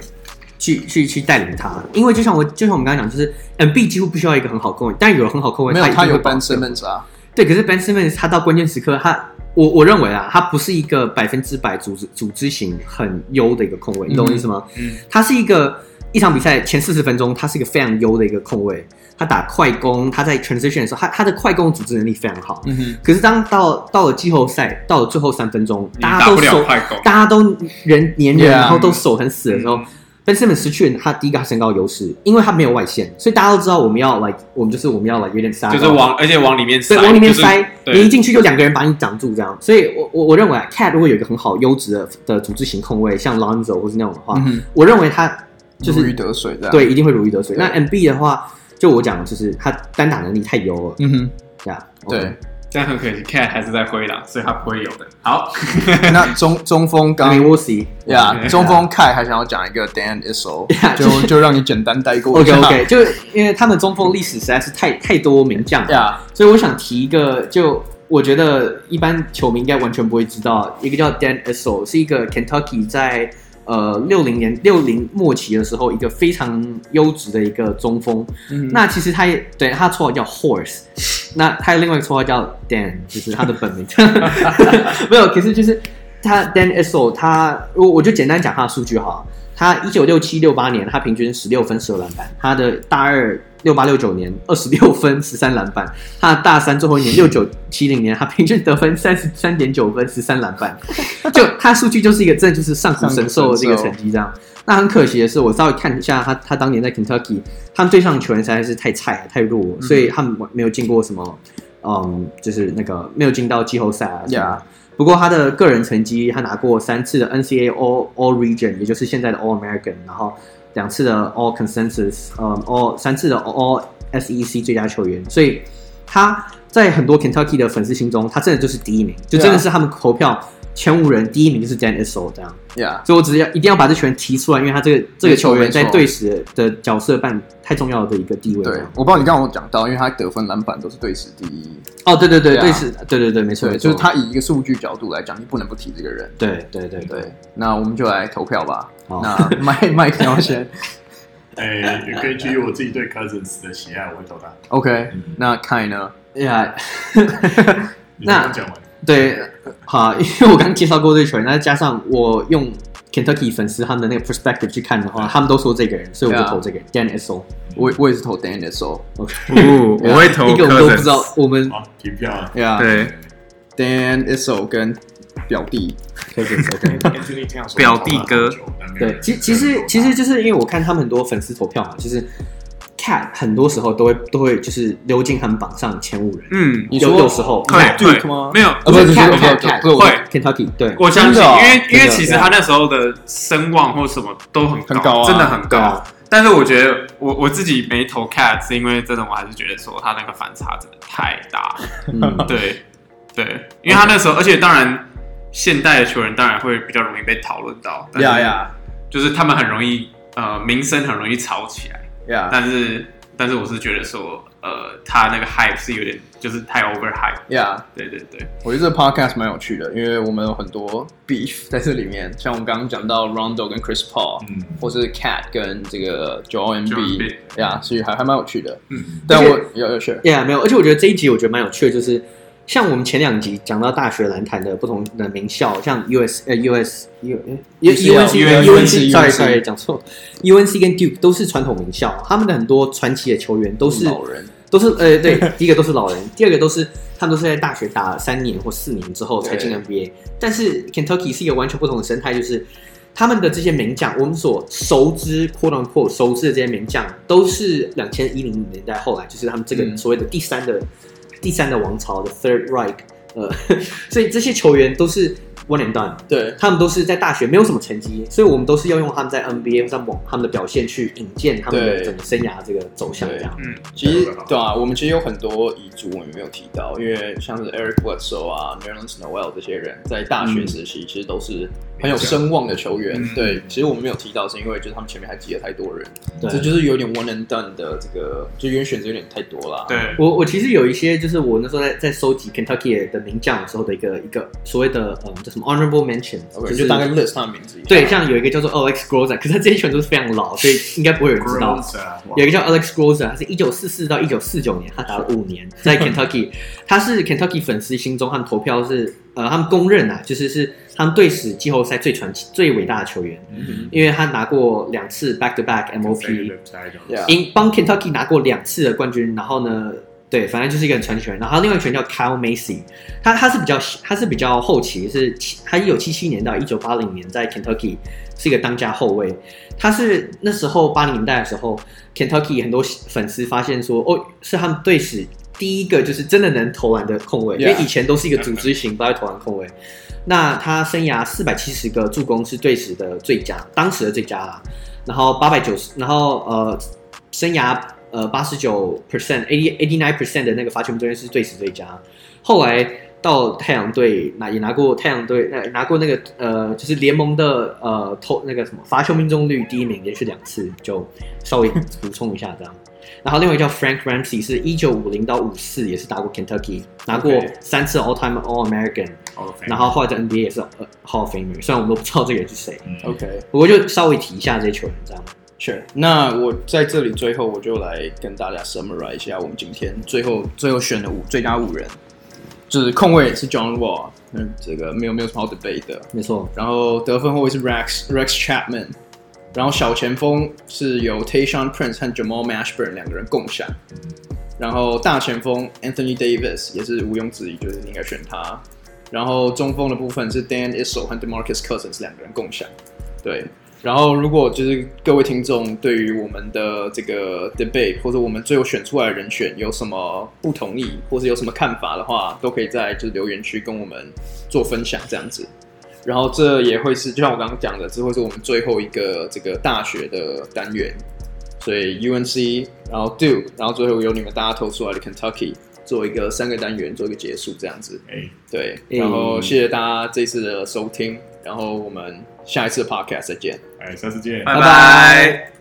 去去去带领他，因为就像我就像我们刚刚讲，就是 M B 几乎不需要一个很好控卫，但有很好控卫，
没有
一定
他有
会保
Ben
持
Simmons 啊，
对，可是 Ben Simmons 他到关键时刻，他我我认为啊，他不是一个百分之百组织组织型很优的一个控卫，你懂我意思吗？
嗯，
他是一个一场比赛前四十分钟，他是一个非常优的一个控卫，他打快攻，他在 transition 的时候，他他的快攻组织能力非常好。
嗯哼，
可是当到到了季后赛，到了最后三分钟，
你
大
打
家都
不了
手，
快攻，
大家都人黏人
Yeah
然后都手很死的时
嗯
候。Ben Simmons 失去了他第一个他身高优势，因为他没有外线，所以大家都知道我们要来，我们就是我们要来有点杀，
就是往，而且往里面塞，
对，往里面
就是
塞，你一
对，
进去就两个人把你挡住这样。所以我我我认为啊 Cat 如果有一个很好优质的的组织型控卫，像 Lonzo 或是那种的话，
嗯哼，
我认为他就
如鱼
是
得水的。，
对一定会如鱼得水。那
对
MB 的话，就我讲的就是他单打能力太优了，
嗯哼，
这样。
对，
但很可惜，Cat 还是在灰狼，所以他不会有的。 好，
那中中锋刚
I mean, we'll see.
呀
Okay.
中锋凯还想要讲一个 Dan Issel，
Yeah，就
就是就让你简单带过一
OK
下。
OK，就因为他们中锋历史实在是太太多名将了
呀，
所以我想提一个，就我觉得一般球迷应该完全不会知道，一个叫 Dan Issel，是一个 Kentucky 在呃六零年六零末期的时候一个非常优质的一个中锋。那其实他也对他绰号叫 Horse，那他有另外一个绰号叫 Dan，就是他的本名。 没有，可是就是他 Dan Issel，他我我就简单讲他的数据哈。他一九六七六八年，他平均十六分十二篮板；他的大二六八六九年二十六分十三篮板；他的大三最后一年六九七零年，他平均得分三十三点九分十三篮板。就他数据就是一个真的就是上古神兽的这个成绩这样。那很可惜的是，我稍微看一下他他当年在 Kentucky，他们对上球员实在是太菜了太弱了，所以他们没有进过什么，嗯，就是那个没有进到季后赛啊什么的
Yeah
不过他的个人成绩，他拿过三次的 NCAA All All Region，也就是现在的 All American，然后两次的 All Consensus，嗯，All 三次的 All SEC 最佳球员，所以他在很多 Kentucky 的粉丝心中，他真的就是第一名，就真的是他们投票前五人第一名就是 Dan Issel 这样。
呀，
所以我只是要一定要把这球员提出来，因为他这个这个球员在
没错
队史的角色扮太重要的一个地位。
对，我不知道你刚刚有讲到，因为他得分篮板都是队史第一，
哦，对对对，
对啊
队史，对对对，没错，
对，
没
就
错
是，他以一个数据角度来讲，你不能不提这个人。
对哦对对对，
对，那我们就来投票吧。
好
那 Mike Mike 你要先
哎、根据我自己对 Cousins 的喜爱，我会投他。
，OK？那 Kai 呢？
哎呀，
你刚刚
那
讲完，
对，好，因为我刚介绍过这个球员，那加上我用 Kentucky 粉丝他们的那个 perspective 去看的话，他们都说这个人，所以我就
对啊
投这个人哦 Dan Issel。
我我也是投 Dan Issel。
哦，我会投
一个我们都不知道
Cousins，
我们
好，停票了。
Yeah，Dan
对，
Issel 跟表弟
Cousins OK。
Anthony Towns
表弟哥
但没有
对
人，
其其实
嗯
其实就是因为我看他们很多粉丝投票嘛，就是 Cat 很多时候都会都会就是溜进他们榜上前五人。
嗯，
你
有
说
有时候
会会
Duke 吗
没
哦
有，
啊，不是不是
看
不是
看
不是
看
不是我
会
Kentucky 对，
我相信，
真的哦
因为因
真的
为其实他那时候的声望或什么都很高，
很高啊
真的很
对
高
啊。
但是我觉得我我自己没投 Cat，是因为真的我还是觉得说他那个反差真的太大。
嗯
对对，因为他那时候，而且当然现代的球员当然会比较容易被讨论到，但是
呀呀
就是他们很容易呃名声很容易吵起来，
呀
但是但是我是觉得说呃他那个 hype 是有点就是太 over hype。
呀。
对对对，
我觉得这个 podcast 蛮有趣的，因为我们有很多 beef 在这里面，像我们刚刚讲到 Rondo 跟 Chris Paul，、
嗯
或是 Cat 跟这个 Joel
Joel
Embiid，
Embiid
呀，所以还还蛮有趣的。
嗯，
但
而
我
且
有有 sure，
，Yeah 没有，而且我觉得这一集我觉得蛮有趣的，就是像我们前两集讲到大学篮坛的不同的名校，像 US 呃 US U UNC UNC sorry sorry 讲错，UNC 跟 Duke 都是传统名校，他们的很多传奇的球员都是
老人
都是呃， 对，第一个都是老人，第二个都是他们都是在大学打三年或四年之后才进
对
NBA。但是 Kentucky 是一个完全不同的生态，就是他们的这些名将，我们所熟知 “quote on quote” 熟知的这些名将，都是两千一零年代后来，就是他们这个
嗯
所谓的第三的、第三的王朝的 Third Reich。呃， 所以这些球员都是 one and done，
对
他们都是在大学没有什么成绩，所以我们都是要用他们在 NBA 或者网他们的表现去引荐他们的
对
整个生涯这个走向，这样。
嗯
其实对啊，我们其实有很多遗嘱我们没有提到，因为像是 Eric Bledsoe 啊、Nerlens Noel 这些人，在大学时期其实都是很有声望的球员。
嗯
对，其实我们没有提到，是因为就是他们前面还挤了太多人，
对
这就是有点 one and done 的这个，就有点选择有点太多了。
对，
我我其实有一些，就是我那时候在在收集 Kentucky 的名将的时候的一个一个所谓的嗯叫什么 honorable mention，
，OK，
是
就大概 list 他的名字一下。
对，像有一个叫做 Alex Groza，可是他这些球员都是非常老，所以应该不会有人 知道。
Gross 啊，哇
有一个叫 Alex Groza，他是一九四四到一九四九年，他打了五年 在 Kentucky，他是 Kentucky 粉丝心中他们投票是呃他们公认啊，就是是他们队史季后赛最传奇最伟大的球员，
嗯
因为他拿过两次 back to back MOP，
Consecutive titles
Yeah
赢帮 Kentucky 拿过两次的冠军，然后呢，对，反正就是一个很传奇球员。然后他另外一个球员叫 Kyle Macy，他他是比较他是比较后期，是七他一九七七年到一九八零年在 Kentucky 是一个当家后卫。他是那时候八零年代的时候，Kentucky 很多粉丝发现说，哦，是他们队史第一个就是真的能投篮的控卫
Yeah
因为以前都是一个组织型，不爱投篮控卫。那他生涯四百七十个助攻是队史的最佳，当时的最佳啦。然后八百九十，然后呃，生涯呃八十九 percent、eighty eighty nine percent 的那个罚球命中率是队史最佳。后来到太阳队拿也拿过太阳队呃拿过那个呃就是联盟的呃投那个什么罚球命中率第一名，连续两次，就稍微补充一下这样。 然后另外一个叫 Frank Ramsey，是一九五零到五四，也是打过 Kentucky，拿过
OK
三次 All Time All American，
Hall of Fame
然后后来在 NBA 也是呃 Hall of Famer，虽然我们都不知道这个人是谁，
嗯
OK，
不过就稍微提一下这些球员这样。
Sure，那我在这里最后我就来跟大家 summarize 一下我们今天最后最后选的五最佳五人，就是控卫是 John Wall，嗯，这个没有没有什么好 debate 的。
没错，
然后得分后卫是 Rex Rex Chapman，然后小前锋是由 Tayshawn Prince 和 Jamal Mashburn 两个人共享，然后大前锋 Anthony Davis 也是毋庸置疑，就是你应该选他。然后中锋的部分是 Dan Issel 和 DeMarcus Cousins 两个人共享，对。然后如果就是各位听众对于我们的这个 debate 或者我们最后选出来的人选有什么不同意或者有什么看法的话，都可以在就是留言区跟我们做分享这样子。然后这也会是，就像我刚刚讲的，这会是我们最后一个这个大学的单元，所以 UNC，然后 Duke，然后最后由你们大家投出来的 Kentucky 做一个三个单元做一个结束这样子。
哎，
对，
嗯
然后谢谢大家这次的收听，然后我们下一次的 Podcast 再见。
哎，下次见。
拜拜